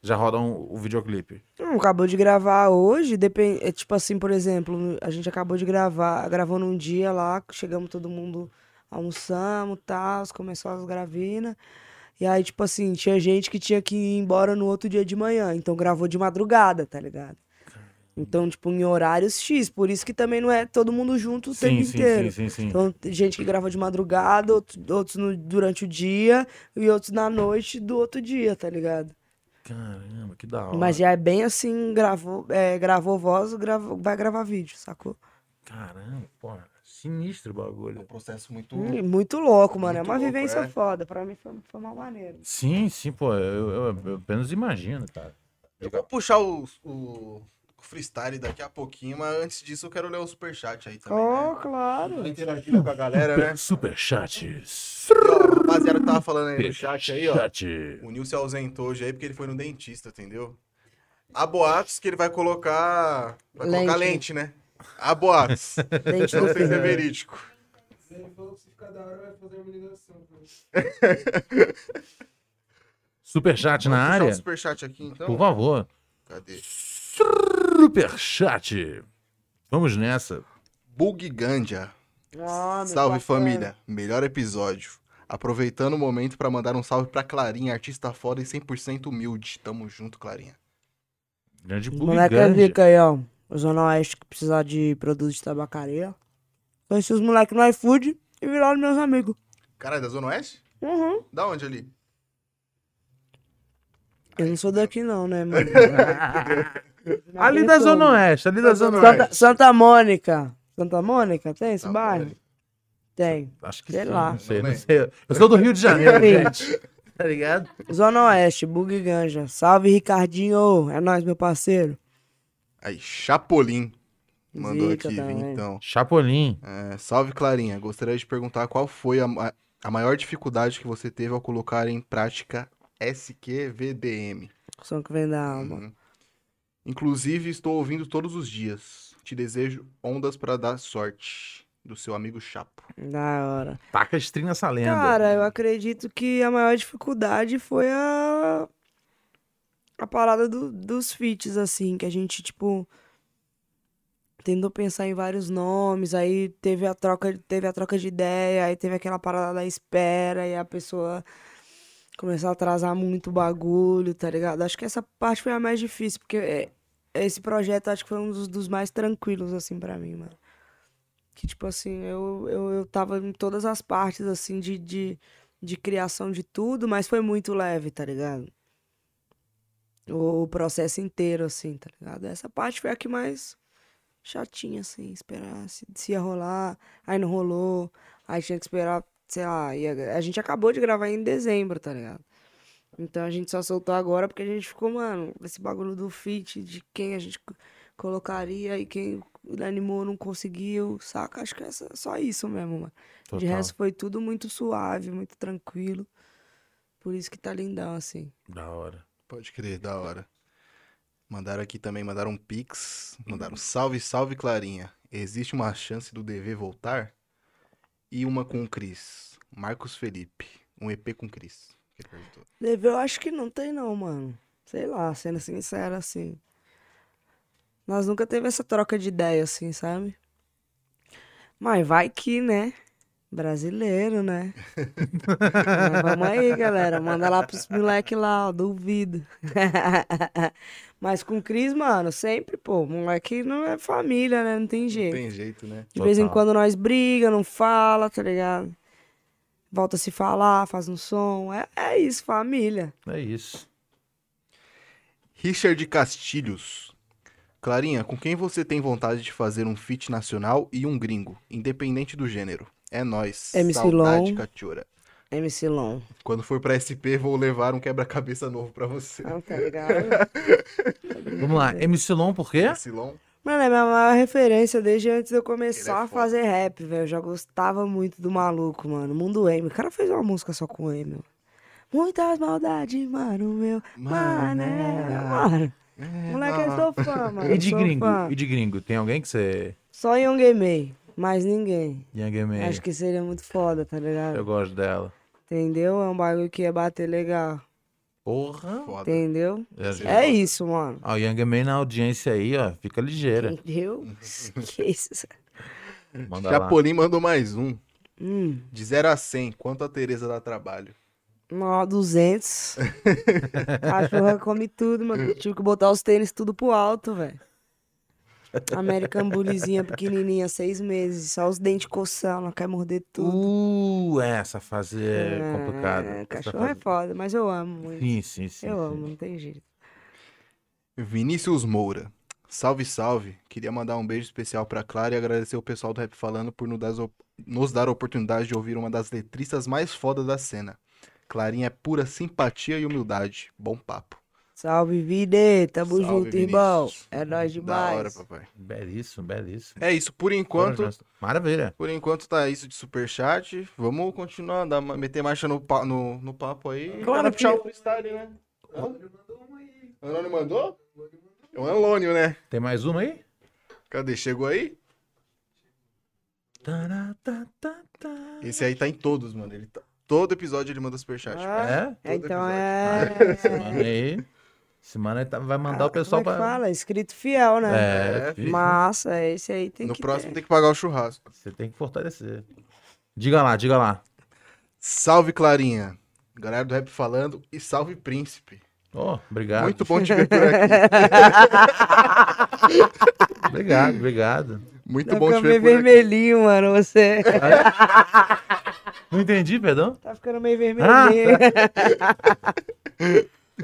B: já rodam o videoclipe.
C: Não, acabou de gravar hoje, depende, é tipo assim, por exemplo, a gente acabou de gravar, gravou num dia lá, chegamos todo mundo, almoçamos, tal, começou as gravinas. E aí, tipo assim, tinha gente que tinha que ir embora no outro dia de manhã, então gravou de madrugada, tá ligado? Então, tipo, em horários X, por isso que também não é todo mundo junto o tempo inteiro.
B: sim, sim.
C: Então, tem gente que grava de madrugada, outro- outros no- durante o dia e outros na noite do outro dia, tá ligado?
B: Caramba, que da hora.
C: Mas já é bem assim, gravou, é, gravou voz, gravou, vai gravar vídeo, sacou?
B: Caramba, pô, sinistro o
D: É um
B: bagulho.
D: processo muito...
C: Hum, Muito louco, mano. é
D: Muito
C: uma
D: louco,
C: vivência
D: é.
C: foda. Pra mim foi, foi uma maneira.
B: Sim, sim, pô, eu, eu- eu apenas imagino, cara.
D: Eu vou puxar o, o freestyle daqui a pouquinho, mas antes disso eu quero ler o superchat aí também,
C: Oh,
D: né?
C: claro.
D: Tô interagindo com a galera, né?
B: Superchats.
D: E, ó, rapaziada que tava falando aí no um chat aí, ó.
B: Chat.
D: O Nil se ausentou hoje aí porque ele foi no dentista, entendeu? Há boatos que ele vai colocar. Vai colocar
C: Lente.
D: lente, né? Há boatos.
C: Dente
D: Não
C: do
D: sei se é
C: Ferreira.
D: verídico.
B: Superchat Tá na
D: Vamos puxar o
B: área?
D: um superchat aqui então.
B: Por favor.
D: Cadê?
B: Superchat. Vamos nessa.
D: Bug Gandia.
C: Ah, meu
D: salve
C: bacana.
D: família. Melhor episódio. Aproveitando o momento pra mandar um salve pra Clarinha, artista foda e 100% humilde. Tamo junto, Clarinha.
B: Grande
C: Os
B: bug
C: moleque é
B: grande.
C: rico aí, ó. O Zona Oeste que precisar de produtos de tabacaria. Conheci os moleques no iFood e viraram meus amigos.
D: Caralho, da Zona Oeste?
C: Uhum.
D: Da onde ali?
C: Eu não sou daqui não, né, mano?
B: ali da Zona Oeste, ali da Zona Oeste.
C: Santa, Santa Mônica. Santa Mônica, tem esse
D: Tá
C: bairro?
D: bom.
C: Tem.
B: Acho que
C: Sei
B: sim,
C: lá.
B: Não sei,
D: Não
B: não
D: lembro.
B: sei. Eu sou do Rio de Janeiro,
C: Gente.
B: gente. Tá ligado?
C: Zona Oeste, Bug Ganja. Salve, Ricardinho. É nóis, meu parceiro.
D: Aí, Chapolin. Mandou
C: Zica
D: aqui,
C: também.
D: então.
B: Chapolin.
D: É, salve, Clarinha. Gostaria de perguntar qual foi a, ma- a maior dificuldade que você teve ao colocar em prática SQVDM.
C: O som que vem da alma.
D: Uhum. Inclusive, estou ouvindo todos os dias. Te desejo ondas para dar sorte. Do seu amigo Chapo.
C: Da hora.
B: Taca stream nessa lenda.
C: Cara, eu acredito que a maior dificuldade foi a. A parada do- dos feats, assim, que a gente, tipo. Tentou pensar em vários nomes, aí teve a troca, teve a troca de ideia, aí teve aquela parada da espera, e a pessoa Começar a atrasar muito o bagulho, tá ligado? Acho que essa parte foi a mais difícil, porque é, esse projeto acho que foi um dos, dos mais tranquilos, assim, pra mim, mano. Que, tipo assim, eu, eu, eu tava em todas as partes, assim, de, de, de criação de tudo, mas foi muito leve, tá ligado? O, o processo inteiro, assim, tá ligado? Essa parte foi a que mais chatinha, assim, esperar se, se ia rolar, aí não rolou, aí tinha que esperar, sei lá, ia- a gente acabou de gravar em dezembro, tá ligado? Então a gente só soltou agora porque a gente ficou, mano, esse bagulho do fit, de quem a gente co- colocaria e quem animou não conseguiu, saca? Acho que é só- só isso mesmo, mano. De
B: Total.
C: resto foi tudo muito suave, muito tranquilo. Por isso que tá lindão, assim.
B: Da hora.
D: Pode crer, da hora. Mandaram aqui também, mandaram um pix. Mandaram salve, salve, Clarinha. Existe uma chance do DV voltar? E uma com o Cris. Marcos Felipe. Um EP com o Cris. que ele perguntou.
C: Deve, eu acho que não tem, não, mano. Sei lá, sendo sincero, assim. Nós nunca teve essa troca de ideia, assim, sabe? Mas vai que, né? Brasileiro, né? Mas vamos aí, galera. Manda lá pros moleque lá, ó. Duvido. Mas com o Cris, mano, sempre, pô. Moleque não é família, né? Não tem
D: Não
C: jeito.
D: tem jeito, né?
C: De vez em
B: Total.
C: quando nós briga, não fala, tá ligado? Volta a se falar, faz um som. É, é isso, família.
B: É isso.
D: Richard Castilhos. Clarinha, com quem você tem vontade de fazer um feat nacional e um gringo, independente do gênero? É nóis.
C: MC
D: Saudade,
C: Long.
D: Cachorra.
C: MC Lon.
D: Quando for pra SP, vou levar um quebra-cabeça novo pra você.
C: Ah, tá ligado?
B: Vamos lá. MC Long, por quê?
D: MC Long.
C: Mano, é minha maior referência desde antes de eu
D: Ele é
C: começar
D: foda.
C: a fazer rap, velho. Eu já gostava muito do maluco, mano. Mundo M. O cara fez uma música só com M, mano. Muitas maldades, mano, meu. Mano, é, mano. Moleque, eu sou fã, mano.
B: E de
C: sou
B: gringo?
C: fã.
B: E de gringo? Tem alguém que você.
C: Só Young May, mais ninguém.
B: Young Man.
C: Acho que seria muito foda, tá ligado?
B: É. Eu gosto dela.
C: Entendeu? É um bagulho que ia bater legal.
B: Porra.
D: Foda.
C: Entendeu?
B: É,
C: É isso, mano.
B: Ó, o Young Man na audiência aí, ó. Fica ligeira.
C: Entendeu? que isso?
B: Manda lá.
D: Chapolin mandou mais um.
C: Hum,
D: De 0 a 100, quanto a Tereza dá trabalho?
C: nó 200. Cachorra come tudo, mano. Tive que botar os tênis tudo pro alto, velho. American Bullyzinha pequenininha, seis meses. Só os dentes coçando, ela quer morder tudo.
B: Uh, essa fase é
C: Ah,
B: complicada. Essa
C: Cachorro é
B: fase-
C: foda, mas eu amo muito.
B: Sim, sim, sim.
C: eu
B: sim.
C: amo, não tem jeito.
D: Vinícius Moura. Salve, salve. Queria mandar um beijo especial pra Clara e agradecer o pessoal do Rap Falando por nos dar, nos dar a oportunidade de ouvir uma das letristas mais fodas da cena. Clarinha é pura simpatia e humildade. Bom papo.
C: Salve, Vide. Tamo
D: Salve,
C: junto, irmão.
D: Vinícius.
C: É nóis
D: Da hora,
C: demais.
D: papai.
B: Belíssimo, belíssimo.
D: É isso, por enquanto.
B: Maravilhoso. Maravilha.
D: Por enquanto tá isso de superchat. Vamos continuar, dar, uma- meter marcha no, pa- no, no papo aí.
C: Claro
D: Vai
C: que-
D: puxar o freestyle, né? O Anônio mandou? É o Anônio, né?
B: Tem mais uma aí?
D: Cadê? Chegou aí?
B: Tará, tá, tá, tá.
D: Esse aí tá em todos, mano. Ele tá... Todo episódio ele manda superchat.
C: Ah,
B: É?
D: Todo
C: então
D: episódio.
B: Esse
C: é.
B: mano aí. Esse mano aí tá- vai mandar o
C: Como é
B: pessoal
C: que
B: pra.
C: fala, escrito fiel, né?
B: É,
D: É,
B: filho,
C: Massa, esse aí tem
D: no
C: que
D: próximo
C: ter.
D: tem que pagar o churrasco.
B: você tem que fortalecer. Diga lá, diga lá.
D: Salve, Clarinha. Galera do Rap falando e salve, Príncipe.
B: Ó, obrigado.
D: Muito bom te ver por aqui.
B: Obrigado, obrigado.
D: Muito
C: Tá
D: bom te
C: ficando meio
D: ver por aqui.
C: vermelhinho, mano, você.
B: Não entendi, perdão?
C: Tá ficando meio vermelhinho.
D: Ah, tá.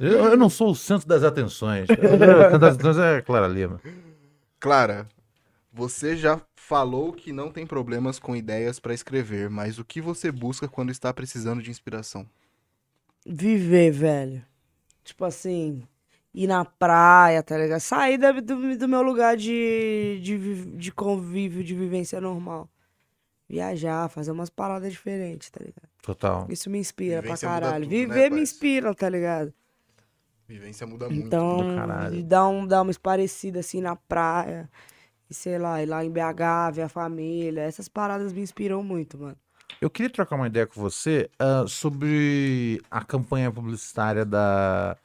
B: Eu, eu não sou o centro das atenções. O centro das atenções é Clara Lima.
D: Clara, você já falou que não tem problemas com ideias pra escrever, mas o que você busca quando está precisando de inspiração?
C: Viver, velho. Tipo assim, ir na praia, tá ligado? Sair da- do, do meu lugar de, de, vi- de convívio, de vivência normal. Viajar, fazer umas paradas diferentes, tá ligado?
B: Total.
C: Isso me inspira
D: Vivência
C: pra
D: muda
C: caralho.
D: tudo, né,
C: Viver me
D: parça?
C: inspira, tá ligado?
D: Vivência muda muito.
C: Então,
B: do caralho.
C: e dá, um, dá uma esparecida assim na praia. E sei lá, ir lá em BH, ver a família. Essas paradas me inspiram muito, mano.
B: Eu queria trocar uma ideia com você ah, sobre a campanha publicitária da,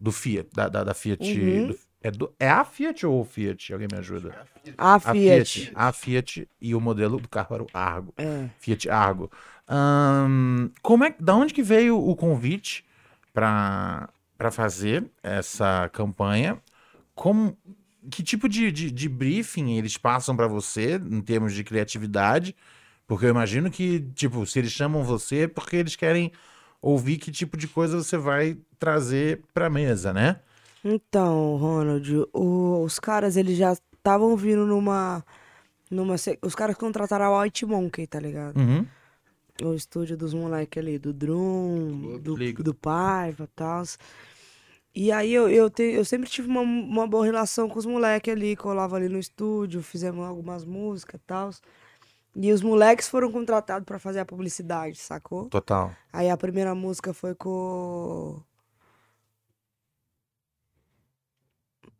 B: do Fiat. Da, da- da Fiat
C: Uhum.
B: do- é, do- é a Fiat ou o Fiat? Alguém me ajuda?
C: A
B: A
C: Fiat.
B: A Fiat e o modelo do carro era o Argo.
C: É.
B: Fiat Argo. Ahn, como é, da onde que veio o convite? pra, pra fazer essa campanha. Como, que tipo de, de, de briefing eles passam pra você em termos de criatividade? Porque eu imagino que, tipo, se eles chamam você é porque eles querem ouvir que tipo de coisa você vai trazer pra mesa, né?
C: Então, Ronald, o- os caras, eles já estavam vindo numa, numa. se- Os caras contrataram a White Monkey, tá ligado?
B: Uhum.
C: O estúdio dos moleques ali, do Drum, do,
B: Ligo.
C: do Paiva e tal. E aí eu, eu, te- eu sempre tive uma, uma boa relação com os moleques ali, colava ali no estúdio, fizemos algumas músicas e tal. E os moleques foram contratados pra fazer a publicidade, sacou?
B: Total.
C: Aí a primeira música foi com.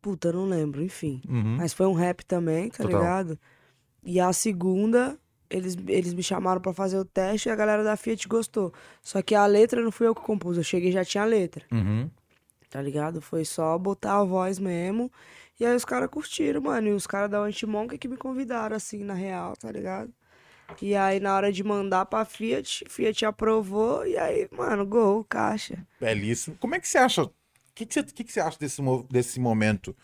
C: Puta, não lembro, enfim.
B: Uhum.
C: Mas foi um rap também, tá
B: Total.
C: ligado? E a segunda, eles, eles me chamaram pra fazer o teste e a galera da Fiat gostou. Só que a letra não fui eu que compus, eu cheguei e já tinha a letra,
B: Uhum.
C: tá ligado? Foi só botar a voz mesmo. E aí os caras curtiram, mano. E os caras da Antimonca que me convidaram, assim, na real, tá ligado? E aí, na hora de mandar pra Fiat, Fiat aprovou, e aí, mano, gol, caixa.
B: Belíssimo. Como é que você acha? O que, que, você, que, que você acha desse, mo- desse momento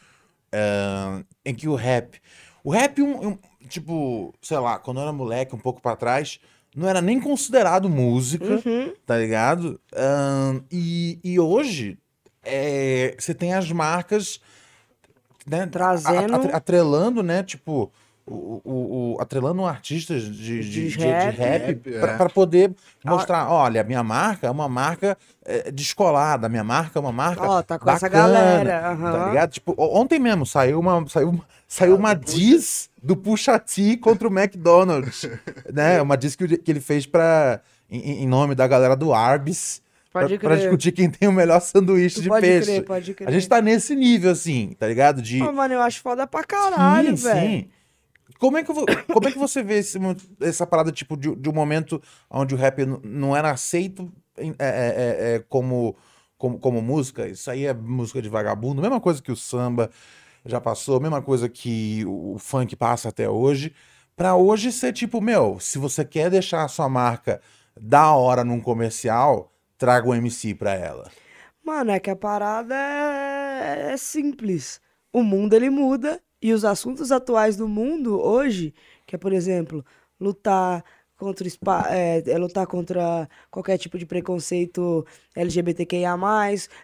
B: eh, em que o rap. O rap, um, um- tipo, sei lá, quando eu era moleque, um pouco pra trás, não era nem considerado
C: Uhum.
B: música, tá ligado? Ahn, e, e hoje, eh, você tem as marcas. Né,
C: Trazendo-
B: a- a- atrelando, né? Tipo. O, o, o- atrelando artistas de, de, de, de
C: rap. Ah.
B: rap
D: Rap, é.
B: pra- pra poder mostrar, olha, minha marca é uma marca é, descolada, minha marca é uma marca
C: Ó, tá com essa
B: bacana,
C: galera,
B: Tá
C: aham.
B: ligado? Tipo, o- ontem mesmo saiu uma saiu, saiu uma diz do Pusha T contra o McDonald's, né? Uma diz que, o- que ele fez para em, em nome da galera do Arbis pra-
C: Pode
B: pra
C: crer.
B: discutir quem tem o melhor sanduíche
C: Tu
B: de
C: pode
B: peixe.
C: crer, pode crer.
B: A gente tá nesse nível assim, tá ligado? De
C: Pô, mano, eu acho foda pra caralho,
B: sim,
C: velho.
B: sim. Como é, que, vo- como é que você vê esse mo- essa parada tipo, de, de um momento onde o rap n- não era aceito em- é, é, é, é, como, como, como música? Isso aí é música de vagabundo, mesma coisa que o samba já passou, mesma coisa que o, o funk passa até hoje. Pra hoje ser tipo, meu, se você quer deixar a sua marca da hora num comercial, traga um MC pra ela.
C: Mano, é que a parada é, é simples. O mundo ele muda e os assuntos atuais do mundo hoje, que é, por exemplo, lutar contra o espa- é, é lutar contra qualquer tipo de preconceito LGBTQIA+,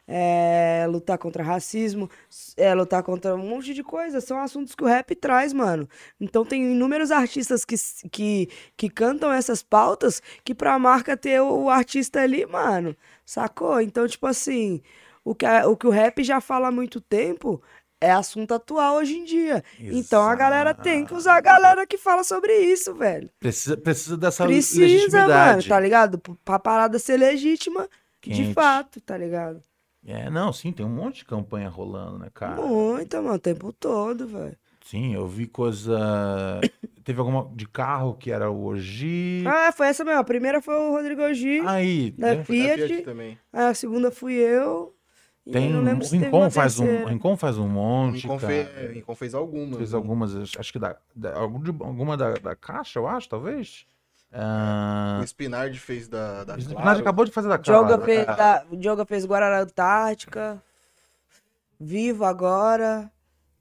C: é, lutar contra racismo, s- é, lutar contra um monte de coisa. São assuntos que o rap traz, mano. Então tem inúmeros artistas que, s- que, que cantam essas pautas que pra marca ter o, o artista ali, mano, sacou? Então, tipo assim, o que, a- o que o rap já fala há muito tempo é assunto atual hoje em dia. Então a galera tem que usar a galera que fala sobre isso, velho.
B: Precisa, precisa dessa
C: Precisa, mano, tá ligado? P- Pra parada ser legítima,
B: Quente.
C: de fato, tá ligado?
B: É, não, sim, tem um monte de campanha rolando, né, cara?
C: Muita, mano, o tempo todo, velho.
B: Sim, eu vi coisa. Teve alguma de carro que era o Oji.
C: Ah, foi essa mesmo. A primeira foi o Rodrigo Ogi,
B: Aí,
C: da
B: né?
D: Foi da
C: Fiat.
D: Tá também.
C: A segunda fui eu. E
B: tem
C: eu não
B: um,
C: lembro
B: o
C: se teve uma
B: Rincon faz um, o
C: terceira.
B: Rincon faz um
D: O
B: monte,
D: Rincon,
B: cara.
D: fez, é, o Rincon fez algumas.
B: tá? Fez
D: né?
B: algumas, acho- acho que da, da- algum de- alguma da, da Caixa, eu acho, talvez. Ah,
D: O Spinard fez da, da
B: o Spinardi
D: Claro.
B: acabou de fazer da Caixa. né?
C: Dioga fez, da, Dioga fez Guarara Antártica. Vivo agora.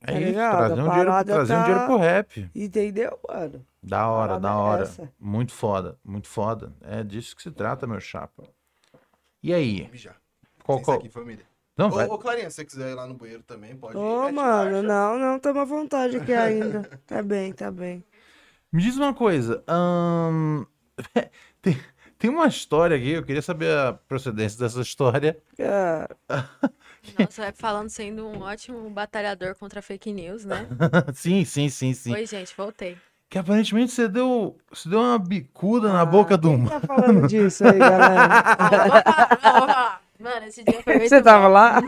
B: É
C: tá
B: isso,
C: ligado?
B: trazer um,
C: A
B: dinheiro,
C: parada
B: trazer um
C: tá-
B: dinheiro pro rap.
C: Entendeu, mano?
B: Da hora,
C: parada
B: da
C: é
B: hora.
C: essa.
B: Muito foda, muito foda. É disso que se trata, meu chapa. E aí?
D: Já.
B: Qual,
D: Sem
B: qual?
D: saque, família.
B: Não,
D: ô,
B: vai.
D: ô, Clarinha, se você quiser ir lá no banheiro também, pode
C: Ô,
D: ir. É de
C: mano,
D: marcha.
C: não, não, tamo à vontade aqui ainda. Tá bem, tá bem.
B: Me diz uma coisa. ahn, tem, tem uma história aqui, eu queria saber a procedência dessa história.
C: Ah,
A: Nossa, vai falando sendo um ótimo batalhador contra fake news, né?
B: sim, sim, sim, sim.
A: Oi, gente, voltei.
B: Que aparentemente você deu, você deu uma bicuda na boca do
C: quem
B: mar.
C: tá falando disso aí, galera?
B: Ah,
A: Mano, esse dia foi muito
C: Você tava
A: bom.
C: lá?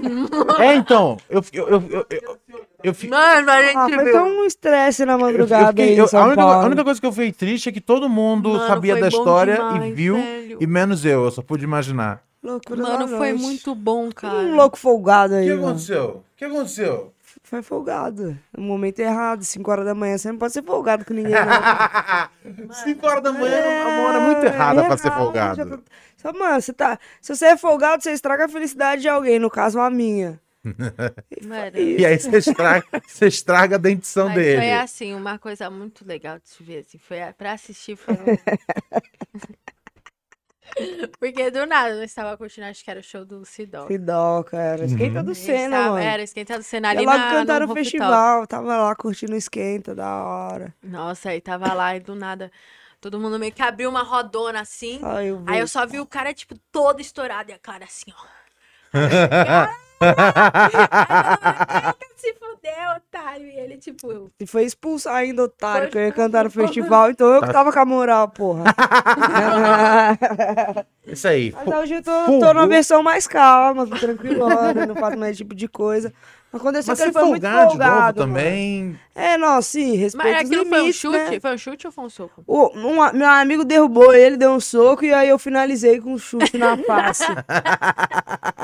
B: É, então, eu, fi- eu, eu, eu, eu, eu fi-
A: Mano, a gente
C: Ah, foi
A: viu.
C: só um estresse na
B: eu- eu
C: madrugada
B: fiquei-
C: aí
B: eu-
C: em São
B: a, única,
C: Paulo.
B: a única coisa que eu fiquei triste é que todo mundo
A: Mano,
B: sabia
A: foi
B: da
A: bom
B: história e
A: demais,
B: viu,
A: velho.
B: e menos eu, eu só pude imaginar.
C: Loucura da
A: Mano, foi
C: noite.
A: muito bom, cara.
C: Um louco folgado aí, mano.
B: aconteceu? O que aconteceu?
C: Foi folgado. No momento errado, 5 horas da manhã, você não pode ser folgado com ninguém. Não.
B: 5 horas da manhã é uma hora muito errada pra ser
C: errado, já
B: folgado.
C: tá- Só, mano, você tá. Se você é folgado, você estraga a felicidade de alguém, no caso a minha.
A: Mano,
B: E aí você estraga, você estraga a dentição
C: Então,
A: mas
B: dele.
A: foi assim, uma coisa muito legal de se ver, assim, foi a- pra assistir, foi... um- Porque do nada, nós estava curtindo, acho que era o show do Sidol.
C: Que dó,
B: Uhum.
C: cara. Esquenta do
A: A gente
C: Senna,
A: tava-
C: mano.
A: Era esquentado o
C: Ia
A: cenário
C: lá
A: ali na,
C: cantar no
A: rooftop.
C: festival, tava lá curtindo o esquenta, da hora.
A: Nossa, aí tava lá e do nada, todo mundo meio que abriu uma rodona assim.
C: Aí eu, vi.
A: Aí eu só vi o cara, tipo, todo estourado e a cara assim, ó. assim, Se fudeu, otário. E ele, tipo,
C: E foi expulso ainda, otário,
A: Foi
C: que eu ia cantar no
A: expulso.
C: festival, então
B: Tá
C: eu que tava com a moral, porra.
B: Isso aí.
C: Mas hoje eu tô,
B: Folgou.
C: tô numa versão mais calma, tranquilona, não faço mais esse tipo de coisa. Aconteceu
B: Mas
C: que
B: se
C: ele foi muito
B: folgar de novo
C: folgado. mano.
B: também.
C: É, não, sim, respeito
A: mas
C: os
A: aquilo foi um
C: limites,
A: chute?
C: né?
A: Foi um chute ou foi um soco?
C: O- um a- meu amigo derrubou ele, deu um soco e aí eu finalizei com um chute na face.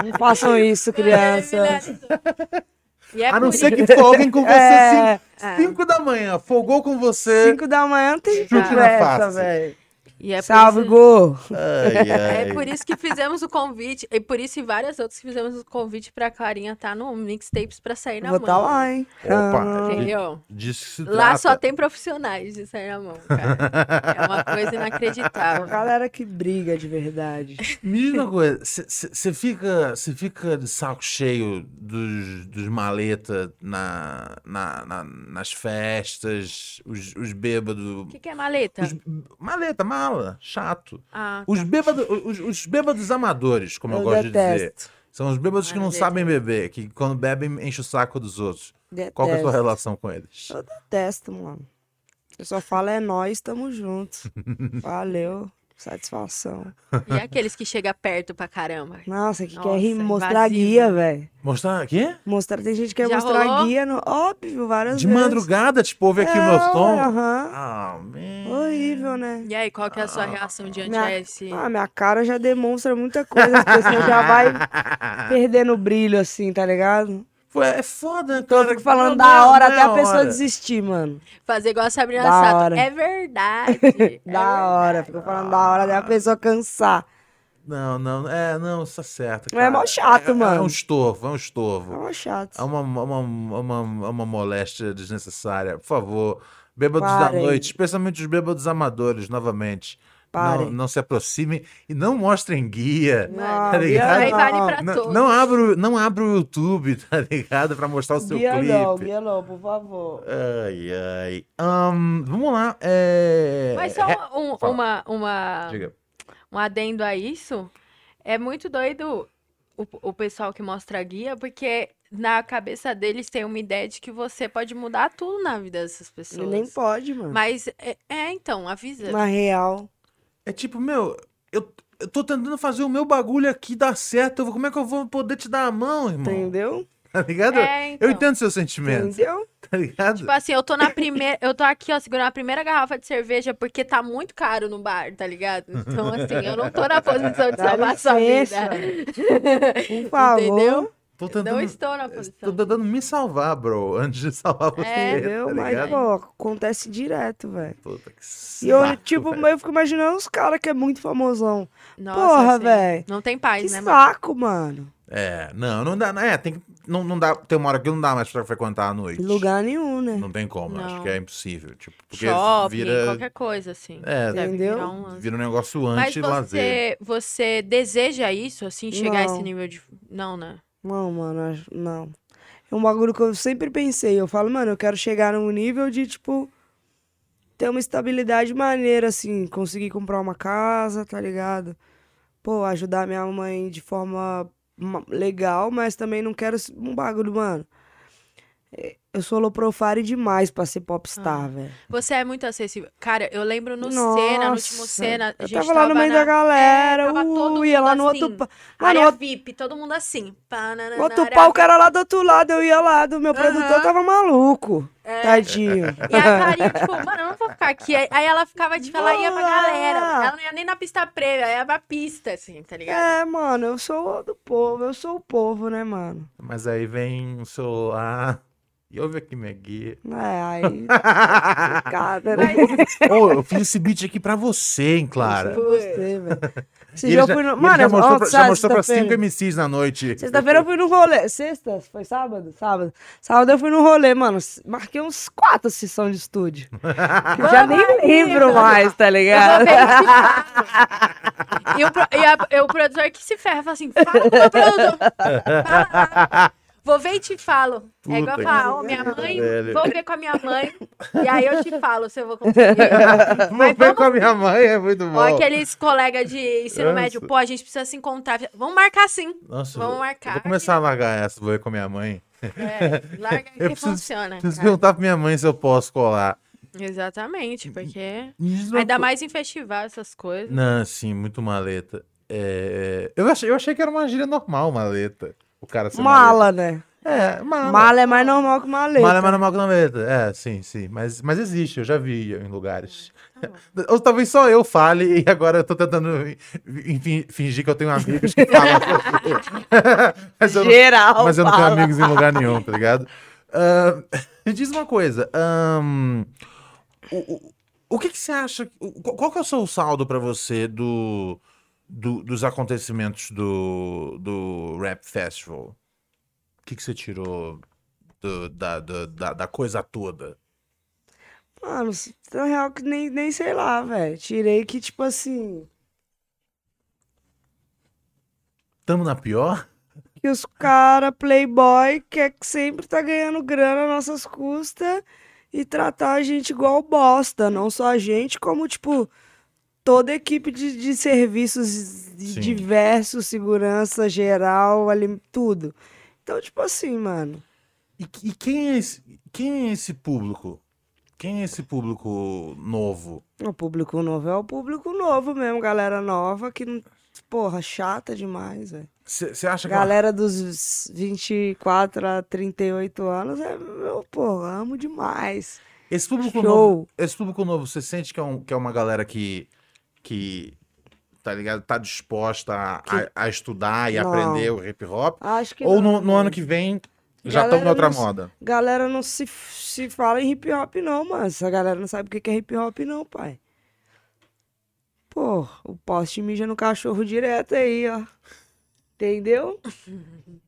C: não façam isso, crianças.
A: E é
B: a não
A: por
B: ser
A: isso.
B: que folguem com você
C: É,
B: 5 da manhã. Folgou com você.
C: 5 da manhã não tem
B: Chute né? Tá na
C: conversa,
B: face.
C: velho.
A: E é por
C: Salve,
A: isso-
C: Gol.
B: Ai, ai.
A: É por isso que fizemos o convite, e por isso e várias outras que fizemos o convite pra Clarinha estar no Mixtapes pra sair na
C: Vou
A: mão.
C: tá lá, hein?
B: Opa.
A: Ah, Entendeu?
B: Disso que se
A: Lá só
B: trata.
A: tem profissionais de sair na mão, cara. É uma coisa
C: A
A: inacreditável.
C: galera que briga de verdade.
B: Me diz uma coisa, você fica, cê fica de saco cheio dos, dos maleta na, na- na- nas festas, os, os bêbados.
A: O que, que é
C: Tá.
A: maleta?
B: os- maleta, mala, chato.
A: Ah,
B: Os bêbados, os, os bêbados amadores, como eu,
C: eu
B: gosto de dizer.
C: detesto.
B: São os bêbados que
A: Ah,
B: não
A: detesto.
B: sabem beber, que quando bebem enche o saco dos outros.
C: detesto.
B: Qual que é a sua relação com eles?
C: Eu detesto, mano. Eu só falo é nós, tamo junto. Valeu. Satisfação.
A: e aqueles que chegam perto pra caramba?
C: Nossa, que
A: Nossa, é
C: quer rir, mostrar
A: invasivo.
C: guia, velho.
B: Mostrar aqui?
C: Mostrar, tem gente que quer
A: Já
C: mostrar
A: rolou?
C: guia, no... óbvio, várias
B: De
C: vezes.
B: madrugada, tipo, ouve aqui o
C: É,
B: meu som.
C: Aham.
B: Ah, man.
C: Horrível, né?
A: E aí, qual que é a sua reação diante
C: Minha-
A: a esse...
C: Ah, minha cara já demonstra muita coisa. As pessoas já vai perdendo o brilho, assim, tá ligado?
B: Foi, é foda, né,
C: Eu
B: cara?
C: fico falando
B: Não,
C: da
B: não,
C: hora
B: não
C: até
B: é
C: a pessoa
B: hora.
C: desistir, mano.
A: Fazer igual a Sabrina
C: é Da
A: Sato.
C: hora.
A: É verdade. é
C: Da hora.
A: verdade.
C: Fico falando da hora até a pessoa cansar.
B: Não, não, é, não, isso tá certo.
C: Não é
B: cara.
C: mó chato,
B: É- é- É um
C: mano.
B: estorvo, é um
C: É
B: estorvo.
C: uma chato.
B: É uma, uma, uma, uma moléstia desnecessária. Por favor, bêbados da
C: Parem.
B: noite, especialmente os bêbados amadores, novamente. Não,
C: Parem.
B: não se aproximem e não mostrem guia.
A: Mano,
B: Tá ligado?
A: Aí vale
C: não.
A: é
C: é.
A: pra
B: Não,
A: todos.
B: não, abra, o- não abra o YouTube, tá ligado? Pra mostrar o seu
C: Guia
B: clipe.
C: não, guia não, por favor.
B: Ai, ai. Ahn, vamos lá. É...
A: Mas só
B: é-
A: um-
B: fala.
A: uma, uma,
B: Diga.
A: um adendo a isso. É muito doido o, o pessoal que mostra guia, porque na cabeça deles tem uma ideia de que você pode mudar tudo na vida dessas
C: Ele
A: pessoas.
C: nem pode, mano.
A: Mas é, é, então, avisa.
C: Na real.
B: É tipo, meu, eu, eu tô tentando fazer o meu bagulho aqui dar certo. eu vou- como é que eu vou poder te dar a mão, irmão?
C: Entendeu?
B: Tá ligado?
A: É,
B: Eu
A: então.
B: entendo seu sentimento,
C: Entendeu?
B: tá ligado?
A: Tipo assim, eu tô na primeira. Eu tô aqui, ó, segurando a primeira garrafa de cerveja porque tá muito caro no bar, tá ligado? Então, assim, eu não tô na posição de
C: Dá
A: salvar sua
C: licença.
A: vida.
C: Por favor.
A: Entendeu?
B: tô tentando,
A: Não estou na
B: tô
A: posição.
B: tentando me salvar, bro, antes de salvar você,
A: É,
C: Entendeu?
B: tá
C: Mas,
B: ligado?
C: pô, acontece direto, velho.
B: Puta que
C: E eu,
B: saco,
C: tipo,
B: velho.
C: eu fico imaginando os caras que é muito famosão.
A: Nossa,
C: Porra,
A: assim,
C: velho.
A: Não tem paz,
C: Que
A: né, mano?
C: saco, mano.
B: É, não, não dá, é, tem que, não, não dá, tem uma hora que não dá mais pra frequentar à noite.
C: Lugar nenhum, né?
B: Não tem como, acho
A: Não.
B: que é impossível, tipo, porque
A: Shopping,
B: vira,
A: qualquer coisa, assim.
B: é,
A: Deve
C: Entendeu?
A: virar um lance.
B: vira um negócio
A: Mas
B: anti-lazer.
A: você, você deseja isso, assim, chegar a esse
C: Não.
A: nível de. Não, né?
C: Não, mano, acho- não. É um bagulho que eu sempre pensei. Eu falo, mano, eu quero chegar num nível de, tipo, ter uma estabilidade maneira, assim, conseguir comprar uma casa, tá ligado? Pô, ajudar minha mãe de forma ma- legal, mas também não quero s- um bagulho, mano. É, Eu sou low profile demais pra ser popstar, velho.
A: Você é muito acessível. Cara, eu lembro no
C: Nossa,
A: cena, no último cena, a
C: Eu
A: gente
C: tava lá no meio da
A: na
C: galera,
A: É, tava todo
C: uh, ia lá
A: mundo
C: no outro.
A: assim.
C: pa- Mano,
A: área
C: outro,
A: VIP, todo mundo assim. Pananara,
C: outro pau, o cara lá do outro lado, eu ia lá, do meu produtor tava maluco.
A: É.
C: Tadinho.
A: E a Clarinha, tipo, mano, eu não vou ficar aqui. Aí aí ela ficava, tipo, ela ia pra
C: Bora!
A: galera. Ela não ia nem na pista prévia, ela ia pra pista, assim, tá ligado?
C: É, mano, eu sou do povo, eu sou o povo, né, mano?
B: Mas aí vem o celular, E ouve aqui minha guia.
C: É, aí. Cada, né?
A: Mas,
B: Ô, eu fiz esse beat aqui pra você, hein, Clara.
A: Foi.
C: Gostei, velho. Esse
B: E ele
C: dia eu
B: já-
C: fui
B: e
C: no.
B: ele
C: Mano,
B: já mostrou,
C: ó,
B: pra, já
C: sabe,
B: mostrou pra
C: sexta-feira.
B: cinco MCs na noite.
C: Sexta-feira eu fui no rolê. Sexta? Foi sábado? Sábado. Sábado eu fui no rolê, mano. S- Marquei uns quatro sessões de estúdio. Que já nem
A: Vamos,
C: lembro
A: menina.
C: mais, tá ligado?
A: e, o pro- e a- e o produtor que se ferra fala assim: fala pro meu produtor. Fala. Vou ver e te falo. é igual
B: Puta
A: eu falar,
B: que
A: ó, minha mãe,
B: velho.
A: vou ver com a minha mãe. E aí eu te falo se eu vou conseguir.
B: Vou ver com a minha mãe, é muito bom.
A: Ó, aqueles colegas de ensino
B: Nossa.
A: médio, pô, a gente precisa se encontrar. Vamos marcar sim.
B: Nossa,
A: Vamos
B: eu-
A: marcar.
B: eu Vou começar a largar essa, vou ver com a minha mãe.
A: É, larga que
B: Eu preciso-
A: funciona.
B: Preciso um
A: cara.
B: perguntar pra minha mãe se eu posso colar.
A: Exatamente, porque.
B: Isso
A: Ainda mais em festival, essas coisas.
B: Não, sim, muito maleta. É, Eu, achei, eu achei que era uma gíria normal, maleta. O cara ser
C: Mala, né?
B: maleta. É, mala.
C: Mala é mais normal que maleta.
B: Mala é mais normal que maleta. É, sim, sim. Mas, mas existe, eu já vi em lugares. Ou talvez só eu fale e agora eu tô tentando enfim, fingir que eu tenho amigos que falam. essas coisas. mas eu não
C: Geral.
B: mas eu não tenho
C: fala.
B: amigos em lugar nenhum, tá ligado? Ahn, Me diz uma coisa. ahn, o, o, o que, que você acha? o- Qual, qual que é o seu saldo pra você do, do- dos acontecimentos do, do Rap Festival? O que, que você tirou do- da, da, da- da coisa toda?
C: Mano, s- na real que nem, nem sei lá, velho. Tirei que, tipo assim,
B: Tamo na pior?
C: que os cara playboy quer que sempre tá ganhando grana às nossas custas e tratar a gente igual bosta. Não só a gente, como, tipo, toda a equipe de, de serviços de-
B: Sim.
C: diversos, segurança geral, ali, tudo. Então, tipo assim, mano.
B: E, que- e quem, é esse, quem é esse público? Quem é esse público novo?
C: O público novo é o público novo mesmo, galera nova que, não- porra, chata demais, velho.
B: Você você acha que é ela-
C: Galera dos 24 a 38 anos é, meu, pô, amo demais.
B: Esse público
C: Show.
B: novo, esse público novo, você sente que é, um- que é uma galera que, que tá ligado, tá disposta a, a- a estudar e
C: Não.
B: aprender o hip hop?
C: Acho que
B: Ou no,
C: não,
B: no ano que vem já estão
C: Galera
B: em outra
C: não-
B: moda?
C: Galera não se, se fala em hip hop não, mano. Essa galera não sabe o que que é hip hop não, pai. Pô, o poste mija no cachorro direto aí, ó. Entendeu?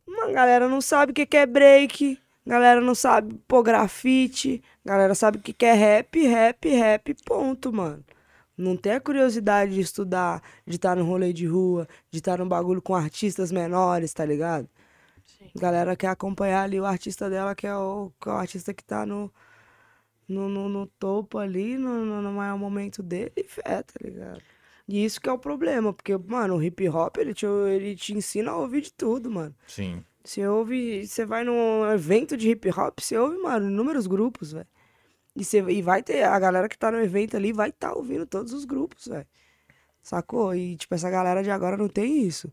C: Mano, galera não sabe o que que é break. Galera não sabe, pô, grafite. Galera sabe o que que é rap, rap, rap, ponto, mano. Não tem a curiosidade de estudar, de estar no rolê de rua, de estar num bagulho com artistas menores, tá ligado?
A: Sim.
C: Galera quer acompanhar ali o artista dela, que é o, que é o artista que tá no, no, no, no topo ali, no, no, no maior momento dele, e fé, tá ligado? E isso que é o problema, porque, mano, o hip hop, ele te, ele te ensina a ouvir de tudo, mano.
B: Sim.
C: Você ouve, você vai num evento de hip hop, você ouve, mano, inúmeros grupos, velho. E, você- e vai ter, a galera que tá no evento ali vai estar ouvindo todos os grupos, velho. Sacou? E, tipo, essa galera de agora não tem isso.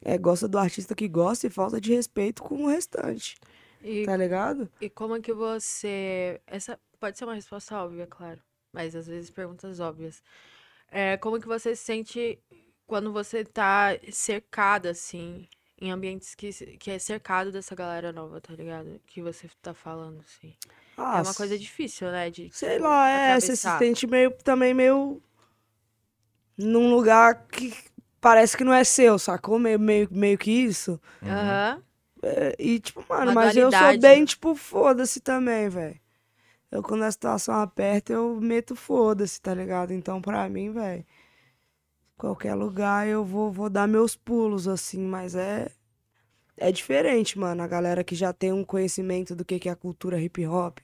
C: É, gosta do artista que gosta e falta de respeito com o restante,
A: E,
C: tá ligado?
A: e como é que você. Essa pode ser uma resposta óbvia, claro. Mas às vezes perguntas óbvias. É, como que você se sente quando você tá cercada, assim, em ambientes que, se- que é cercado dessa galera nova, tá ligado? Que você tá falando, assim.
C: Ah,
A: é uma coisa difícil, né? De,
C: Sei
A: tipo,
C: lá, é, você se
A: atravessar.
C: sente meio, também meio num lugar que parece que não é seu, sacou? Meio, meio, meio que isso.
B: Uhum.
A: Aham.
C: E, tipo, mano,
A: Uma
C: mas eu sou
A: dualidade,
C: bem,
A: né?
C: tipo, foda-se também, velho. Eu, quando a situação aperta, eu meto foda-se, tá ligado? Então, pra mim, velho, qualquer lugar eu vou, vou dar meus pulos, assim, mas é. É diferente, mano. A galera que já tem um conhecimento do que, que é a cultura hip hop,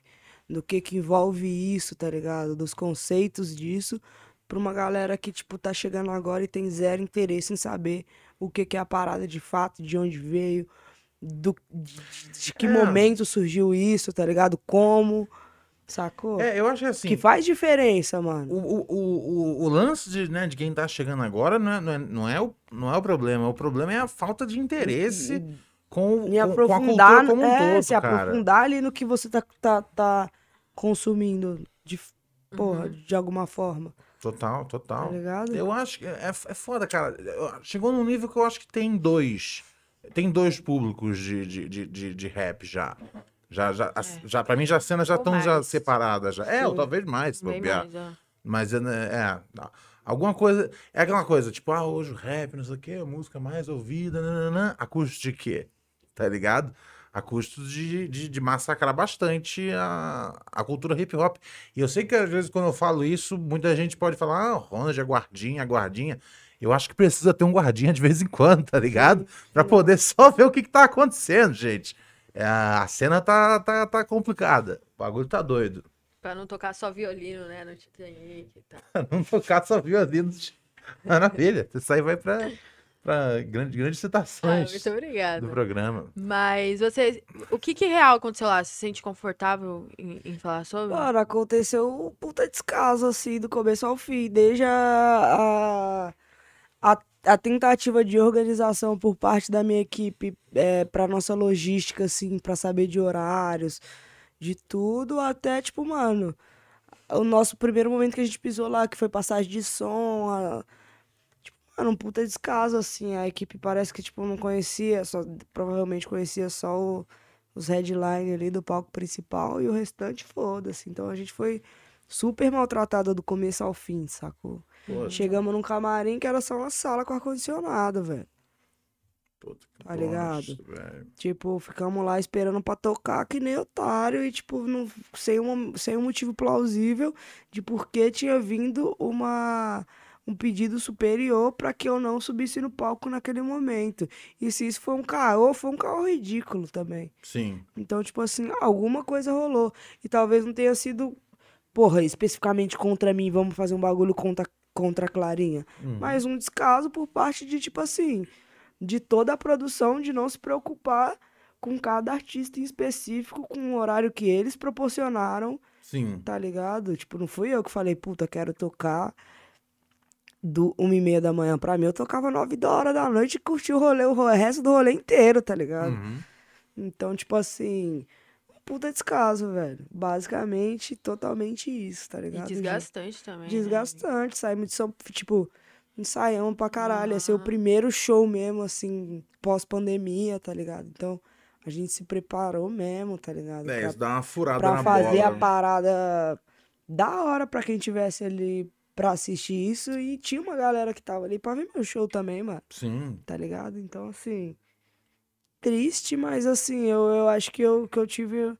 C: do que, que envolve isso, tá ligado? Dos conceitos disso, pra uma galera que, tipo, tá chegando agora e tem zero interesse em saber o que, que é a parada de fato, de onde veio, do, de, de que
B: É.
C: momento surgiu isso, tá ligado? Como, sacou?
B: É, eu acho que assim.
C: Que faz diferença, mano.
B: O, o, o, o- o lance de, né, de quem tá chegando agora não é, não, é, não, é o, não é o problema. O problema é a falta de interesse com,
C: E
B: com, com a
C: aprofundar,
B: cultura como um
C: é,
B: todo,
C: se
B: cara.
C: aprofundar ali no que você tá, tá, tá consumindo de, porra,
B: Uhum.
C: de alguma forma,
B: Total,
C: tá
B: total.
C: ligado?
B: Eu acho que é, é foda, cara. Eu- Chegou num nível que eu acho que tem dois. Tem dois públicos de, de, de, de, de rap já. Já, já, as- já, pra mim, já as cenas já
A: É. Ou
B: estão já
A: mais.
B: separadas. Já. É, ou talvez mais, se
A: Bem
B: bobear.
A: mais, ó.
B: Mas é, né, é, não. alguma coisa. É aquela coisa, tipo, ah, hoje o rap, não sei o quê, a música mais ouvida, nananã, a custo de quê? Tá ligado? A custo de, de, de massacrar bastante a, a cultura hip hop. E eu sei que às vezes quando eu falo isso, muita gente pode falar, ah, o Ronald é guardinha, guardinha. Eu acho que precisa ter um guardinha de vez em quando, tá ligado? Pra poder só ver o que, que tá acontecendo, gente. É, a cena tá, tá, tá complicada. O bagulho tá doido.
A: Pra não tocar só violino, né? No Titanic e tal.
B: não tocar Um só violino. Ah, Maravilha. Isso aí vai pra, pra grande, grandes
A: Ah,
B: citações
A: muito obrigada.
B: do programa.
A: Mas você. O que que real aconteceu lá? Você se sente confortável em, em falar sobre?
C: Mano, aconteceu um puta descaso, assim, do começo ao fim. Desde a, a, a, a tentativa de organização por parte da minha equipe é, pra nossa logística, assim, pra saber de horários, de tudo, até, tipo, mano, o nosso primeiro momento que a gente pisou lá, que foi passagem de som, a- tipo, mano, um puta descaso, assim. A equipe parece que, tipo, não conhecia, só, provavelmente conhecia só o os headline ali do palco principal e o restante foda-se. Então a gente foi super maltratada do começo ao fim, sacou?
B: Pô,
C: Chegamos num camarim que era só uma sala com ar-condicionado, velho.
B: puta que
C: Tá
B: bosta,
C: ligado?
B: velho.
C: Tipo, ficamos lá esperando pra tocar que nem otário e, tipo, não, sem, uma, sem um motivo plausível de por que tinha vindo uma, um pedido superior pra que eu não subisse no palco naquele momento. E se isso foi um caô, foi um caô ridículo também.
B: Sim.
C: Então, tipo assim, alguma coisa rolou. E talvez não tenha sido, porra, especificamente contra mim, vamos fazer um bagulho contra, contra a Clarinha.
B: Hum.
C: Mas um descaso por parte de, tipo assim, de toda a produção de não se preocupar com cada artista em específico, com o horário que eles proporcionaram,
B: Sim.
C: tá ligado? Tipo, não fui eu que falei, puta, quero tocar do uma e meia da manhã pra mim. Eu tocava nove da hora da noite e curti o rolê, o ro- resto do rolê inteiro, tá ligado?
B: Uhum.
C: Então, tipo assim, um puta descaso, velho. Basicamente, totalmente isso, tá
A: E
C: ligado?
A: desgastante também. né?
C: Desgastante. Saímos de São tipo, ensaiamos pra caralho. Esse é o
A: Aham.
C: primeiro show mesmo, assim, pós-pandemia, tá ligado? Então, a gente se preparou mesmo, tá ligado?
B: É,
C: Pra-
B: isso dá uma furada
C: pra
B: na
C: fazer
B: bola. né?
C: a parada da hora pra quem tivesse ali pra assistir isso. E tinha uma galera que tava ali pra ver meu show também, mano
B: Sim.
C: tá ligado? Então, assim, triste, mas assim, eu, eu acho que eu, que eu tive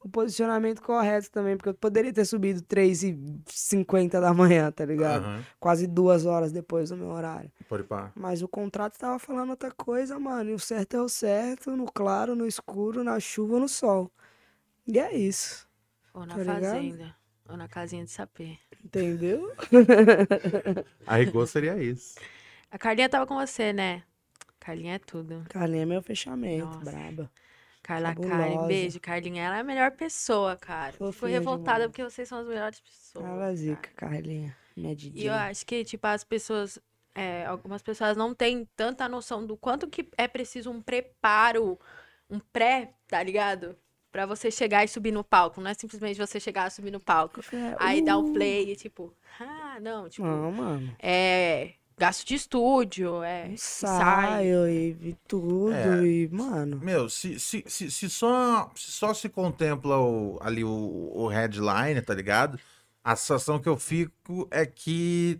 C: o posicionamento correto também, porque eu poderia ter subido 3h50 da manhã, tá ligado?
B: Aham.
C: Quase duas horas depois do meu horário.
B: Pode pá.
C: Mas o contrato tava falando outra coisa, mano, e o certo é o certo, no claro, no escuro, na chuva, no sol. E é isso,
A: Ou na
C: Tá ligado?
A: fazenda. Ou na casinha de sapê.
C: entendeu?
B: A rigor seria isso.
A: A Carlinha tava com você, né? Carlinha é tudo.
C: Carlinha é meu fechamento,
A: Nossa.
C: braba.
A: Carla Karen,
C: Fabulosa.
A: beijo, Carlinha. Ela é a melhor pessoa, cara. Fico
C: Fofinha
A: revoltada
C: demais.
A: porque vocês são as melhores pessoas.
C: Ela
A: cara.
C: zica, Carlinha, minha
A: E eu
C: didinha.
A: acho que, tipo, as pessoas. é, algumas pessoas não têm tanta noção do quanto que é preciso um preparo, um pré, tá ligado? Pra você chegar e subir no palco. Não é simplesmente você chegar e subir no palco.
C: É,
A: Aí dá o
C: uh,
A: play e, tipo, ah, não, tipo,
C: Não, mano.
A: é. Gasto de estúdio, é. Ensaio.
C: ensaio e vi tudo
B: É.
C: e, mano,
B: Meu, se, se, se, se só, se só se contempla o- ali o, o headline, tá ligado? A sensação que eu fico é que,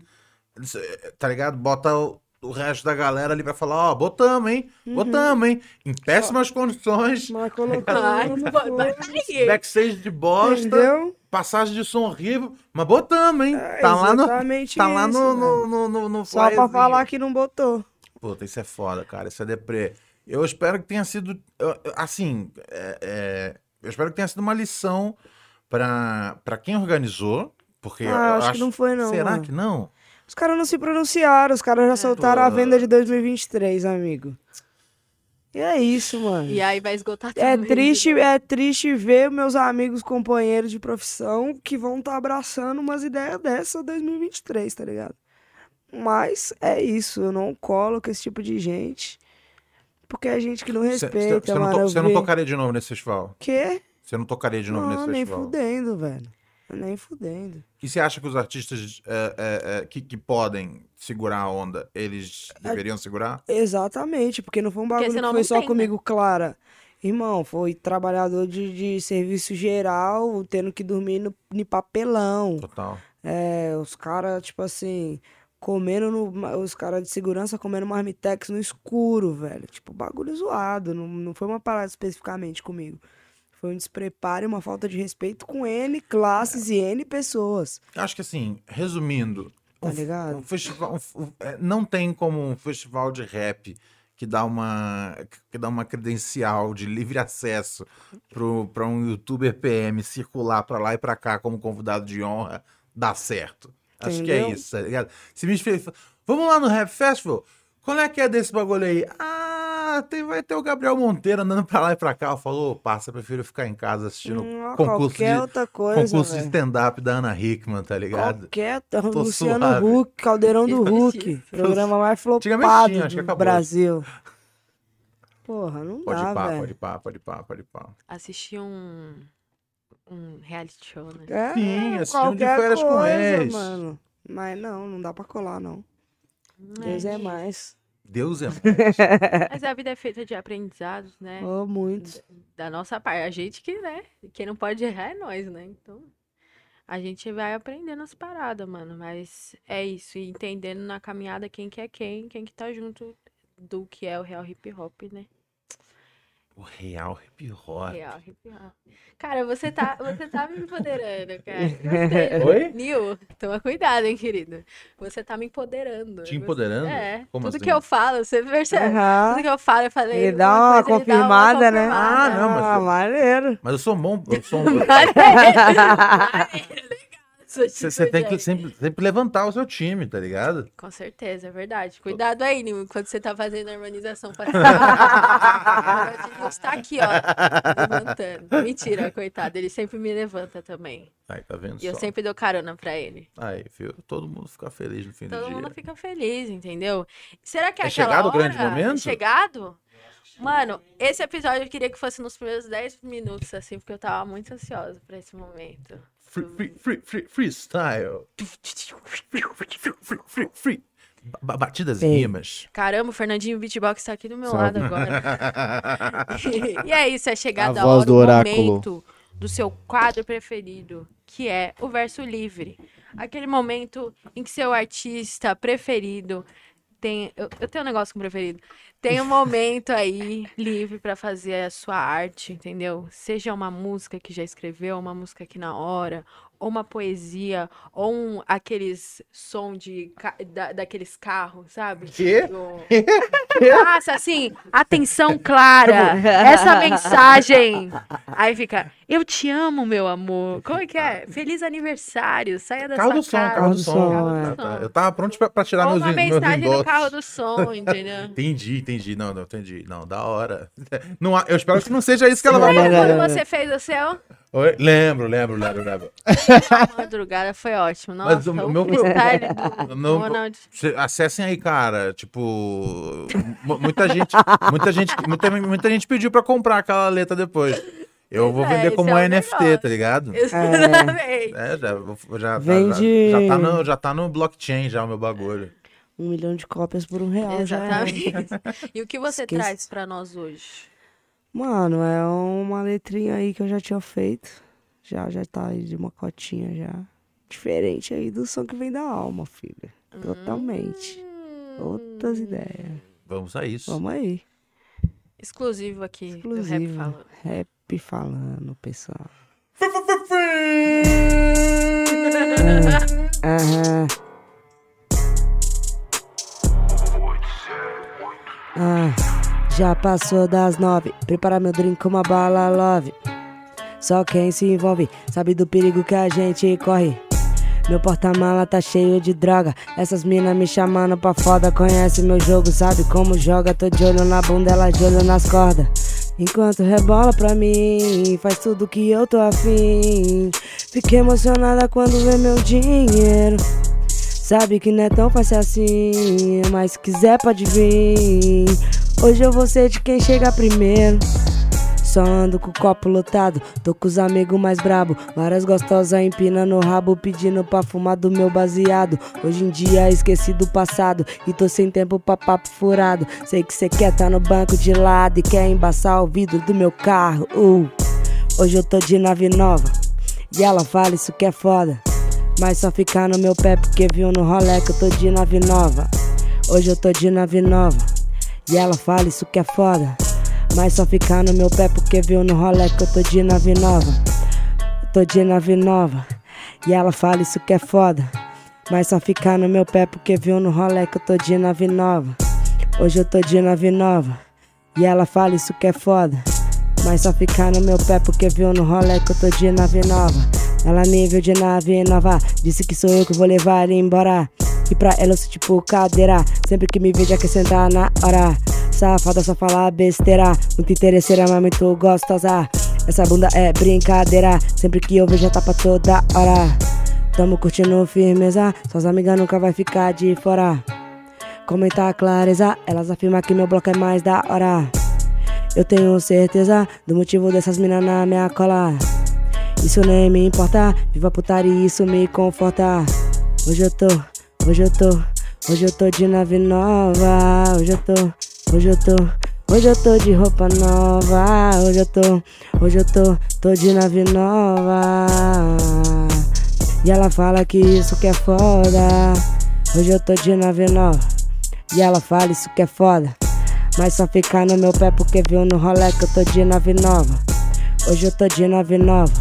B: tá ligado? Bota o, o resto da galera ali pra falar, ó, botamos, hein?
C: uhum.
B: Botamos, hein? Em péssimas condições,
C: mas colocou
A: Ai,
C: Tá no
A: vai-
C: fogo,
A: vai Tá aí.
B: backstage de bosta,
C: entendeu?
B: passagem de som horrível, mas botamos, hein?
C: É
B: tá lá no,
C: exatamente
B: tá lá
C: isso,
B: no,
C: velho.
B: no, no, no, no
C: Só pra
B: flyerzinho.
C: falar que não botou.
B: Puta, isso é foda, cara. Isso é deprê. Eu espero que tenha sido. eu- eu- Assim, é- é, eu espero que tenha sido uma lição pra, pra quem organizou. Porque
C: Ah,
B: eu
C: eu acho que não foi, não,
B: Será
C: mano.
B: que É. não?
C: Os caras não se pronunciaram, os caras já soltaram a venda de 2023, amigo. E é isso, mano.
A: E aí vai esgotar tudo.
C: É
A: isso.
C: triste, é triste ver meus amigos, companheiros de profissão que vão estar abraçando umas ideias dessa 2023, tá ligado? Mas é isso, eu não colo com esse tipo de gente. Porque é gente que não
B: Você
C: respeita,
B: não,
C: mano.
B: to-
C: eu
B: cê não
C: vi-
B: tocaria de novo nesse festival?
C: Quê?
B: Você não tocaria de novo
C: Não,
B: nesse
C: nem
B: festival?
C: fudendo, velho. Nem fudendo.
B: E você acha que os artistas é, é, é, que, que podem segurar a onda, eles deveriam segurar?
C: Exatamente, porque não foi um bagulho
A: senão
C: que foi
A: não
C: só
A: tem, né?
C: comigo, Clara Irmão, foi trabalhador de, de serviço geral, tendo que dormir no, em papelão.
B: Total.
C: É, os caras, tipo assim, comendo no. Os caras de segurança comendo marmitex no escuro, velho. Tipo, bagulho zoado. Não, não foi uma parada especificamente comigo. Foi um despreparo e uma falta de respeito com N classes e N pessoas.
B: Acho que assim, resumindo,
C: Tá
B: um f-
C: ligado?
B: um festival, um f- um- é, não tem como um festival de rap que dá uma que dá uma credencial de livre acesso para um youtuber PM circular para lá e para cá como convidado de honra dar certo. Acho que é
C: Entendeu?
B: isso, tá ligado? Se me esfre- vamos lá no Rap Festival? Qual é que é desse bagulho aí? Ah, tem, vai ter o Gabriel Monteiro andando pra lá e pra cá. Falou, passa, prefiro ficar em casa assistindo
C: Hum, ó,
B: concurso,
C: qualquer
B: de,
C: outra coisa.
B: concurso de
C: velho.
B: stand-up da Ana Hickman, tá ligado?
C: Qualquer. Luciano
B: suave.
C: Huck, Caldeirão do Huck.
A: Esqueci.
C: Programa mais
B: Antigamente
C: flopado
B: tinha, acho que
C: do
B: acabou.
C: Brasil. Porra, não
B: Pode
C: dá,
B: pá,
C: velho.
B: pode pá, pode pá, pode pá.
A: Assistir um. Um reality show, né?
C: É,
B: Sim, assistir um de
C: qualquer
B: férias com
C: coisa,
B: ex.
C: mano. Mas não, não dá pra colar, não. Deus
A: Mas,
C: é mais.
B: Deus é.
A: mas a vida é feita de aprendizados, né?
C: Oh, muito.
A: Da nossa parte. A gente que, né? Quem não pode errar é nós, né? Então. A gente vai aprendendo as paradas, mano. Mas é isso. E entendendo na caminhada quem que é quem, quem que tá junto do que é o real hip hop, né?
B: O real hip hop.
A: Real hip hop. Cara, você tá, você tá me empoderando, cara. Gostei.
B: Oi?
A: Nil, toma cuidado, hein, querido. Você tá me empoderando.
B: Te
A: Você-
B: empoderando?
A: É.
B: Como
A: tudo
B: assim?
A: que eu falo, você percebe.
C: Aham.
A: Tudo que eu falo, eu falei.
C: Ele dá uma
A: coisa, ele dá
C: confirmada, né?
A: confirmada.
B: Ah, não, mas-
C: Ah, maneiro.
B: Mas eu sou bom, eu sou um...
C: Ah,
B: Você você tem que sempre, sempre levantar o seu time, tá ligado?
A: tipo Com certeza, é verdade. Cuidado aí, Nil, enquanto você tá fazendo a harmonização facial. O Nil está aqui, ó, levantando. Mentira, coitado, ele sempre me levanta também.
B: Aí, tá vendo
A: E eu
B: só?
A: sempre dou carona pra ele.
B: Aí, viu? Todo mundo fica feliz no fim do
A: Todo
B: dia.
A: mundo fica feliz, entendeu? Será que é,
B: É
A: aquela
B: chegado o
A: hora?
B: grande momento?
A: Chegado? Mano, esse episódio eu queria que fosse nos primeiros 10 minutos, assim, porque eu tava muito ansiosa pra esse momento.
B: Free, free, free, free, freestyle. Free, free, free. Ba- Batidas e
C: Bem.
B: rimas.
A: Caramba, o Fernandinho Beatbox tá aqui do meu lado agora. e é isso, é chegada
E: A
A: a,
E: voz
A: hora,
E: do
A: o
E: oráculo.
A: momento do seu quadro preferido, que é o verso livre. Aquele momento em que seu artista preferido tem. Eu, eu tenho um negócio com preferido. Tem um momento aí livre pra fazer a sua arte, entendeu? Seja uma música que já escreveu, uma música aqui na hora, ou uma poesia, ou um, aqueles som de, ca- da- daqueles carros, sabe?
B: Quê?
A: Do- Passa assim, atenção clara, essa mensagem. Aí fica, eu te amo, meu amor. Como é que é? Feliz aniversário, saia da
B: Carro
A: sua
B: do som,
A: casa.
B: carro do som.
A: Carro
B: Ah,
A: do
B: tá.
A: som.
B: Eu tava pronto pra, pra tirar
A: Ou
B: meus,
A: uma
B: in- meus
A: mensagem do
B: endossos.
A: carro do som, entendeu?
B: Entendi, entendi. Não, não, entendi. Não, da hora. Não, há- eu espero que não seja isso que ela vai
E: Não, não, não,
A: Quando
E: não, não.
A: você fez o seu,
B: Oi? Lembro, lembro, lembro, lembro.
A: a madrugada foi ótimo. Nossa,
B: Mas o
A: o,
B: meu-
A: freestyle do
B: O meu-
A: Ronald.
B: Cê- Acessem aí, cara. Tipo, mu- muita gente, muita gente, muita, muita gente pediu pra comprar aquela letra depois. Eu vou
A: É,
B: vender
A: esse
B: como
A: é o
B: NFT,
A: melhor.
B: tá ligado?
A: É. Exatamente.
B: É, já, vou- já,
C: Vende-
B: já, já tá no, já tá no blockchain já o meu bagulho.
C: Um milhão de cópias por um real. Já é.
A: Exatamente. E o que você
C: Esqueci.
A: traz pra nós hoje?
C: Mano, é uma letrinha aí que eu já tinha feito. Já, já tá aí de uma cotinha já. Diferente aí do som que vem da alma, filha. Totalmente. Hum. Outras ideias.
B: Vamos a isso.
C: Vamos aí.
A: Exclusivo aqui do
C: Exclusivo.
A: Rap Fala.
C: Rap falando, pessoal. Aham. Ah, já passou das nove. Prepara meu drink com uma bala love. Só quem se envolve sabe do perigo que a gente corre. Meu porta-mala tá cheio de droga. Essas minas me chamando pra foda. Conhece meu jogo, sabe como joga. Tô de olho na bunda, ela de olho nas cordas. Enquanto rebola pra mim, faz tudo que eu tô afim. Fiquei emocionada quando vê meu dinheiro. Sabe que não é tão fácil assim, mas se quiser pode vir. Hoje eu vou ser de quem chega primeiro. só ando com o copo lotado. Tô com os amigos mais brabo. Várias gostosas empinando o rabo, pedindo pra fumar do meu baseado. Hoje em dia esqueci do passado e tô sem tempo pra papo furado. Sei que cê quer tá no banco de lado e quer embaçar o vidro do meu carro. Uh. Hoje eu tô de nave nova e ela fala isso que é foda. Mas só ficar no meu pé porque viu no rolê que eu tô de nave nova. Hoje eu tô de nave nova e ela fala isso que é foda. Mas só ficar no meu pé porque viu no rolê que eu tô de nave nova. Tô de nave nova e ela fala isso que é foda. Mas só ficar no meu pé porque viu no rolê que eu tô de nave nova. Hoje eu tô de nave nova e ela fala isso que é foda. Mas só ficar no meu pé porque viu no rolê que eu tô de nave nova. Ela é nível de nave nova, disse que sou eu que vou levar ele embora. E pra ela eu sou tipo cadeira, sempre que me vejo acrescentar na hora. Safada só fala besteira, muito interesseira, mas muito gostosa. Essa bunda é brincadeira, sempre que eu vejo a tapa toda hora. Tamo curtindo firmeza, suas amigas nunca vai ficar de fora. Comentar clareza, elas afirmam que meu bloco é mais da hora. Eu tenho certeza do motivo dessas minas na minha cola. Isso nem me importa, viva a putaria, isso me conforta. Hoje eu tô, hoje eu tô, hoje eu tô de nave nova. Hoje eu tô, hoje eu tô, hoje eu tô de roupa nova. Hoje eu tô, hoje eu tô, tô de nave nova. E ela fala que isso que é foda. Hoje eu tô de nave nova. E ela fala isso que é foda. Mas só ficar no meu pé porque viu no rolê que eu tô de nave nova. Hoje eu tô de nave nova.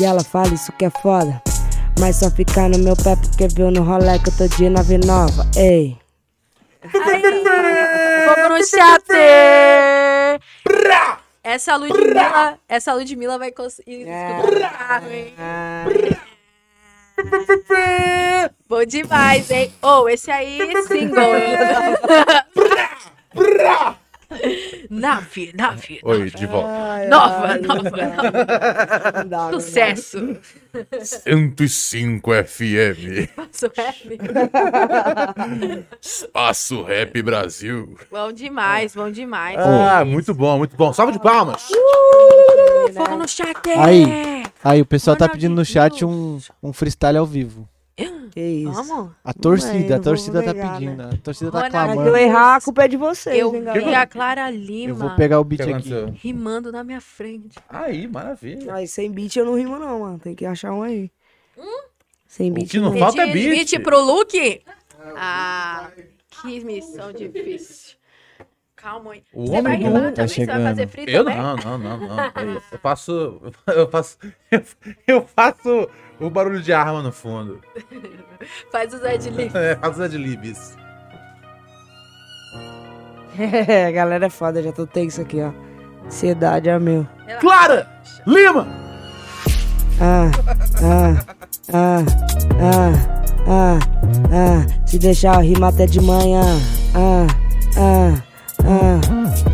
C: E ela fala isso que é foda. Mas só ficar no meu pé porque viu no rolê que eu tô de nave nova. Ei.
A: Vamos no chat! Essa Ludmilla, essa Ludmilla vai conseguir.
C: É.
A: Bom demais, hein? Ou oh, esse aí, single. Nave, nave.
B: Oi, de volta.
A: Ah.
C: Ai,
A: Nova,
C: ai,
A: nova,
C: não dá,
A: nova.
C: É. não dá, não dá.
A: Sucesso.
B: 105 FM.
A: Passo rap.
B: Espaço Rap Brasil.
A: Bom demais, bom demais.
B: Ah, muito bom, muito bom. Salve de palmas.
A: Fogo no chat!
E: Aí. Aí, o pessoal tá
A: Mano,
E: pedindo no
A: meu
E: chat
A: Deus.
E: um, um freestyle ao vivo.
C: Que isso.
A: Vamos?
E: A torcida,
C: eu
E: a
C: não
E: torcida
C: vou
E: tá
C: negar,
E: pedindo.
A: né?
E: A torcida tá
A: Ronaldo,
C: Mas eu
E: clamando.
C: errar, a culpa é de vocês,
A: Eu
C: hein,
A: vi
C: galera?
A: a Clara
E: Eu
A: Lima
E: vou pegar o
B: O que
E: beat aqui.
B: aconteceu?
A: rimando na minha frente.
B: Aí, maravilha.
C: Mas sem beat eu não rimo, não, mano. Tem que achar um aí.
A: Hum?
C: Sem beat.
B: que não
C: tem.
B: Falta
A: Pedir
B: beat.
A: beat pro Luke? Ah, que missão difícil. Calma aí.
B: O
A: Você vai
B: homem do-
A: rimar
E: tá
A: também? Você vai
E: chegando.
A: fazer free
B: Eu
A: também?
B: não, não, não, não. que isso. Eu faço. Eu faço. Eu faço o barulho de arma no fundo.
A: Faz os adlibs.
B: É, faço as libs.
C: É, galera é foda, já tô tenso aqui, ó. Ansiedade é meu.
B: Clara! Lima!
C: Ah, ah, ah, ah, ah, ah. Se deixar eu rimo até de manhã. Ah, ah, ah,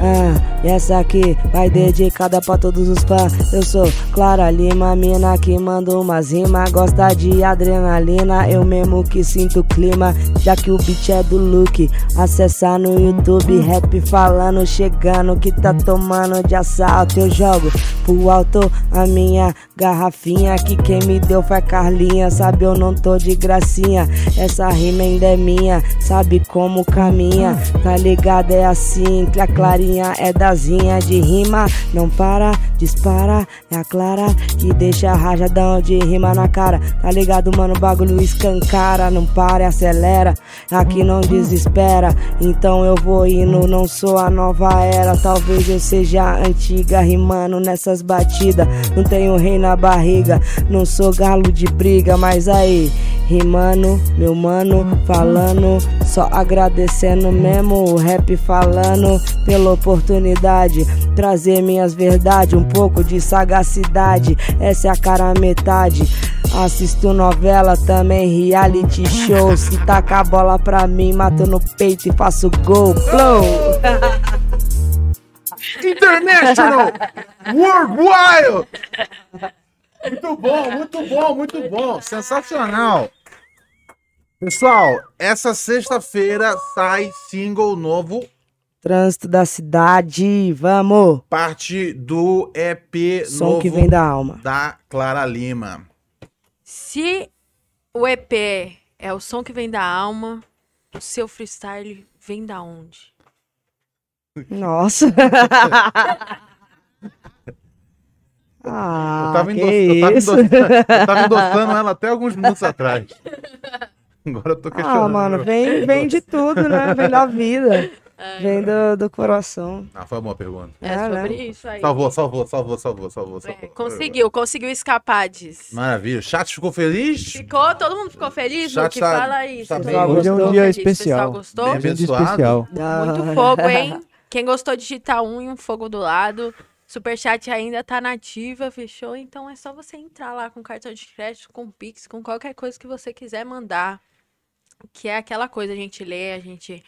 C: ah. E essa aqui vai dedicada pra todos os fãs. Eu sou Clara Lima, mina que manda umas rimas. Gosta de adrenalina, eu mesmo que sinto o clima. Já que o beat é do Luke. Acessar no YouTube, rap falando, chegando. Que tá tomando de assalto, eu jogo pro alto a minha garrafinha que quem me deu foi a Carlinha sabe eu não tô de gracinha essa rima ainda é minha sabe como caminha tá ligado é assim que a clarinha é dazinha de rima não para dispara é a clara que deixa rajadão de rima na cara tá ligado mano o bagulho escancara não para e acelera aqui não desespera então eu vou indo não sou a nova era talvez eu seja a antiga rimando nessas batidas não tenho rei na barriga, não sou galo de briga, mas aí, rimando, meu mano, falando, só agradecendo mesmo o rap falando pela oportunidade, trazer minhas verdades, um pouco de sagacidade, essa é a cara metade. Assisto novela, também reality show. Se taca a bola pra mim, mato no peito e faço gol. Flow!
B: International! Worldwide! Muito bom, muito bom, muito bom. Sensacional. Pessoal, essa sexta-feira sai single novo
C: Trânsito da cidade, vamos!
B: Parte do EP
C: Som
B: novo
C: que vem da alma.
B: da Clara Lima.
A: Se o EP é o som que vem da alma, o seu freestyle vem da onde?
C: Nossa! ah,
B: eu, tava
C: que
B: endoss- eu tava
C: isso? Ah,
B: endossando, eu tava endossando ela até alguns minutos atrás. Agora eu tô questionando.
C: Ah, mano, vem, vem de tudo, né? Vem da vida.
B: É.
C: Vem do, do coração.
B: Ah, foi uma boa pergunta.
A: É,
C: É, né?
A: sobre isso aí.
B: Salvou, salvou, salvou, salvou, salvou.
A: É,
B: salvou.
A: conseguiu, conseguiu escapar disso.
B: Maravilha. O chat ficou feliz?
A: Ficou? Todo mundo ficou feliz?
B: Chat
A: Luke,
B: tá-
A: fala isso.
B: tá
A: Todo
B: bem.
A: mundo
E: Hoje é um
A: ficou
E: dia
A: feliz. O
E: especial.
A: pessoal gostou?
B: Bem-
E: Um dia
B: Abençoado.
E: especial.
C: Ah.
A: Muito fogo, hein? Quem gostou, digita um e um fogo do lado. Superchat ainda tá nativa, fechou? Então é só você entrar lá com cartão de crédito, com Pix, com qualquer coisa que você quiser mandar. Que é aquela coisa, a gente lê, a gente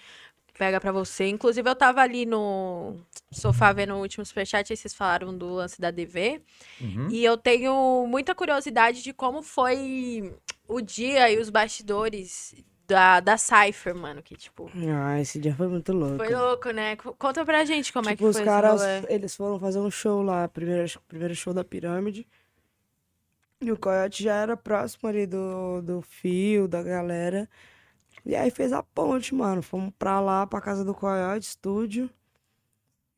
A: pega pra você. Inclusive, eu tava ali no sofá vendo o último superchat, aí vocês falaram do lance da DV.
B: Uhum.
A: E eu tenho muita curiosidade de como foi o dia e os bastidores da, da Cypher, mano. Que, tipo,
C: Ah, esse dia foi muito louco.
A: foi louco, né? Co- Conta pra gente como é que
C: tipo,
A: foi
C: os
A: esse
C: caras,
A: rolê.
C: eles foram fazer um show lá, primeiro, acho que o primeiro show da pirâmide. E o Coyote já era próximo ali do, do fio, da galera. E aí fez a ponte, mano. Fomos pra lá, pra casa do Coyote, estúdio.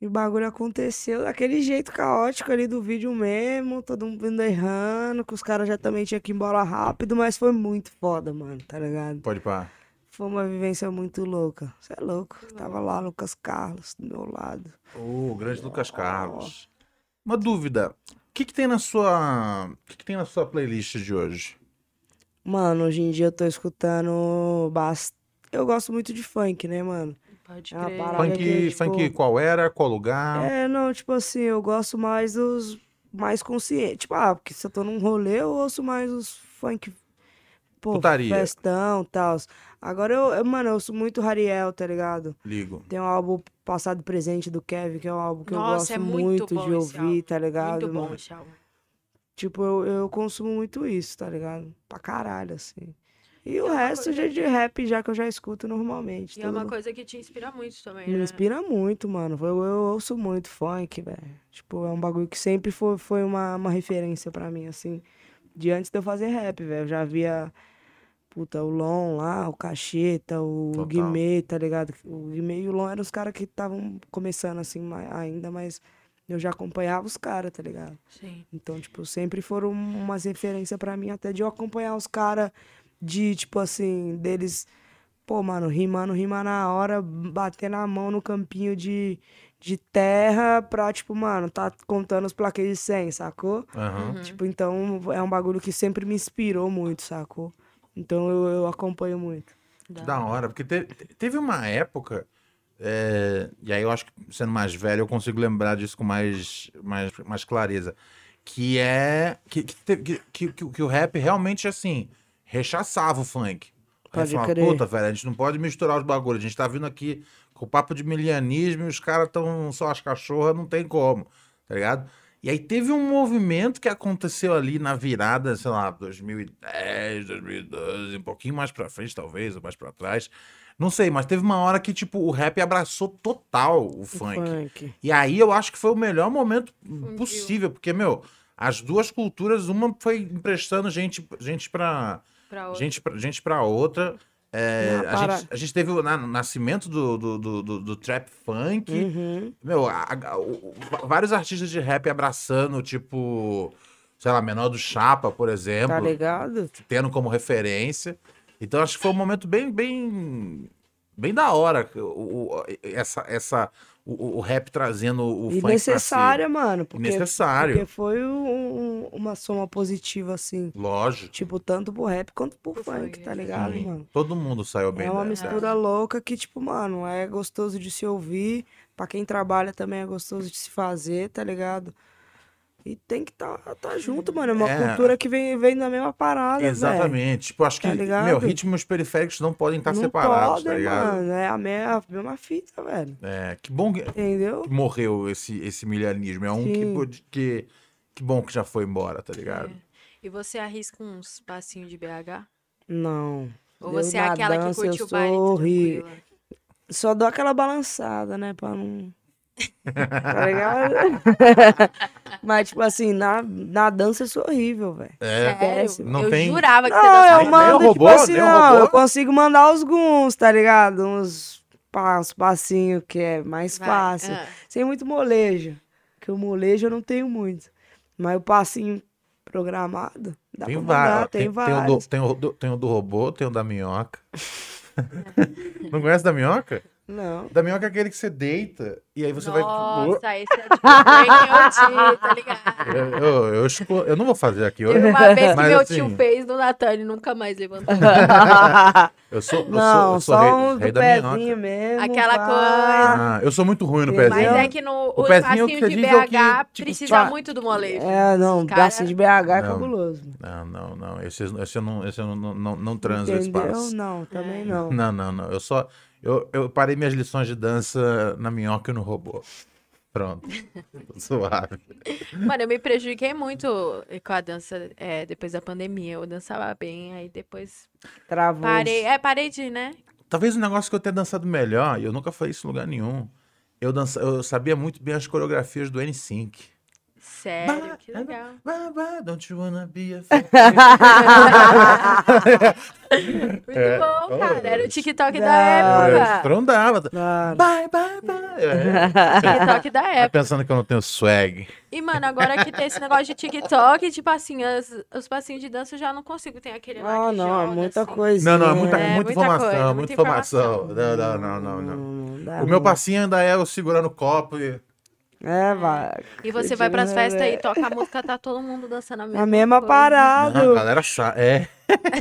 C: E o bagulho aconteceu daquele jeito caótico ali do vídeo mesmo, todo mundo errando, que os caras já também tinham que ir embora rápido, mas foi muito foda, mano, tá ligado?
B: Pode pá.
C: Foi uma vivência muito louca. Você é louco. Tava lá Lucas Carlos do meu lado.
B: O grande Lucas Carlos. Uma dúvida. O que, que tem na sua. O que, que tem na sua playlist de hoje?
C: Mano, hoje em dia eu tô escutando bastante. Eu gosto muito de funk, né, mano?
A: Pode
C: é uma
A: crer.
C: parada- Caralho,
B: Funk,
C: é tipo-
B: funk qual era, qual
A: Ah.
B: lugar?
C: É, não, tipo assim, eu gosto mais dos mais conscientes. Tipo, ah, porque se eu tô num rolê, eu ouço mais os funk. Pô,
B: Putaria.
C: festão e tal. Agora eu, eu- mano, eu ouço muito Rariel, tá ligado?
B: Ligo.
C: Tem um álbum Passado e Presente do Kevin, que é um álbum que eu
A: Nossa,
C: gosto
A: é muito
C: muito,
A: bom
C: de
A: esse
C: ouvir,
A: álbum.
C: tá ligado?
A: Muito bom,
C: mano?
A: Tchau.
C: Tipo, eu, eu consumo muito isso, tá ligado? Pra caralho, assim. E o resto já é de rap, já que eu já escuto normalmente.
A: E é uma
C: tudo.
A: coisa que te inspira muito também,
C: Me
A: né?
C: inspira muito, mano. Eu, eu ouço muito funk, velho. Tipo, é um bagulho que sempre foi, foi uma, uma referência pra mim, assim. De antes de eu fazer rap, velho. Eu já via, puta, o Lon lá, o Cacheta, o
B: Total.
C: Guimê, tá ligado? O Guimê e o Lon eram os caras que estavam começando, assim, ma- ainda, mas eu já acompanhava os caras, tá ligado?
A: Sim.
C: Então, tipo, sempre foram umas referências pra mim, até de eu acompanhar os caras de, tipo assim, deles, pô, mano, rimando, rimar na hora, bater na mão no campinho de, de terra pra, tipo, mano, tá contando os plaquês de 100, sacou?
B: Aham.
A: Uhum.
C: Tipo, então é um bagulho que sempre me inspirou muito, sacou? Então eu, eu acompanho muito.
A: Da-
B: Que Da hora, porque te- teve uma época, é, e aí eu acho que sendo mais velho eu consigo lembrar disso com mais, mais, mais clareza, que é que, que, teve- que, que- que o- que o rap realmente, assim, rechaçava o funk. Aí
C: Pode
B: falava,
C: crer.
B: puta, velho, a gente não pode misturar os bagulhos, a gente tá vindo aqui com o papo de milianismo e os caras tão só as cachorras, não tem como, tá ligado? E aí teve um movimento que aconteceu ali na virada, sei lá, 2010, 2012, um pouquinho mais pra frente talvez, ou mais pra trás. Não sei, mas teve uma hora que tipo o rap abraçou total o funk.
C: Funk.
B: E aí eu acho que foi o melhor momento possível, porque meu, as duas culturas, uma foi emprestando gente, gente para
A: Pra outra.
B: gente pra, gente pra outra. É,
C: Ah,
B: a,
C: para.
B: gente, a gente teve o na- o nascimento do, do, do, do- do trap funk.
C: Uhum.
B: Meu, a- a- o- o- vários artistas de rap abraçando, tipo, sei lá, Menor do Chapa, por
C: Tá
B: exemplo,
C: ligado?
B: tendo como referência. Então acho que foi um momento bem, bem, bem da hora o, o- essa, essa, o, o rap trazendo o funk.
C: E
B: pra si.
C: necessária, mano. Porque,
B: Necessário,
C: porque foi um- um- uma soma positiva, assim.
B: lógico.
C: Tipo, tanto pro rap quanto pro
A: Pro
C: funk,
A: funk,
C: tá
A: é.
C: ligado,
B: Sim.
C: mano?
B: Todo mundo saiu bem
C: É uma
B: dessa.
C: mistura louca que, tipo, mano, é gostoso de se ouvir. Pra quem trabalha também é gostoso de se fazer, tá ligado? E tem que tá, tá junto, mano. É uma
B: É.
C: cultura que vem, vem da mesma parada, velho.
B: Exatamente. Tipo, acho que,
C: Tá ligado?
B: meu, ritmos periféricos não podem estar
C: Não
B: separados, tá
C: podem,
B: ligado?
C: mano. É a mesma, a mesma fita, velho.
B: É, que bom que
C: Entendeu?
B: que morreu esse, esse milianismo. É um que,
C: Sim.
B: pôde- que, que bom que já foi embora, tá ligado?
A: E você arrisca uns passinhos de BH?
C: Não.
A: Ou
C: Eu
A: você é aquela
C: na
A: que
C: dança,
A: curte
C: eu
A: o baile
C: sou ri-
A: tranquila?
C: Só dou aquela balançada, né? Pra não. Tá ligado? Mas, tipo assim, na, na dança eu sou horrível, velho.
B: É.
C: Péssimo.
B: Não
A: eu
B: tem-
A: jurava que você
C: Não,
A: dançava.
C: eu
B: Nem
C: mando,
B: o robô,
C: tipo assim,
B: nem o
C: não,
B: robô.
C: eu consigo mandar os guns, tá ligado? Uns, pa- uns passinhos que é mais
A: Vai,
C: fácil.
A: ah.
C: Sem muito molejo, que o molejo eu não tenho muito. Mas o passinho programado, dá
B: Tem
C: pra mandar,
B: vários. Tem,
C: tem,
B: tem o
C: vários.
B: do, tem, o do, tem o do robô, tem o da minhoca. Não conhece da minhoca?
C: Não.
B: Da minhoca é aquele que você deita e aí você
A: Nossa,
B: vai.
A: esse é tipo breaking your tea, tá ligado?
B: Eu, eu, eu exclu- eu não vou fazer aqui
A: Teve
B: hoje.
A: uma vez que
B: Mas,
A: meu
B: assim,
A: tio fez no Natal, ele nunca mais levantou.
B: Eu sou, eu
C: não,
B: sou, eu
C: só
B: sou
C: um
B: rei, rei
C: do
B: da minhoca.
C: pezinho mesmo.
A: Aquela
C: pá.
A: coisa.
B: Ah, eu sou muito ruim no
C: Mas
A: Mas
B: pezinho.
A: é que no, o,
B: O pezinho
A: passinho
B: que você
A: de
B: diz é o que,
A: BH
B: tipo,
A: precisa
B: fa-
A: muito do molejo.
C: É, não,
A: Cara-
C: bracinho de BH é
B: Não.
C: cabuloso. mano.
B: Não, não, não. Esse, esse eu não, esse eu não, não, não transo esse
C: Entendeu?
B: passo.
C: Não,
A: É.
C: também não.
B: Não, não, não. Eu só. Eu, eu parei minhas lições de dança na minhoca e no robô. Pronto. Suave.
A: Mano, eu me prejudiquei muito com a dança é, depois da pandemia. Eu dançava bem, aí depois
C: Travou.
A: parei. É, parei de, né?
B: Talvez o negócio que eu tenha dançado melhor, e eu nunca falei isso em lugar nenhum. Eu, dança, eu sabia muito bem as coreografias do N-Sync.
A: Sério,
B: Bah,
C: é
A: que legal.
B: Bah, bah, don't you wanna be a
A: Muito
B: É,
A: bom,
B: oh,
A: cara. Era o
B: isso.
A: TikTok da
C: Não.
B: Eu
A: época.
B: Trondava.
C: Claro.
B: Bye, bye, bye. É,
A: TikTok da
B: tá
A: época.
B: pensando que eu não tenho swag.
A: E, mano, agora que tem esse negócio de TikTok, tipo assim, as- os passinhos de dança eu já não consigo. Tem aquele lá
C: Ah,
A: que
C: não, é
A: joga,
C: muita
A: assim.
C: coisa. Hum,
B: Não, não, é muita,
A: É,
B: muita
A: muita
B: informação,
A: coisa, muita
B: muita informação. Não, não, não, não, não.
C: tá
B: O meu passinho ainda é eu segurando o copo e.
C: É, vai.
A: E você vai pras festas e toca a música, tá todo mundo dançando a mesma
C: A né, mesma
A: coisa.
C: parada.
B: Não, a galera chata. É.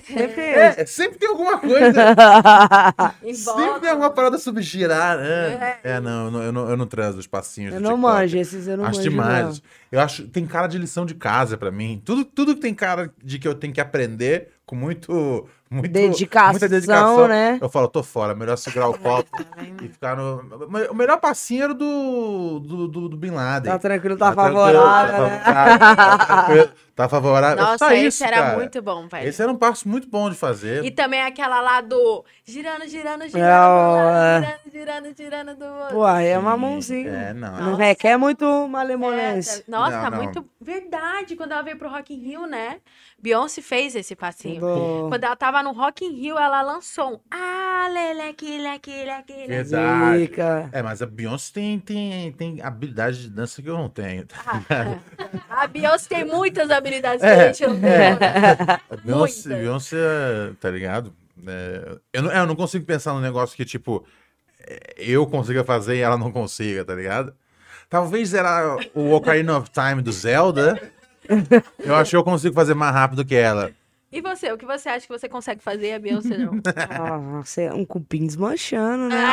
C: Sempre
B: É, sempre tem alguma coisa.
A: Em
B: Sempre
A: volta.
B: tem alguma parada sobre girar, né? É, não, eu não, eu não, eu não transo os passinhos.
C: Eu
B: do
C: não
B: TikTok.
C: manjo, esses eu não
B: tipo, acho
C: manjo.
B: demais. Eu acho. Tem cara de lição de casa pra mim. Tudo, tudo que tem cara de que eu tenho que aprender com muito. muito
C: não. Dedicação,
B: muita dedicação.
C: né?
B: Eu falo, tô fora, melhor segurar o copo e
A: Vai,
B: ficar no. mas O melhor passinho era do, do, do, do Bin Laden.
C: Tá tranquilo, tá
B: tranquilo,
C: favorável, né?
B: Tá, tranquilo, tá favorável.
A: Nossa,
B: Só
A: esse
B: isso,
A: era
B: cara.
A: muito bom, velho.
B: Esse era um passo muito bom de fazer.
A: E também aquela lá do girando, girando, girando, do
C: Não, é.
A: lado, girando, girando, girando do outro.
C: Pô, aí é uma mãozinha.
B: É, não.
C: Não
A: Nossa.
C: requer muito
A: É,
C: malemolência.
A: tá- Nossa,
B: Não,
A: tá
B: não.
A: muito. Verdade, quando ela veio pro Rock in Rio, né? Beyoncé fez esse passinho.
C: Do-
A: Quando ela tava no Rock in Rio, ela lançou um. Ah, leleque, leque, leque, leque.
B: Verdade.
C: Zica.
B: É, mas a Beyoncé tem, tem, tem habilidade de dança que eu não tenho.
C: Ah,
A: A Beyoncé tem muitas habilidades que
B: É,
A: a gente não tem.
B: A Beyoncé,
A: Muitas.
B: Beyoncé, tá ligado? É, eu, não, eu não consigo pensar num negócio que, tipo, é, eu consiga fazer e ela não consiga, tá ligado? Talvez era o Ocarina of Time do Zelda. Eu acho que eu consigo fazer mais rápido que ela.
A: E você, o que você acha que você consegue fazer e a Beyoncé não?
C: Ah, Nossa, é um cupim desmanchando, né?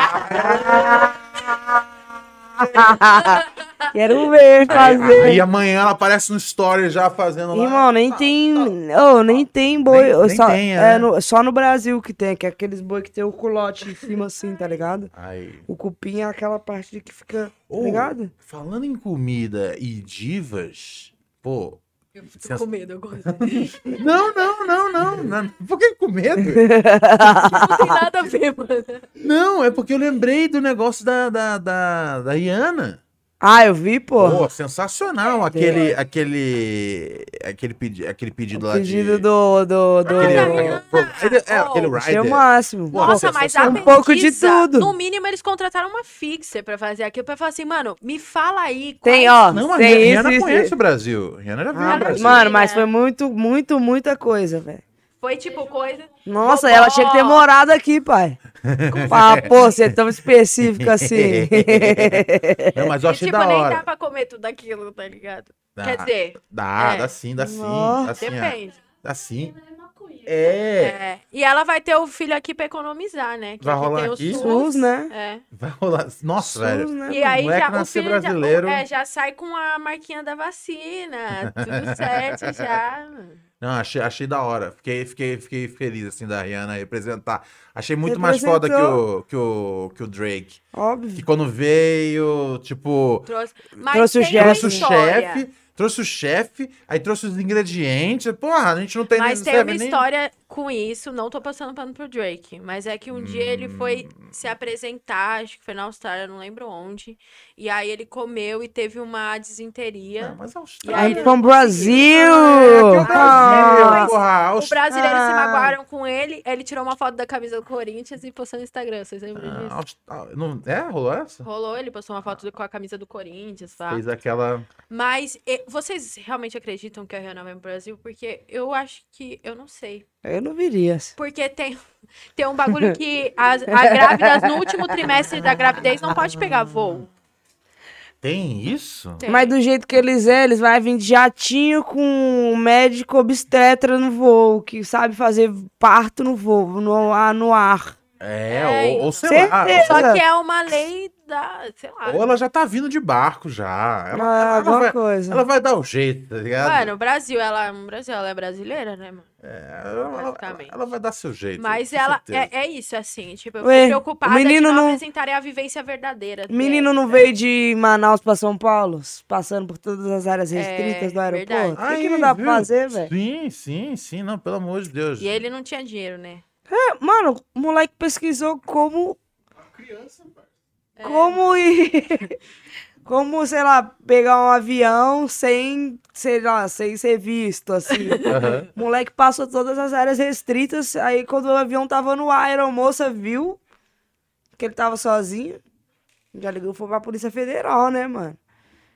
C: Quero ver fazer.
B: Aí amanhã ela aparece no story já fazendo lá.
C: Irmão, nem tem. Ô, nem tem boi.
B: Tá, Nem-
C: ô,
B: nem
C: só,
B: tem,
C: é,
B: né?
C: no, só no Brasil que tem, que é aqueles boi que tem o culote em cima assim, tá ligado?
B: Aí.
C: O cupim é aquela parte que fica. Tá
B: Ô,
C: ligado?
B: Falando em comida e divas, pô.
A: Eu fico
B: Sensa-
A: com medo, eu gosto.
B: Não, não, não, não. não. Por que com medo?
A: Não tem nada a ver, mano.
B: Não, é porque eu lembrei do negócio da, da, da, da Rihanna.
C: Ah, eu vi, pô.
B: Pô, sensacional. Aquele, aquele, aquele, pedi, aquele pedido
C: O
B: lá de...
C: pedido do. do, do...
B: Aquele,
A: Rihanna.
B: é, aquele
A: Oh,
C: Achei o
B: rider.
C: máximo.
B: Pô,
A: Nossa,
B: Nossa,
A: mas
B: sensacional.
A: aprendiz,
C: Um pouco de tudo.
A: No mínimo, eles contrataram uma fixa pra fazer aquilo, pra falar assim, mano, me fala aí.
C: Tem,
A: quais-
C: ó.
B: Não, a
C: tem
B: Rihanna
C: isso,
B: conhece
C: isso.
B: o Brasil. Rihanna já veio
C: Ah,
B: ao Brasil.
C: mano, mas foi muito, muito, muita coisa, velho.
A: Foi tipo coisa.
C: Nossa,
A: Bobó.
C: ela tinha que ter morado aqui, pai. Ah, pô, você é tão específico assim.
B: Não, mas eu
A: E,
B: achei
A: tipo,
B: da
A: nem
B: hora.
A: dá pra comer tudo aquilo, tá ligado?
B: Dá,
A: Quer dizer,
B: dá,
A: é.
B: dá sim, dá sim.
C: Nossa.
B: Dá sim, ah,
A: depende.
B: dá sim. É,
A: É. E ela vai ter o filho aqui pra economizar, né? Que
B: Vai
A: aqui
B: rolar
A: tem o
B: aqui?
C: SUS, né?
A: É.
B: vai rolar. Nossa,
C: SUS,
B: velho.
C: né?
A: E aí
B: moleque
A: já o
B: nasceu
A: filho já-
B: brasileiro.
A: é, já sai com a marquinha da vacina, tudo certo já.
B: Não, achei, achei da hora. Fiquei, fiquei, fiquei feliz, assim, da Rihanna representar. Achei muito mais foda que o, que, o, que o Drake.
C: Óbvio.
B: Que quando veio, tipo,
A: Trouxe, mas
C: Trouxe o
A: tem uma
C: chefe.
B: trouxe o
A: história.
B: chefe, trouxe o chefe, aí trouxe os ingredientes. Porra, a gente não tem
A: Mas
B: não
A: tem uma
B: serve nem-
A: história com isso, não tô passando pano pro Drake, mas é que um dia ele foi
B: Hum.
A: se apresentar, acho que foi na Austrália, não lembro onde, e aí ele comeu e teve uma
B: É,
A: desinteria.
B: mas a
A: E aí,
B: Austrália.
C: I'm from Brasil!
B: É, que é o Brasil,
A: Ah.
B: porra. A
A: O
B: Austrália,
A: brasileiro se
C: Ah.
A: magoaram com ele, ele tirou uma foto da camisa do Corinthians e postou no Instagram, vocês lembram
B: Ah,
A: disso?
B: Austrália não, é, rolou essa?
A: Rolou, ele postou uma foto do- com a camisa do Corinthians, tá?
B: Fez aquela.
A: Mas e- vocês realmente acreditam que a Rihanna vem pro Brasil? Porque eu acho que. Eu não sei.
C: Eu não viria.
A: Porque tem, tem um bagulho que as, a grávidas, no último trimestre da gravidez, não pode pegar voo.
B: Tem isso?
A: Tem.
C: Mas do jeito que eles é, eles vai vir de jatinho com um médico obstetra no voo, que sabe fazer parto no voo, no, ar- no ar.
B: É,
A: É,
B: ou, ou sei lá.
C: Certeza.
B: Só-
A: Só que é uma lei da. Sei lá.
B: Ou ela já tá vindo de barco já. Ela,
C: Ah,
B: ela
C: alguma
B: vai,
C: coisa.
B: ela vai dar o jeito, tá ligado?
A: Mano, Brasil, ela, no Brasil, ela é brasileira, né, mano?
B: É, ela, ela-
A: basicamente.
B: ela vai dar seu jeito.
A: Mas
B: com
A: ela.
B: certeza.
A: É, é isso, assim. Tipo, eu
C: Ué,
A: fico preocupada
C: o
A: de
C: menino
A: não
C: não-
A: apresentarem a vivência verdadeira. dela.
C: Menino não veio de Manaus pra São Paulo, passando por todas as áreas restritas do aeroporto. O que, que não dá pra
B: viu?
C: fazer, velho?
B: Sim, sim, sim. Não, pelo amor de Deus.
A: E ele não tinha dinheiro, né?
C: É, Mano, o moleque pesquisou como.
D: Criança, pai.
A: É.
C: Como ir. como, sei lá, pegar um avião sem, sei lá, sem ser visto, assim.
B: Aham.
C: O moleque passou todas as áreas restritas. Aí quando o avião tava no ar, a aeromoça viu que ele tava sozinho. Já ligou foi pra Polícia Federal, né, mano?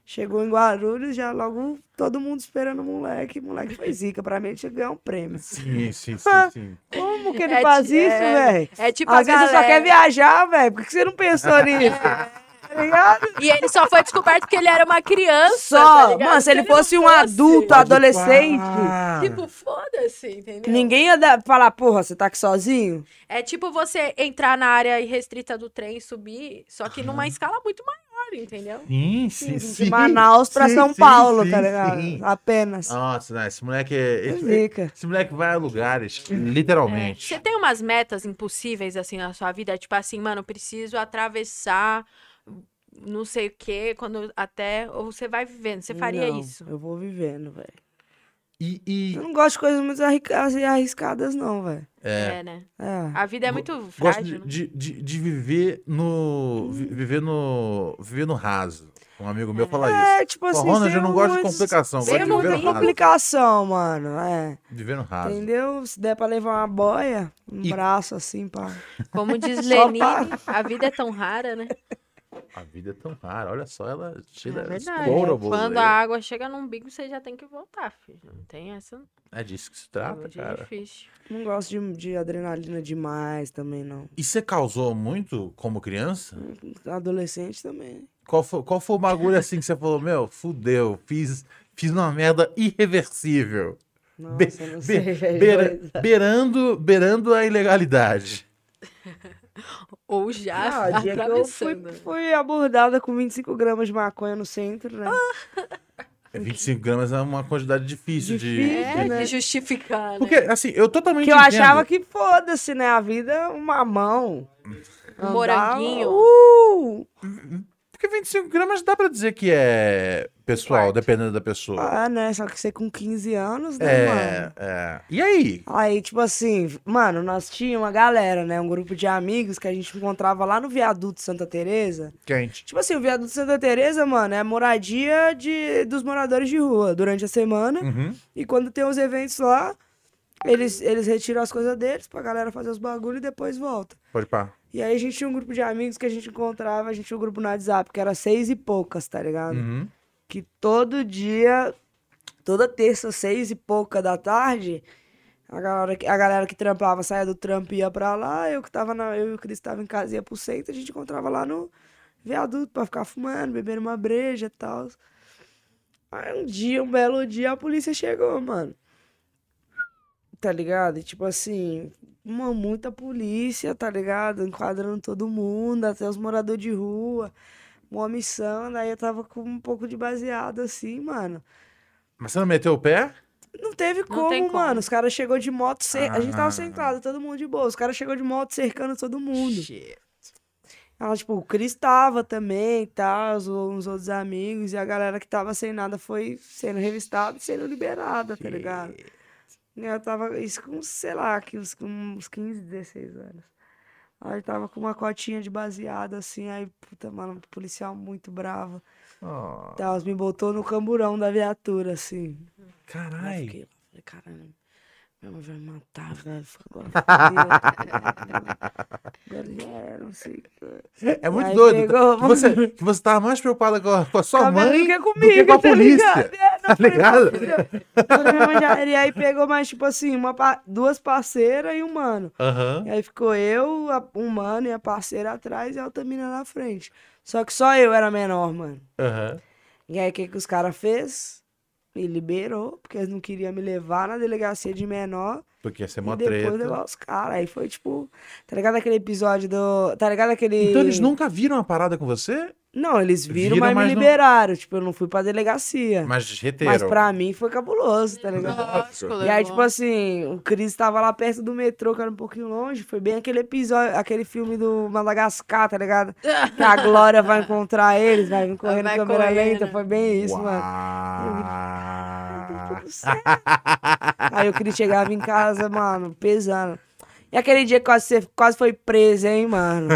C: Chegou em Guarulhos, já logo todo mundo esperando o moleque. O moleque foi zica. Pra mim, ele tinha que ganhar um prêmio.
B: Sim, sim, sim, sim.
C: Como que ele
A: É
C: faz
A: ti-
C: isso,
A: é,
C: velho?
A: É tipo a
C: Às vezes você só
A: galera-
C: quer viajar, velho. Por que você não pensou nisso? Tá ligado?
A: E ele só foi descoberto porque ele era uma criança. tá
C: Só,
A: ligado? assim.
C: mano, se ele fosse
A: não
C: um adulto,
B: Pode
C: adolescente,
D: Ah.
B: pá.
A: Tipo, foda-se, entendeu?
C: ninguém ia dar- falar, porra, você tá aqui sozinho?
A: É tipo você entrar na área restrita do trem e subir, só que numa escala muito maior, entendeu?
B: Sim, sim, sim.
C: de Manaus pra
B: sim,
C: São
B: sim,
C: Paulo,
B: sim,
C: tá ligado?
B: sim.
C: Apenas.
B: Nossa, né? Esse moleque. é- Esse,
C: Zica.
B: esse moleque vai a lugares,
A: É.
B: literalmente.
A: Você tem umas metas impossíveis, assim, na sua vida? Tipo assim, mano, eu preciso atravessar não sei o quê, quando até... Ou você vai vivendo, você faria
C: Não,
A: isso.
C: Eu vou vivendo, velho.
B: E, e
C: Eu não gosto de coisas muito arrisca- assim, arriscadas, não, velho.
A: É, né?
C: É.
A: A vida é
B: Go-
A: muito
B: gosto
A: frágil.
B: de,
A: né?
B: de, de, de viver no. vi- Viver no. Viver no raso. Um amigo meu fala isso.
C: É, tipo assim,
B: Pô, Ronald,
C: sem
B: eu não gosto de
C: muitos-
B: complicação, eu
A: sem
B: gosto de viver
A: muita
B: no
C: muita
B: raso.
C: complicação, mano. É.
B: Viver no raso.
C: Entendeu? Se der pra levar uma boia, um
B: E-
C: braço assim, pá.
A: Como diz
C: Só
A: Lenine, a vida é tão rara, né?
B: A vida é tão rara. Olha só, ela
A: É
B: tira
A: verdade.
B: quotable
A: Quando
B: aí.
A: a água chega no umbigo, você já tem que voltar, filho. Não tem essa. não.
B: É disso que se
A: é
B: trata, cara.
A: difícil.
C: Não gosto de, de adrenalina demais também, não.
B: E você causou muito como criança?
C: Adolescente também.
B: Qual foi, qual foi o bagulho assim que você falou, meu, fudeu, fiz, fiz uma merda irreversível.
C: Nossa,
B: Be-
C: não sei.
B: Be-
C: velho.
B: beira- beirando, beirando a ilegalidade.
A: Ou já
C: Ah, o dia que eu
A: atravessando.
C: fui, fui abordada com 25 gramas de maconha no centro, né?
B: Ah, É, 25 gramas é uma quantidade difícil, de-
C: Difícil,
B: de,
A: É,
C: né?
A: de justificar, né?
B: Porque, assim, eu totalmente
C: Que eu
B: entendo.
C: achava que foda-se, né? A vida é um mamão. Andava-
A: Um moranguinho.
C: Uh!
B: Porque 25 gramas dá pra dizer que é pessoal, dependendo da pessoa.
C: Ah, né? Só que você com 15 anos, né,
B: é,
C: mano?
B: é. E aí?
C: Aí, tipo assim, mano, nós tínhamos uma galera, né? Um grupo de amigos que a gente encontrava lá no viaduto Santa Teresa.
B: Quente.
C: Tipo assim, o viaduto Santa Teresa, mano, é a moradia de, dos moradores de rua durante a semana.
B: Uhum.
C: E quando tem os eventos lá, eles, eles retiram as coisas deles pra galera fazer os bagulho e depois volta.
B: Pode pá.
C: E aí a gente tinha um grupo de amigos que a gente encontrava, a gente tinha um grupo no WhatsApp, que era seis e poucas, tá ligado?
B: Uhum.
C: Que todo dia, toda terça, seis e pouca da tarde, a galera, que- a galera que trampava saía do trampo e ia pra lá, eu que tava na, eu e o Cris tava em casa ia pro centro, a gente encontrava lá no viaduto pra ficar fumando, bebendo uma breja e tal. Aí um dia, um belo dia, a polícia chegou, mano. Tá ligado? E tipo assim, uma muita polícia, tá ligado? Enquadrando todo mundo, até os moradores de rua. Uma missão, daí eu tava com um pouco de baseado assim, mano.
B: Mas você não meteu o pé?
C: Não teve
A: Não
C: como,
A: tem como.
C: mano. Os caras chegou de moto, cer... a gente
B: Ah.
C: tava sentado, todo mundo de boa. Os caras chegou de moto cercando todo mundo. tá
A: Shit.
C: Ela, tipo, o Cris tava também e tal, os- uns outros amigos, e a galera que tava sem nada foi sendo revistada e sendo liberada, tá ligado? Eu tava, isso com, sei lá, aqui uns, com uns 15, 16 anos. Aí eu tava com uma cotinha de baseado, assim, aí, puta, mano, policial muito bravo.
B: Oh,
C: Tals me botou no camburão da viatura, assim. Aí eu
B: Caralho.
C: fiquei lá, falei, caralho, minha mãe vai me matar, velho. Agora fodeu. Agora já era, não sei o que.
B: É muito
C: Aí
B: doido.
C: pegou-
B: Que você, que você tava mais preocupada com a, com a sua
C: Cabelo
B: mãe
C: que é
B: do que com a
C: tá
B: polícia.
C: ligado? É, não,
B: Tá
C: falei,
B: ligado?
C: filho, quando minha mãe já- E aí pegou mais, tipo assim, uma, pa- duas parceiras e um mano.
B: Aham.
C: E aí ficou eu, a, um mano e a parceira atrás e a Altamira na frente. Só que só eu era menor, mano.
B: Aham.
C: E aí o que, que os caras fez? Me liberou, porque eles não queriam me levar na delegacia de menor
B: Porque ia ser
C: e
B: mó
C: depois
B: treta.
C: levar os caras. Aí foi tipo, tá ligado aquele episódio do. Tá ligado aquele.
B: Então eles nunca viram a parada com você?
C: Não, eles viram,
B: Viram,
C: mas,
B: mas
C: me
B: não-
C: liberaram. Tipo, eu não fui pra delegacia.
B: É, Mas reteram.
C: Mas pra mim foi cabuloso, tá ligado?
A: Lógico,
C: E aí,
A: levou.
C: tipo assim, o Cris tava lá perto do metrô, que era um pouquinho longe. Foi bem aquele episódio, aquele filme do Madagascar, tá ligado? Que a Glória vai encontrar eles, vai vir correndo
A: Vai
C: câmera
A: correndo.
C: lenta. Foi bem isso, é
B: Uau.
C: mano. Tudo certo. aí o Cris chegava em casa, mano, pesando. E aquele dia que quase, você quase foi preso, hein, mano?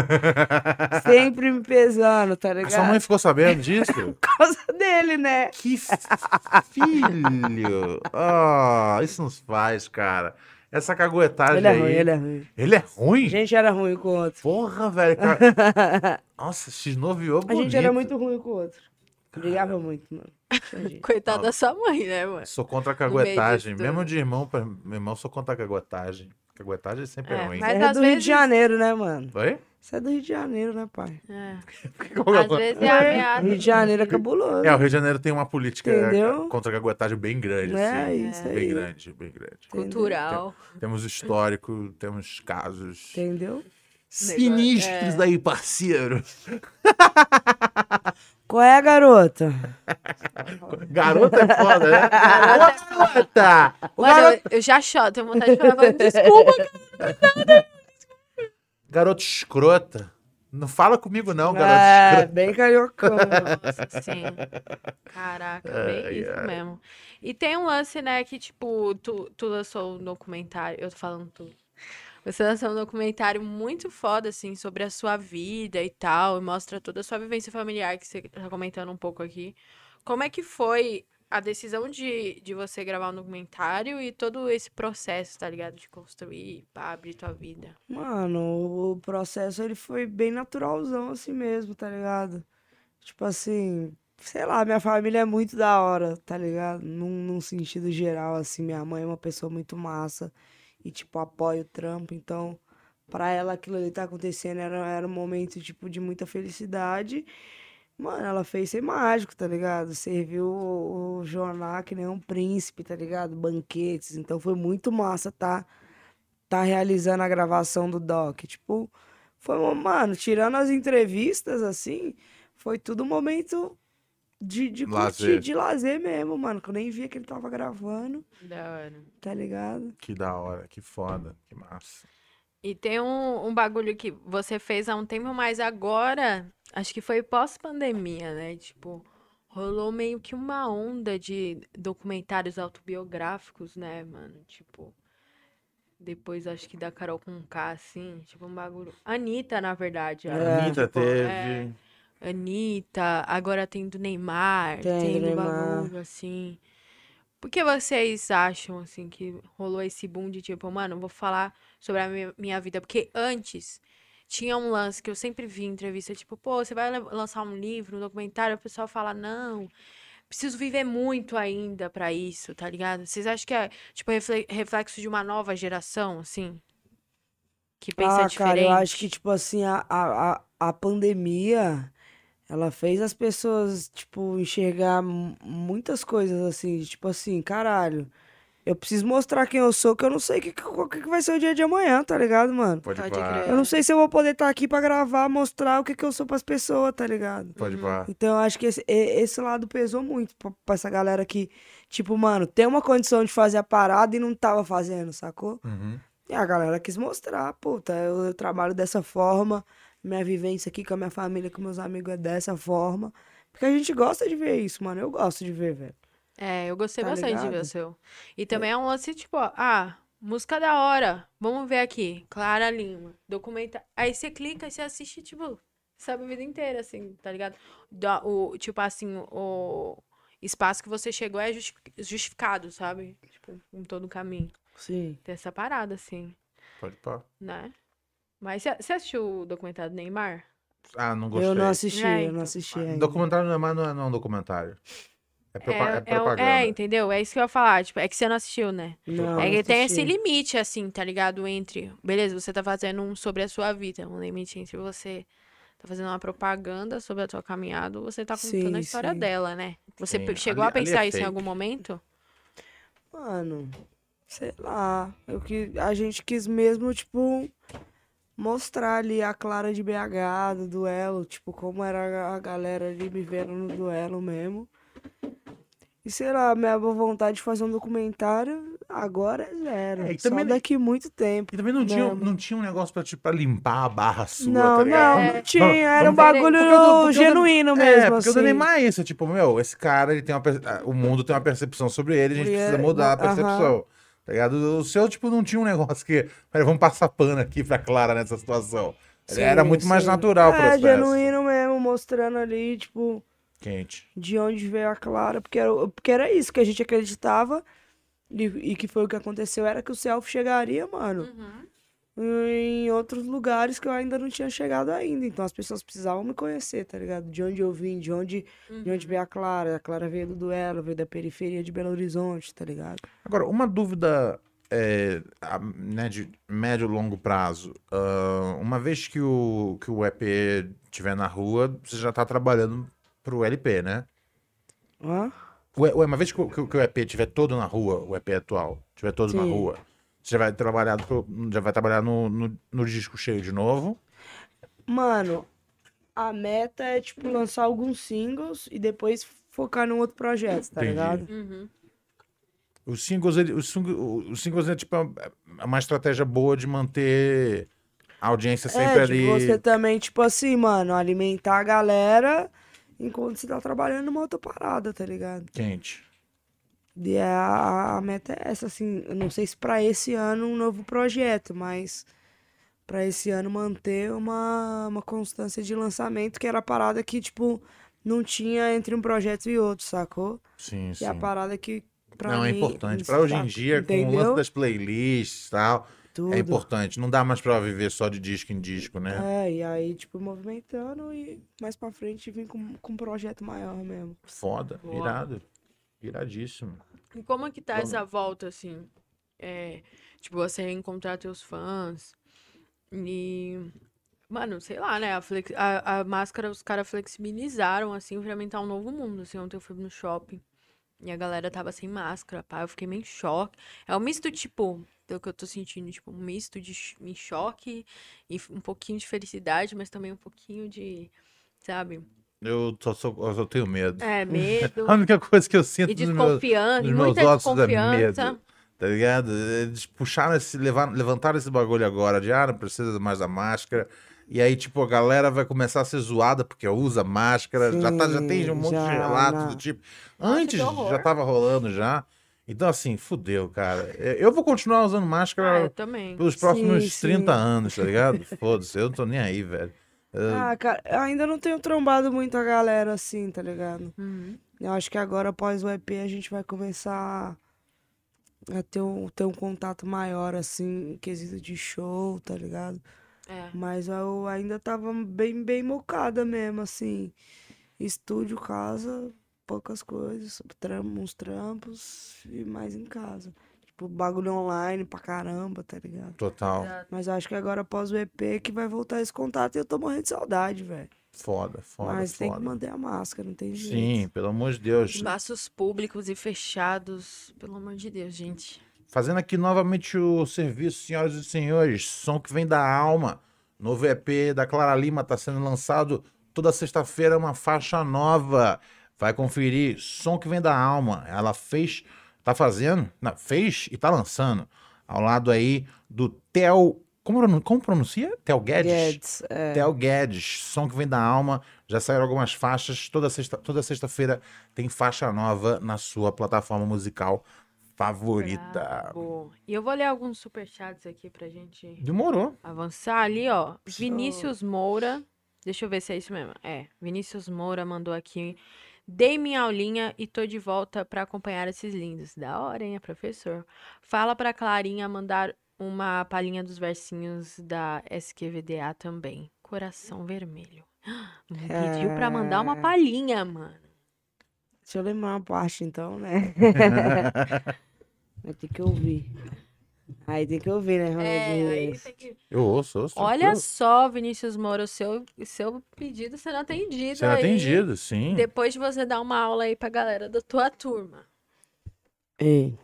C: Sempre me pesando, tá
B: A
C: ligado?
B: sua mãe ficou sabendo disso?
C: Por causa dele, né?
B: que f- filho! Ah, isso nos faz, cara. Essa caguetagem
C: Ele é
B: aí.
C: ruim, ele é ruim.
B: Ele é ruim?
C: A gente era ruim um com o outro.
B: Porra, velho. Cara... Nossa, xinoviou
C: A
B: bonito.
C: gente era muito ruim um com o outro. Brigava muito, mano. Tadinho.
A: Coitada da sua mãe, né, mano?
B: Sou contra a
A: meio
B: caguetagem.
A: disso
B: Mesmo
A: tudo.
B: de irmão pra meu irmão, sou contra a caguetagem. Caguetagem sempre é
A: É,
B: ruim.
A: mas-
C: Mas
A: às
C: é do Rio
A: vezes-
C: de Janeiro, né, mano?
B: Oi?
C: Você é do Rio de Janeiro, né, pai?
A: É.
B: Como eu-
A: Às vezes é ameaça.
C: Rio de Janeiro é cabuloso.
B: É, o Rio de Janeiro tem uma política é,
C: Entendeu?
B: contra a caguetagem bem grande.
C: né?
B: assim.
C: Isso
B: Bem
C: aí.
B: grande, bem grande.
C: Então.
A: Cultural.
B: Temos histórico, temos casos
C: Entendeu?
B: sinistros aí, parceiro.
C: Qual é, garota?
B: Garota é foda, né?
C: Ah,
B: Ô, garota! Ô,
A: Mano,
B: garoto,
A: eu, eu já choro, tenho vontade de falar falando, desculpa, cara.
B: garoto escrota. Não fala comigo, não, garoto
C: é,
B: escrota.
C: bem cariocão.
A: Nossa, sim. Caraca, bem
B: Ai,
A: isso
B: ai.
A: mesmo. E tem um lance, né, que tipo, tu, tu lançou um documentário, eu tô falando tu. Você lançou um documentário muito foda, assim, sobre a sua vida e tal, e mostra toda a sua vivência familiar, que você tá comentando um pouco aqui. Como é que foi a decisão de, de você gravar um documentário e todo esse processo, tá ligado? De construir, pá, abrir tua vida.
C: Mano, o processo ele foi bem naturalzão assim mesmo, tá ligado? Tipo assim, sei lá, minha família é muito da hora, tá ligado? Num, num sentido geral, assim, minha mãe é uma pessoa muito massa e, tipo, apoia o trampo, então, pra ela aquilo ali tá acontecendo era, era um momento, tipo, de muita felicidade. Mano, ela fez ser mágico, tá ligado? Serviu o, o jornal que nem um príncipe, tá ligado? Banquetes, então foi muito massa, tá? tá realizando a gravação do doc. Tipo, foi, um- mano, tirando as entrevistas, assim, foi tudo um momento de, de curtir,
B: Lazer.
C: de lazer mesmo, mano. Que eu nem via que ele tava gravando,
A: Da hora.
C: tá ligado?
B: Que da hora, que foda, que massa.
A: E tem um, um bagulho que você fez há um tempo, mas agora, acho que foi pós-pandemia, né? Tipo, rolou meio que uma onda de documentários autobiográficos, né, mano? Tipo, depois acho que da Carol com K, assim, tipo um bagulho. Anitta, na verdade, acho,
C: É,
B: Anitta
A: tipo, é,
B: teve.
A: Anitta, agora tem do Neymar,
C: Tem do
A: tem do
C: Neymar.
A: bagulho, assim. Por que vocês acham, assim, que rolou esse boom de tipo, mano, eu vou falar sobre a mi- minha vida? Porque antes tinha um lance que eu sempre vi em entrevista, tipo, pô, você vai lan- lançar um livro, um documentário, o pessoal fala, não, preciso viver muito ainda pra isso, tá ligado? Vocês acham que é, tipo, refle- reflexo de uma nova geração, assim? Que pensa
C: ah, cara, eu acho que,
A: diferente?
C: tipo assim, a, a, a- a pandemia, ela fez as pessoas, tipo, enxergar mu- muitas coisas, assim, de, tipo assim, caralho, eu preciso mostrar quem eu sou, que eu não sei o que, que, qual que vai ser o dia de amanhã, tá ligado, mano?
B: Pode
A: Pode
B: pá,
A: crer.
C: Eu não sei se eu vou poder estar aqui pra gravar, mostrar o que, que eu sou pras pessoas, tá ligado?
B: pode pá.
C: Então eu acho que esse, e- esse lado pesou muito pra, pra essa galera que, tipo, mano, tem uma condição de fazer a parada e não tava fazendo, sacou?
B: Uhum.
C: E a galera quis mostrar, puta, eu, eu trabalho dessa forma, minha vivência aqui com a minha família, com meus amigos é dessa forma. Porque a gente gosta de ver isso, mano. Eu gosto de ver, velho.
A: É, eu gostei
C: Tá
A: bastante de ver
C: ligado?
A: o seu. E também é um lance, tipo, ó, ah, música da hora. Vamos ver aqui. Clara Lima, documenta. Aí você clica e você assiste, tipo, sabe a vida inteira, assim, tá ligado? Da- o, tipo assim, o espaço que você chegou é justi- justificado, sabe? Tipo, em todo o caminho.
C: Sim.
A: Tem essa parada, assim,
B: Pode pá.
A: né? Mas você- você assistiu o documentário do Neymar?
B: Ah, não gostei.
C: Eu não assisti,
A: É,
C: eu
A: então.
C: não assisti ainda.
B: Documentário não é mais não é, não é um documentário. É, propa- é
A: é, o-
B: propaganda.
A: é, entendeu? É isso que eu ia falar. Tipo, é que você não assistiu, né?
C: Não,
A: É que
C: não
A: tem
C: assisti.
A: esse limite, assim, tá ligado? Entre. Beleza, você tá fazendo um sobre a sua vida. Um limite entre você tá fazendo uma propaganda sobre a sua caminhada, ou você tá contando
C: Sim,
A: a história
C: sim.
A: dela, né? Você
B: Sim,
A: pe- chegou
B: ali-
A: a
B: ali é
A: pensar isso em
B: fake.
A: algum momento?
C: Mano, sei lá. Eu que, a gente quis mesmo, tipo, mostrar ali a Clara de BH, do duelo, tipo, como era a- a galera ali vivendo no duelo mesmo. E sei lá, minha boa vontade de fazer um documentário agora é zero.
B: É, e
C: Só
B: também-
C: daqui muito tempo.
B: E também não tinha,
C: Não.
B: não tinha um negócio pra, tipo, pra limpar a barra sua,
C: não,
B: tá ligado?
C: não,
A: É.
C: não tinha. Era um
A: vamos- Porque o
C: bagulho
B: do- porque o do-
C: genuíno mesmo,
B: é, porque o do
C: assim.
B: Neymar é isso, tipo, meu, esse cara, ele tem uma, per- ah, o mundo tem uma percepção sobre ele, a gente
C: Ele é-
B: precisa mudar a
C: aham.
B: percepção, tá ligado? O seu, tipo, não tinha um negócio que, peraí, vamos passar pano aqui pra Clara nessa situação.
C: Sim,
B: Era muito mais
C: sim.
B: natural o
C: É,
B: processo.
C: genuíno mesmo, mostrando ali, tipo...
B: Quente.
C: de onde veio a Clara, porque era, porque era isso que a gente acreditava e, e que foi o que aconteceu, era que o Self chegaria, mano, em outros lugares que eu ainda não tinha chegado ainda. Então as pessoas precisavam me conhecer, tá ligado? De onde eu vim, de onde, de onde veio a Clara. A Clara veio do duelo, veio da periferia de Belo Horizonte, tá ligado?
B: Agora, uma dúvida é, a- né, de médio e longo prazo. Ah, uma vez que o, que o EP estiver na rua, você já tá trabalhando pro LP, né?
C: Hã?
B: Ué, ué, uma vez que, o- que o- que o EP estiver todo na rua, o EP atual, estiver todo na
C: Sim.
B: rua, você já vai trabalhar, pro- já vai trabalhar no, no, no disco cheio de novo.
C: Mano, a meta é, tipo, lançar alguns singles e depois focar num outro projeto, tá
B: Entendi.
C: ligado?
B: Os singles, ele, os sing- os singles é tipo é uma estratégia boa de manter a audiência sempre
C: é,
B: ali.
C: tipo, você também, tipo assim, mano, alimentar a galera enquanto você tá trabalhando numa outra parada, tá ligado?
B: Quente.
C: E é a, a meta é essa, assim, eu não sei se pra esse ano um novo projeto, mas pra esse ano manter uma, uma constância de lançamento, que era a parada que, tipo, não tinha entre um projeto e outro, sacou?
B: Sim,
C: Que
B: sim.
C: é a parada que, pra
B: não,
C: mim...
B: é importante. Pra hoje em dia, com o lance das playlists e tal,
C: Tudo.
B: é importante. Não dá mais pra viver só de disco em disco, né?
C: É, e aí, tipo, movimentando e mais pra frente vir com, com um projeto maior mesmo.
B: Foda,
A: Boa.
B: irado. Iradíssimo.
A: E como é que tá
B: Vamos.
A: essa volta, assim? É, tipo, você reencontrar teus fãs. E. Mano, sei lá, né? A, flex- a- a máscara os caras flexibilizaram, assim, pra inventar um novo mundo. Assim, ontem eu fui no shopping e a galera tava sem máscara, pá. Eu fiquei meio em choque. É um misto, tipo, pelo que eu tô sentindo, tipo, um misto de ch- em choque e f- um pouquinho de felicidade, mas também um pouquinho de, sabe?
B: Eu só, sou, eu só tenho medo.
A: É, medo
B: A única coisa que eu sinto
A: e
B: nos Ah, meus,
A: desconfiança, e
B: nos meus
A: muita
B: ossos é
A: desconfiança.
B: medo. Tá ligado? Eles puxaram esse, levar, levantaram esse bagulho agora de ah, não precisa mais da máscara. E aí, tipo, a galera vai começar a ser zoada porque usa máscara. já, tá, já tem um
C: Sim,
B: monte
C: já, né?
B: de relatos
C: na-
B: do tipo.
A: Nossa, que
B: Antes já
A: horror.
B: tava rolando já. Então, assim, fudeu, cara. Eu eu vou continuar usando
A: Ah, eu
B: máscara
A: também.
B: pelos próximos
C: Sim, sim.
B: 30 anos, tá ligado? Foda-se, eu não tô nem aí, velho.
C: Ah, cara, eu ainda não tenho trombado muito a galera assim, tá ligado?
A: Uhum.
C: Eu acho que agora, após o EP, a gente vai começar a ter um, ter um contato maior, assim, em quesito de show, tá ligado?
A: É.
C: Mas eu ainda tava bem, bem mocada mesmo, assim. Estúdio, casa, poucas coisas, tram- uns trampos e mais em casa. Tipo, bagulho online pra caramba, tá ligado?
B: Total.
C: Mas eu acho que agora, após o EP, que vai voltar esse contato e eu tô morrendo de saudade, velho.
B: Foda, foda,
C: Mas tem que
B: foda.
C: manter a máscara, não tem jeito.
B: Sim, pelo amor de Deus.
A: Espaços públicos e fechados, pelo amor de Deus, gente.
B: Fazendo aqui novamente o serviço, senhoras e senhores. Som que vem da alma. Novo EP da Clara Lima está sendo lançado toda sexta-feira, uma faixa nova. Vai conferir. Som que vem da alma. Ela fez, tá fazendo, não, fez e tá lançando. Ao lado aí do Theo Como, pronu- como pronuncia? Theo Guedes?
C: Guedes, é.
B: Theo Guedes, som que vem da alma. Já saíram algumas faixas. Toda sexta, toda sexta-feira tem faixa nova na sua plataforma musical favorita.
A: Brabo. E eu vou ler alguns superchats aqui pra gente
B: Demorou.
A: avançar ali, ó. Vinícius Moura. Deixa eu ver se é isso mesmo. É, Vinícius Moura mandou aqui. Dei minha aulinha e tô de volta pra acompanhar esses lindos. Da hora, hein, é professor? Fala pra Clarinha mandar uma palhinha dos versinhos da SQVDA também. Coração vermelho. Pediu pra mandar uma palhinha, mano.
C: Deixa eu lembrar uma parte então, né? Mas tem que ouvir. Aí tem que ouvir, né,
A: É,
C: Ronaldinho? Reis?
B: Eu ouço, ouço.
A: Olha
B: tranquilo.
A: só, Vinícius Moura, o seu, o seu pedido sendo atendido.
B: Será
A: aí.
B: atendido, sim.
A: Depois de você dar uma aula aí pra galera da tua turma.
C: Ei.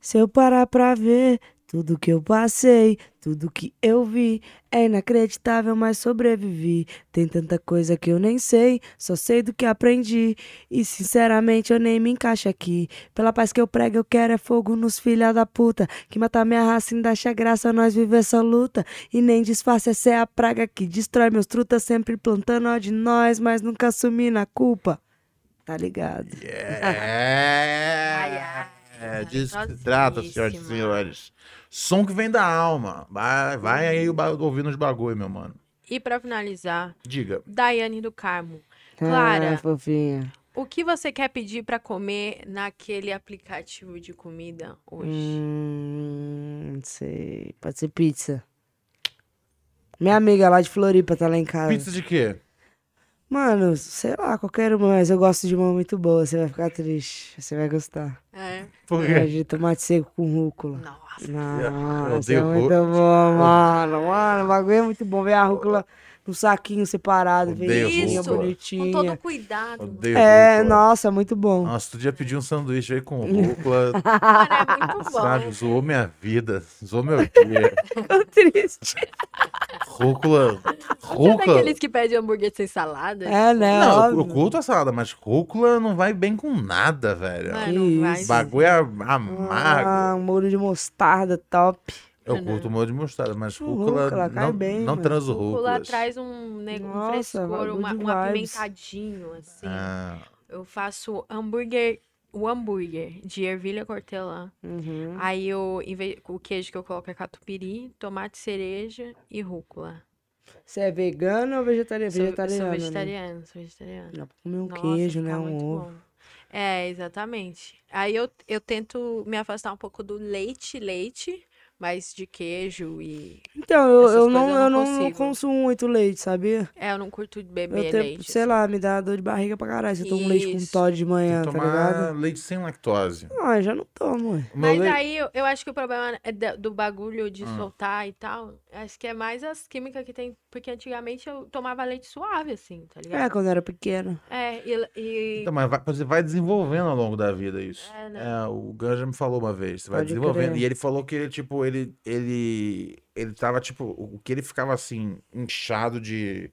C: Se eu parar pra ver tudo que eu passei, tudo que eu vi, é inacreditável, mas sobrevivi. Tem tanta coisa que eu nem sei, só sei do que aprendi. E sinceramente eu nem me encaixo aqui. Pela paz que eu prego, eu quero é fogo nos filha da puta. Que matar minha raça ainda acha graça, nós viver essa luta. E nem disfarce, essa é a praga que destrói meus trutas, sempre plantando ó de nós, mas nunca assumindo a culpa. Tá ligado?
A: Ai,
B: É.
A: ai.
B: É disso É, que se trata, senhoras e
A: Novíssima.
B: senhores. Som que vem da alma. Vai, vai aí o ba- ouvindo os bagulho, meu mano.
A: E pra finalizar,
B: Diga.
A: Daiane do Carmo, Clara.
C: Ah, fofinha.
A: o que você quer pedir pra comer naquele aplicativo de comida hoje?
C: Hum, não sei. Pode ser pizza. Minha amiga lá de Floripa tá lá em casa.
B: Pizza de quê?
C: Mano, sei lá, qualquer uma, mas eu gosto de uma muito boa. Você vai ficar triste. Você vai gostar.
A: É.
B: Por
C: É
B: quê?
C: de tomate seco com rúcula.
A: Nossa.
B: Eu
C: Nossa, é
B: odeio
C: muito
B: rú-
C: bom, mano. Mano, o bagulho é muito bom. Vem a rúcula num saquinho separado, vem
B: Odeio
C: bonitinha,
A: rúcula. Com todo
C: bonitinha.
A: cuidado. mano.
B: Odeio
C: É,
B: rúcula.
C: nossa, muito bom.
B: Nossa, tu dia pedir um sanduíche aí com rúcula,
A: Cara, é muito
B: sabe?
A: bom.
B: Zoou minha vida, zoou meu dia.
C: Ficou triste.
B: Rúcula,
A: Você é
B: rúcula.
A: daqueles que pedem hambúrguer sem salada?
C: É, né?
B: Não, eu- eu
C: óbvio.
B: curto a salada, mas rúcula não vai bem com nada, velho.
A: Não,
C: que
A: não vai.
C: isso.
B: Bagulho é amargo.
C: Ah, um molho de mostarda, top.
B: Eu curto o molho de mostarda, mas
C: Hum,
B: rúcula,
C: rúcula, cai
B: não,
C: bem,
B: não
C: mano.
B: transo
A: Rúcula
B: rúculas.
A: traz um, né, um
C: Nossa,
A: frescor,
C: bagulho
A: uma,
C: de
A: um
C: vibes.
A: apimentadinho, assim.
B: Ah,
A: Eu faço hambúrguer, o hambúrguer de ervilha cortelã.
C: Uhum.
A: Aí eu, em vez- o queijo que eu coloco é catupiry, tomate cereja e rúcula.
C: Você é vegano ou vegetariano?
A: Sou-
C: vegetariano.
A: Sou
C: né?
A: vegetariana, sou vegetariana.
C: Dá pra comer um
A: Nossa,
C: queijo,
A: fica
C: né? Um
A: muito
C: ovo.
A: bom. É, exatamente. Aí eu, eu tento me afastar um pouco do leite, leite, mas de queijo e.
C: Então, eu,
A: Essas
C: eu,
A: coisas
C: não,
A: eu não
C: eu não, não
A: consigo.
C: consumo muito leite, sabia?
A: É, eu não curto
C: Eu
A: beber
C: tenho-
A: leite.
C: sei
A: assim.
C: lá, me dá dor de barriga pra caralho. Se eu tomo leite com
A: Isso.
C: Todd de
B: tem
C: manhã,
B: que
C: tá
B: tomar
C: ligado?
B: leite sem lactose.
C: Não, eu já não tomo, ué.
B: O meu
A: Mas
B: leite-
A: aí Hum. eu, eu acho que o problema é da- do bagulho de
B: Ah.
A: soltar e tal, acho que é mais as químicas que tem, porque antigamente eu tomava leite suave, assim, tá
C: É,
A: ligado?
C: quando eu era pequeno.
A: É, e. e-
B: Então, mas vai, você vai desenvolvendo ao longo da vida isso.
A: É, né?
B: É, o Ganja me falou uma vez, você vai
C: Pode
B: desenvolvendo.
C: crer.
B: E ele falou que ele, tipo, ele, ele, ele tava, tipo, o que ele ficava assim, inchado de,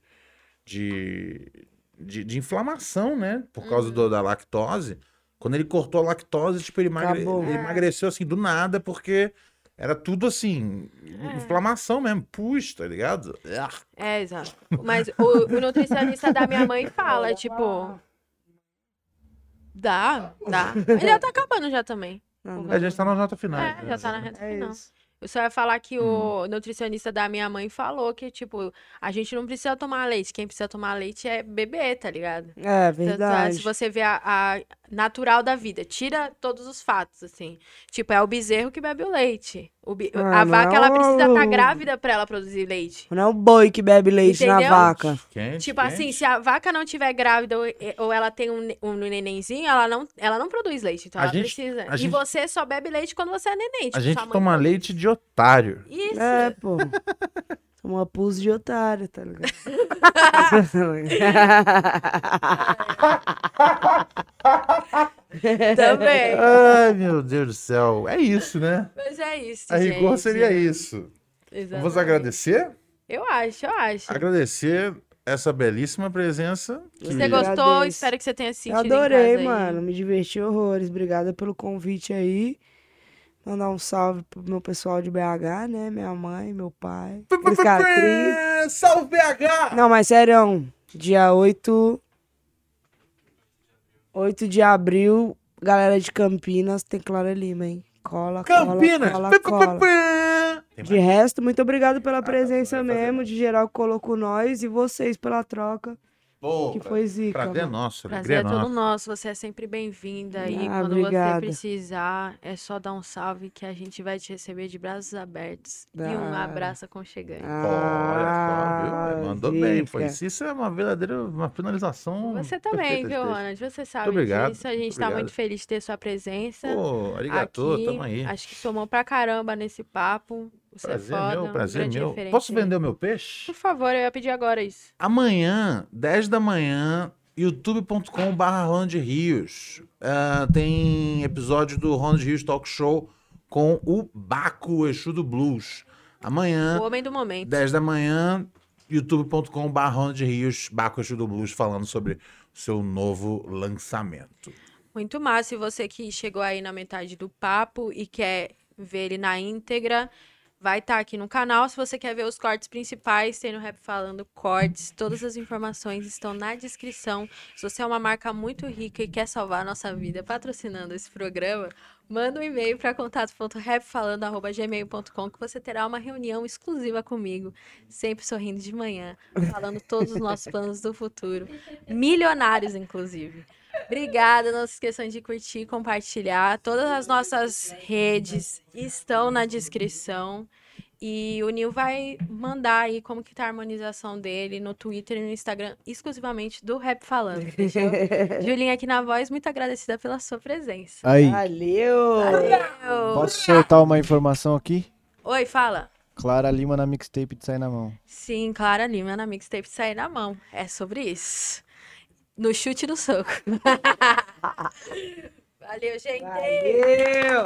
B: de, de, de inflamação, né? Por causa
A: Uhum.
B: do- da lactose. Quando ele cortou a lactose, tipo, ele, emagre-
C: Acabou.
B: ele
A: É.
B: emagreceu assim do nada, porque era tudo assim, inflamação mesmo, pus, tá ligado? Ah.
A: É, exato. Mas o, o nutricionista da minha mãe fala, tipo. Dá, dá. Ele já tá acabando já também.
C: Não,
A: Uhum.
C: não.
B: A gente tá na nota final.
A: É, Hum. já tá na reta
C: É
A: final.
C: isso.
A: Eu só ia falar que o nutricionista da minha mãe falou que, tipo, a gente não precisa tomar leite. Quem precisa tomar leite é bebê, tá ligado? Tanto é,
C: É, verdade.
A: se você vê a, a natural da vida, tira todos os fatos, assim. Tipo, é o bezerro que bebe o leite. O bi-
C: Ah,
A: a
C: não
A: vaca,
C: é
A: ela precisa estar
C: o-
A: grávida pra ela produzir leite.
C: Não é o boi que bebe leite na
A: Entendeu?
C: vaca.
B: Quente,
A: Tipo assim,
B: quente.
A: se a vaca não tiver grávida ou, ou ela tem um, ne- um nenenzinho, ela não, ela não produz leite. Então
B: A
A: ela
B: gente-
A: precisa.
B: a
A: E
B: gente-
A: você só bebe leite quando você é neném. Tipo,
B: A gente
A: sua mãe-
B: toma leite de otário.
A: Isso.
C: É, pô. Toma pulso de otário, tá ligado? É.
A: Também.
B: Ai, meu Deus do céu. É isso, né?
A: Mas é isso.
B: A rigor
A: gente. né?
B: seria isso.
A: Exatamente.
B: Vamos agradecer?
A: Eu acho, eu acho.
B: Agradecer essa belíssima presença.
A: Se
B: que-
A: você gostou,
C: Agradeço.
A: espero que você tenha
C: Eu
A: sentido. em
C: adorei,
A: casa aí.
C: mano. Me diverti horrores. Obrigada pelo convite aí. Mandar um salve pro meu pessoal de BH, né? Minha mãe, meu pai. Eles ficaram tristes.
B: Salve BH!
C: Não, mas sério, dia 8. 8 de abril, galera de Campinas tem Clara Lima, hein? Cola,
B: Campinas!
C: cola,
B: Pá,
C: cola,
B: pá, pá,
C: cola.
B: pá. Tem
C: De
B: mais?
C: resto, muito obrigado pela
B: Ah, tá,
C: presença
B: vai fazer
C: mesmo,
B: bem.
C: de geral que colocou nós e vocês pela troca,
D: Bom,
C: que foi zica. né?
B: Prazer é
C: mano.
B: nosso, alegria é
A: Prazer é todo
B: nossa.
A: nosso, você é sempre bem-vinda e
C: Ah,
A: quando
C: obrigada.
A: você precisar, é só dar um salve que a gente vai te receber de braços abertos e um
C: Ah.
A: abraço aconchegante.
B: Olha
A: Ah,
B: só, viu? Mandou bem. Foi
C: zica.
B: isso. Isso é uma verdadeira uma finalização.
A: Você também,
B: perfeita de
A: viu,
B: texto.
A: Ronald? Você sabe
B: obrigado,
A: disso, a gente
B: muito
A: tá
B: obrigado.
A: muito feliz de ter sua presença.
B: Pô, arigatô,
A: aqui.
B: tamo aí.
A: Acho que somou pra caramba nesse papo. Você
B: Prazer
A: é foda.
B: meu, prazer
A: grande
B: meu.
A: referência
B: Posso
A: aí.
B: vender o meu peixe?
A: Por favor, eu ia pedir agora isso.
B: Amanhã, 10 da manhã, youtube.com.br Ronald Rios. Ah, tem episódio do Ronald Rios Talk Show com o Baco, o Exu do Blues. Amanhã,
A: O homem do momento.
B: 10 da manhã, youtube.com.br Ronald Rios, Baco, Exu do Blues, falando sobre o seu novo lançamento.
A: Muito massa. E você que chegou aí na metade do papo e quer ver ele na íntegra, vai estar aqui no canal. Se você quer ver os cortes principais, tem no Rap Falando Cortes. Todas as informações estão na descrição. Se você é uma marca muito rica e quer salvar a nossa vida patrocinando esse programa, manda um e-mail para contato.rapfalando.gmail.com que você terá uma reunião exclusiva comigo, sempre sorrindo de manhã, falando todos os nossos planos do futuro. Milionários, inclusive. Obrigada, não se esqueçam de curtir e compartilhar. Todas as nossas redes estão na descrição. E o Nil vai mandar aí como que tá a harmonização dele no Twitter e no Instagram, exclusivamente do Rap Falando. fechou? Julinha aqui na voz, muito agradecida pela sua presença.
E: Aí,
C: Valeu!
A: Valeu!
E: posso soltar uma informação aqui?
A: Oi, fala.
E: Clara Lima na mixtape de Sai na Mão.
A: Sim, Clara Lima na mixtape sair na mão. É sobre isso. No chute e no soco. Valeu, gente!
C: Valeu!